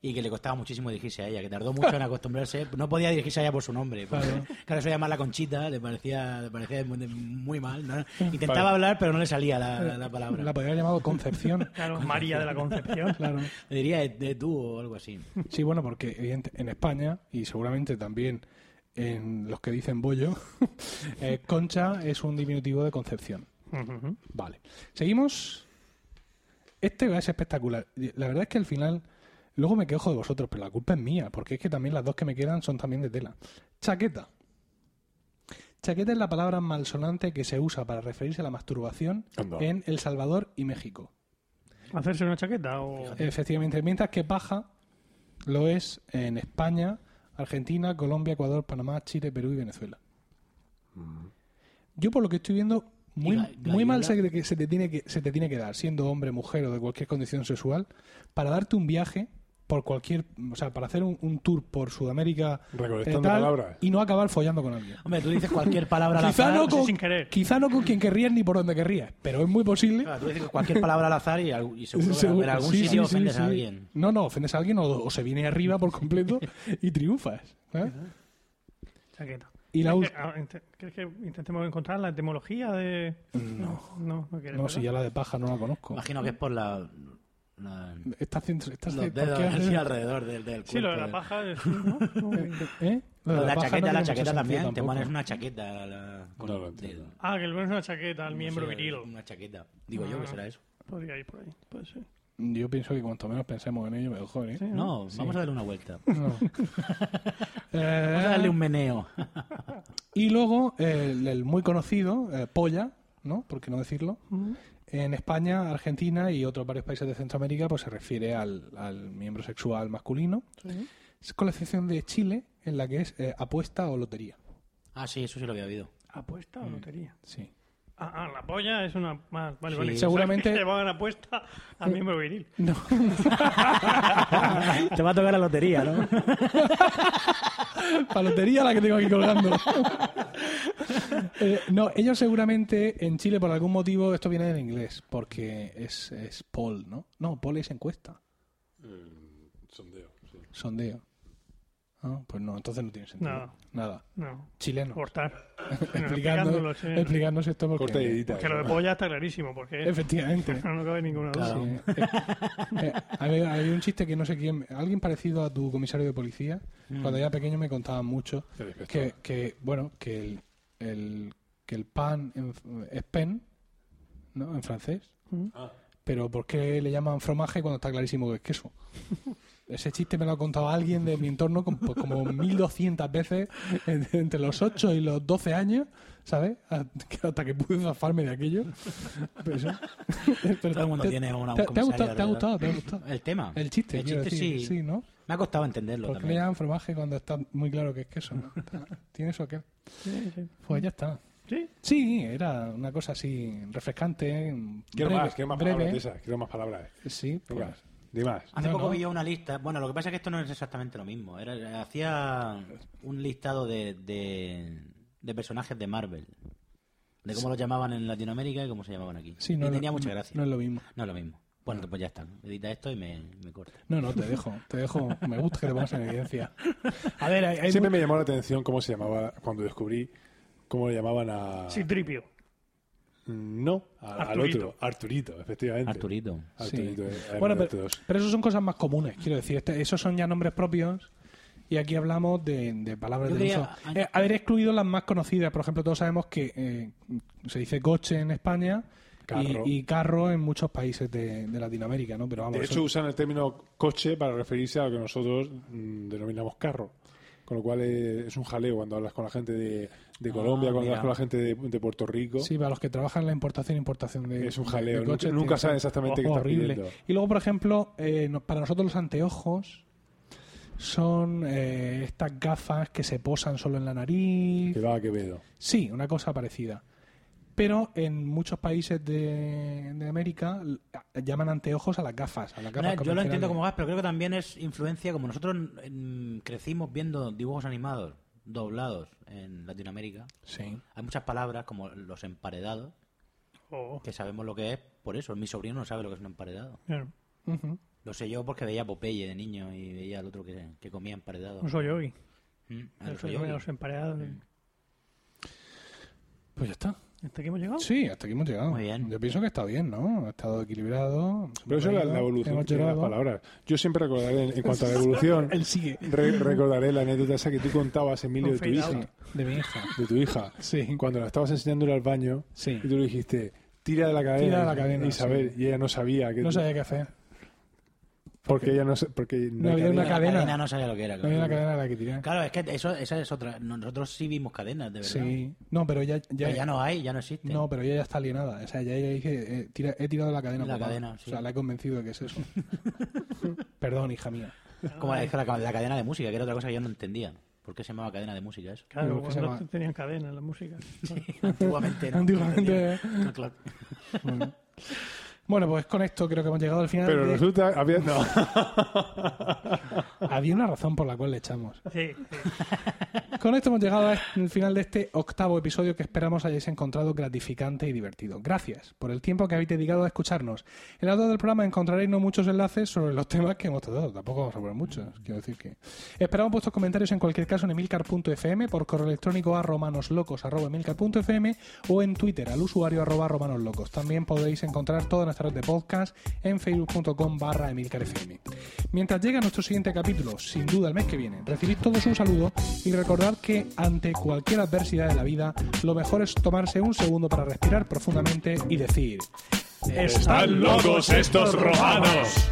y que le costaba muchísimo dirigirse a ella, que tardó mucho en acostumbrarse. No podía dirigirse a ella por su nombre. porque,
Claro.
Claro, eso de llamarla Conchita le parecía, le parecía muy, muy mal. ¿no? Intentaba hablar, pero no le salía la, la- la palabra.
La podría haber llamado Concepción.
Claro, María de la Concepción.
Claro.
Le diría de, de tú o algo así.
Sí, bueno, porque evidente, en España y seguramente también en los que dicen bollo, eh, concha es un diminutivo de concepción.
Ujú.
Vale. Seguimos. Este es espectacular. La verdad es que al final, luego me quejo de vosotros, pero la culpa es mía, porque es que también las dos que me quedan son también de tela. Chaqueta. Chaqueta es la palabra malsonante que se usa para referirse a la masturbación
Anda.
en El Salvador y México.
¿Hacerse una chaqueta o...?
Efectivamente, mientras que paja lo es en España, Argentina, Colombia, Ecuador, Panamá, Chile, Perú y Venezuela.
Mm,
Yo por lo que estoy viendo, muy,
ga-
muy mal
gallola?
se, te- que se te tiene que, se te tiene que dar, siendo hombre, mujer o de cualquier condición sexual, para darte un viaje por cualquier, o sea, para hacer un, un tour por Sudamérica eh,
Recolectando
tal,
palabras.
y no acabar follando con alguien.
Hombre, tú dices cualquier palabra al
Quizá
azar.
no,
sí,
con,
sin querer.
quizá no con quien querrías ni por donde querrías, pero es muy posible
Claro, Tú dices cualquier palabra al azar y, al- y seguro que
Seguro-
en algún
sí, sí,
sitio
sí,
ofendes
sí.
a alguien.
No, no, ofendes a alguien o, o se viene arriba por completo y triunfas. ¿eh?
Chaqueta.
Y la
¿Crees
última.
que, ah, int- ¿Crees que intentemos encontrar la etimología de...? No. No, no quieres,
No,
¿verdad?
si ya la de paja no la conozco.
Imagino que es por la, la-
Está haciendo. Está
los
haciendo-
dedos
¿por qué haces-
así alrededor del, del cuerpo.
Sí, lo de la paja es... ¿no? No.
¿Eh? Lo de
la,
paja
chaqueta,
no
la
tiene mucho
chaqueta
sentido
también. Te
tampoco.
pones una chaqueta. la- con-
No lo entiendo.
de-
Ah, que el bueno es una chaqueta, el miembro
no sé,
viril. Ah.
Una chaqueta. Digo yo que será eso.
Podría ir por ahí, puede ser.
Yo pienso que cuanto menos pensemos en ello, mejor. ¿eh?
No, vamos a darle una vuelta.
No. Eh,
Vamos a darle un meneo.
Y luego eh, el, el muy conocido, eh, Polla, ¿no? ¿Por qué no decirlo? En España, Argentina y otros varios países de Centroamérica, pues se refiere al, al miembro sexual masculino. Es Con la excepción de Chile, en la que es eh, apuesta o lotería.
Ah, sí, eso sí lo había oído.
¿Apuesta o lotería?
Sí.
Ah, ah, la polla es una... ah, vale,
Sí.
vale.
Seguramente-
Le van apuesta al miembro viril.
No.
Te va a tocar la lotería, ¿no?
Pa' lotería la que tengo aquí colgando. Eh, no, ellos seguramente en Chile, por algún motivo, esto viene en inglés, porque es, es poll, ¿no? No, poll es encuesta,
Sondeo, sí.
sondeo. Ah, pues no, entonces no tiene sentido.
No.
Nada.
No,
Chileno.
cortar.
Explicando,
Explicándolo, sí.
explicarnos esto porque...
Corta y edita.
Porque lo de polla está clarísimo, porque...
Efectivamente.
No, no cabe ninguna duda.
Claro.
Eh, eh, eh, hay, hay un chiste que no sé quién, alguien parecido a tu comisario de policía,
Mm.
cuando era pequeño me contaban mucho
El inspector.
que, que, bueno, que el,
Ah.
el- que el pan en- es pen, ¿no? En francés. Pero ¿por qué le llaman fromaje cuando está clarísimo que es queso? Ese chiste me lo ha contado alguien de mi entorno como, pues, como 1200 veces en- entre los 8 y los 12 años, ¿sabes? Hasta que pude zafarme de aquello. Pero eso- pero
Todo el mundo
te-
tiene una- un
te- te ha
comisario
gustado- te ha
alrededor.
gustado, te ha gustado.
El tema.
El chiste,
El
quiero
chiste
decir.
sí.
Sí, ¿no?
Me ha costado entenderlo
¿Por qué le
también.
llaman fromaje cuando está muy claro que es queso? ¿no? ¿Tiene eso qué?
Sí, sí.
Pues ya está.
Sí,
Sí, era una cosa así refrescante.
Quiero
breve,
más, quiero más
breve. ¿eh?
palabras de esas. Quiero más palabras.
Sí, pues,
Venga, di más.
Hace
No,
poco
no.
vi yo una lista. Bueno, lo que pasa es que esto no es exactamente lo mismo. Era, hacía un listado de, de, de personajes de Marvel. De cómo los llamaban en Latinoamérica y cómo se llamaban aquí.
sí, no
y
es lo-
tenía mucha gracia.
No
No,
es lo mismo.
es lo mismo. Bueno, pues ya está. Edita esto y me, me corta.
No, no, te dejo, te dejo. Me gusta que te pongas en evidencia. A ver, hay, hay
Siempre me llamó la atención cómo se llamaba, cuando descubrí cómo le llamaban a...
sí, tripio.
Mm, No, a- al
Arturito.
otro. Arturito, efectivamente.
Arturito.
mu- sí.
Arturito, eh,
Bueno,
Arturito
pero,
dos.
pero eso son cosas más comunes, quiero decir. Este- esos son ya nombres propios y aquí hablamos de, de palabras
Yo
de
quería-
uso. Eh, haber excluido las más conocidas. Por ejemplo, todos sabemos que eh, se dice coche en España y-
Carro.
Y, carro en muchos países de, de Latinoamérica, ¿no? Pero vamos,
De
eso-
hecho, usan el término coche para referirse a lo que nosotros mm, denominamos carro. Con lo cual eh, es un jaleo cuando hablas con la gente de, de Colombia, cuando
mira.
hablas con la gente de, de Puerto Rico.
Ah, Sí, para los que trabajan en la importación e importación de
Es un
de-
jaleo,
de
nunca-
coches,
nunca
tío,
sabes
es
exactamente qué estás
horrible.
pidiendo.
Y luego, por ejemplo, eh, no- para nosotros los anteojos son eh, estas gafas que se posan solo en la nariz.
Que va a Quevedo.
Sí, una cosa parecida. Pero en muchos países de, de América l- llaman anteojos a las gafas. A las
yo lo
gafas
entiendo
convencionales.
como gas, pero creo que también es influencia, como nosotros mm, crecimos viendo dibujos animados doblados en Latinoamérica.
Sí.
Hay muchas palabras como los emparedados,
Oh,
que sabemos lo que es por eso. Mi sobrino no sabe lo que es un emparedado.
claro.
Ujú.
Lo sé yo porque veía a Popeye de niño y veía al otro que, que comía emparedado.
Un soyogi.
Mm, al
El soyogi
Soyogi.
de los empareados.
Pues ya está.
¿Hasta aquí hemos llegado?
Sí, hasta aquí hemos llegado.
Muy bien.
Yo pienso que está bien, ¿no? Ha estado equilibrado.
Pero eso es la, la evolución
Hemos
de las
llegado.
palabras. Yo siempre recordaré, en, en cuanto a la evolución,
Él sigue.
re- recordaré la anécdota esa que tú contabas, Emilio, de
Con
tu
fade out.
hija.
De mi hija.
De tu hija.
Sí.
Cuando la estabas enseñándole al baño
Sí.
y tú le dijiste, tira de la cadena,
Tira de la cadena,
Isabel, y ella no sabía que...
No sabía qué hacer.
Porque ella no... sa- Porque
No había una
La
cadena.
no sabía lo que era.
No había una
claro.
cadena a la que tirar.
Claro, es que eso, esa es otra. Nosotros sí vimos cadenas, de verdad.
Sí. No, pero ya,
Pero
ya,
Ya, no hay, ya no existe.
no, pero ella ya está alienada. O sea, ya ella dice, eh, tira- he tirado la cadena.
La
papá.
cadena, sí.
O sea, la he convencido de que es eso. Perdón, hija mía.
Como la, la, la cadena de música, que era otra cosa que yo no entendía. ¿por qué se llamaba cadena de música eso?
Claro,
Digo, ¿qué se
cuando
llama?
tenían cadena en la música.
Antiguamente. ¿no?
Antiguamente.
No, claro.
Bueno. Bueno, pues con esto creo que hemos llegado al final.
Pero
de-
resulta... Había, no.
Había una razón por la cual le echamos.
Sí, sí.
Con esto hemos llegado al final de este octavo episodio que esperamos hayáis encontrado gratificante y divertido. Gracias por el tiempo que habéis dedicado a escucharnos. En la nota del programa encontraréis no muchos enlaces sobre los temas que hemos tratado. Tampoco vamos a poner muchos. Quiero decir que... Esperamos vuestros comentarios en cualquier caso en emilcar.fm, por correo electrónico a romanoslocos.emilcar.fm o en Twitter al usuario arroba romanoslocos. También podéis encontrar toda nuestra red de podcast en facebook.com barra emilcarfm. Mientras llega nuestro siguiente capítulo, sin duda el mes que viene, recibid todos un saludo y recordad que ante cualquier adversidad de la vida, lo mejor es tomarse un segundo para respirar profundamente y decir...
Están locos estos romanos.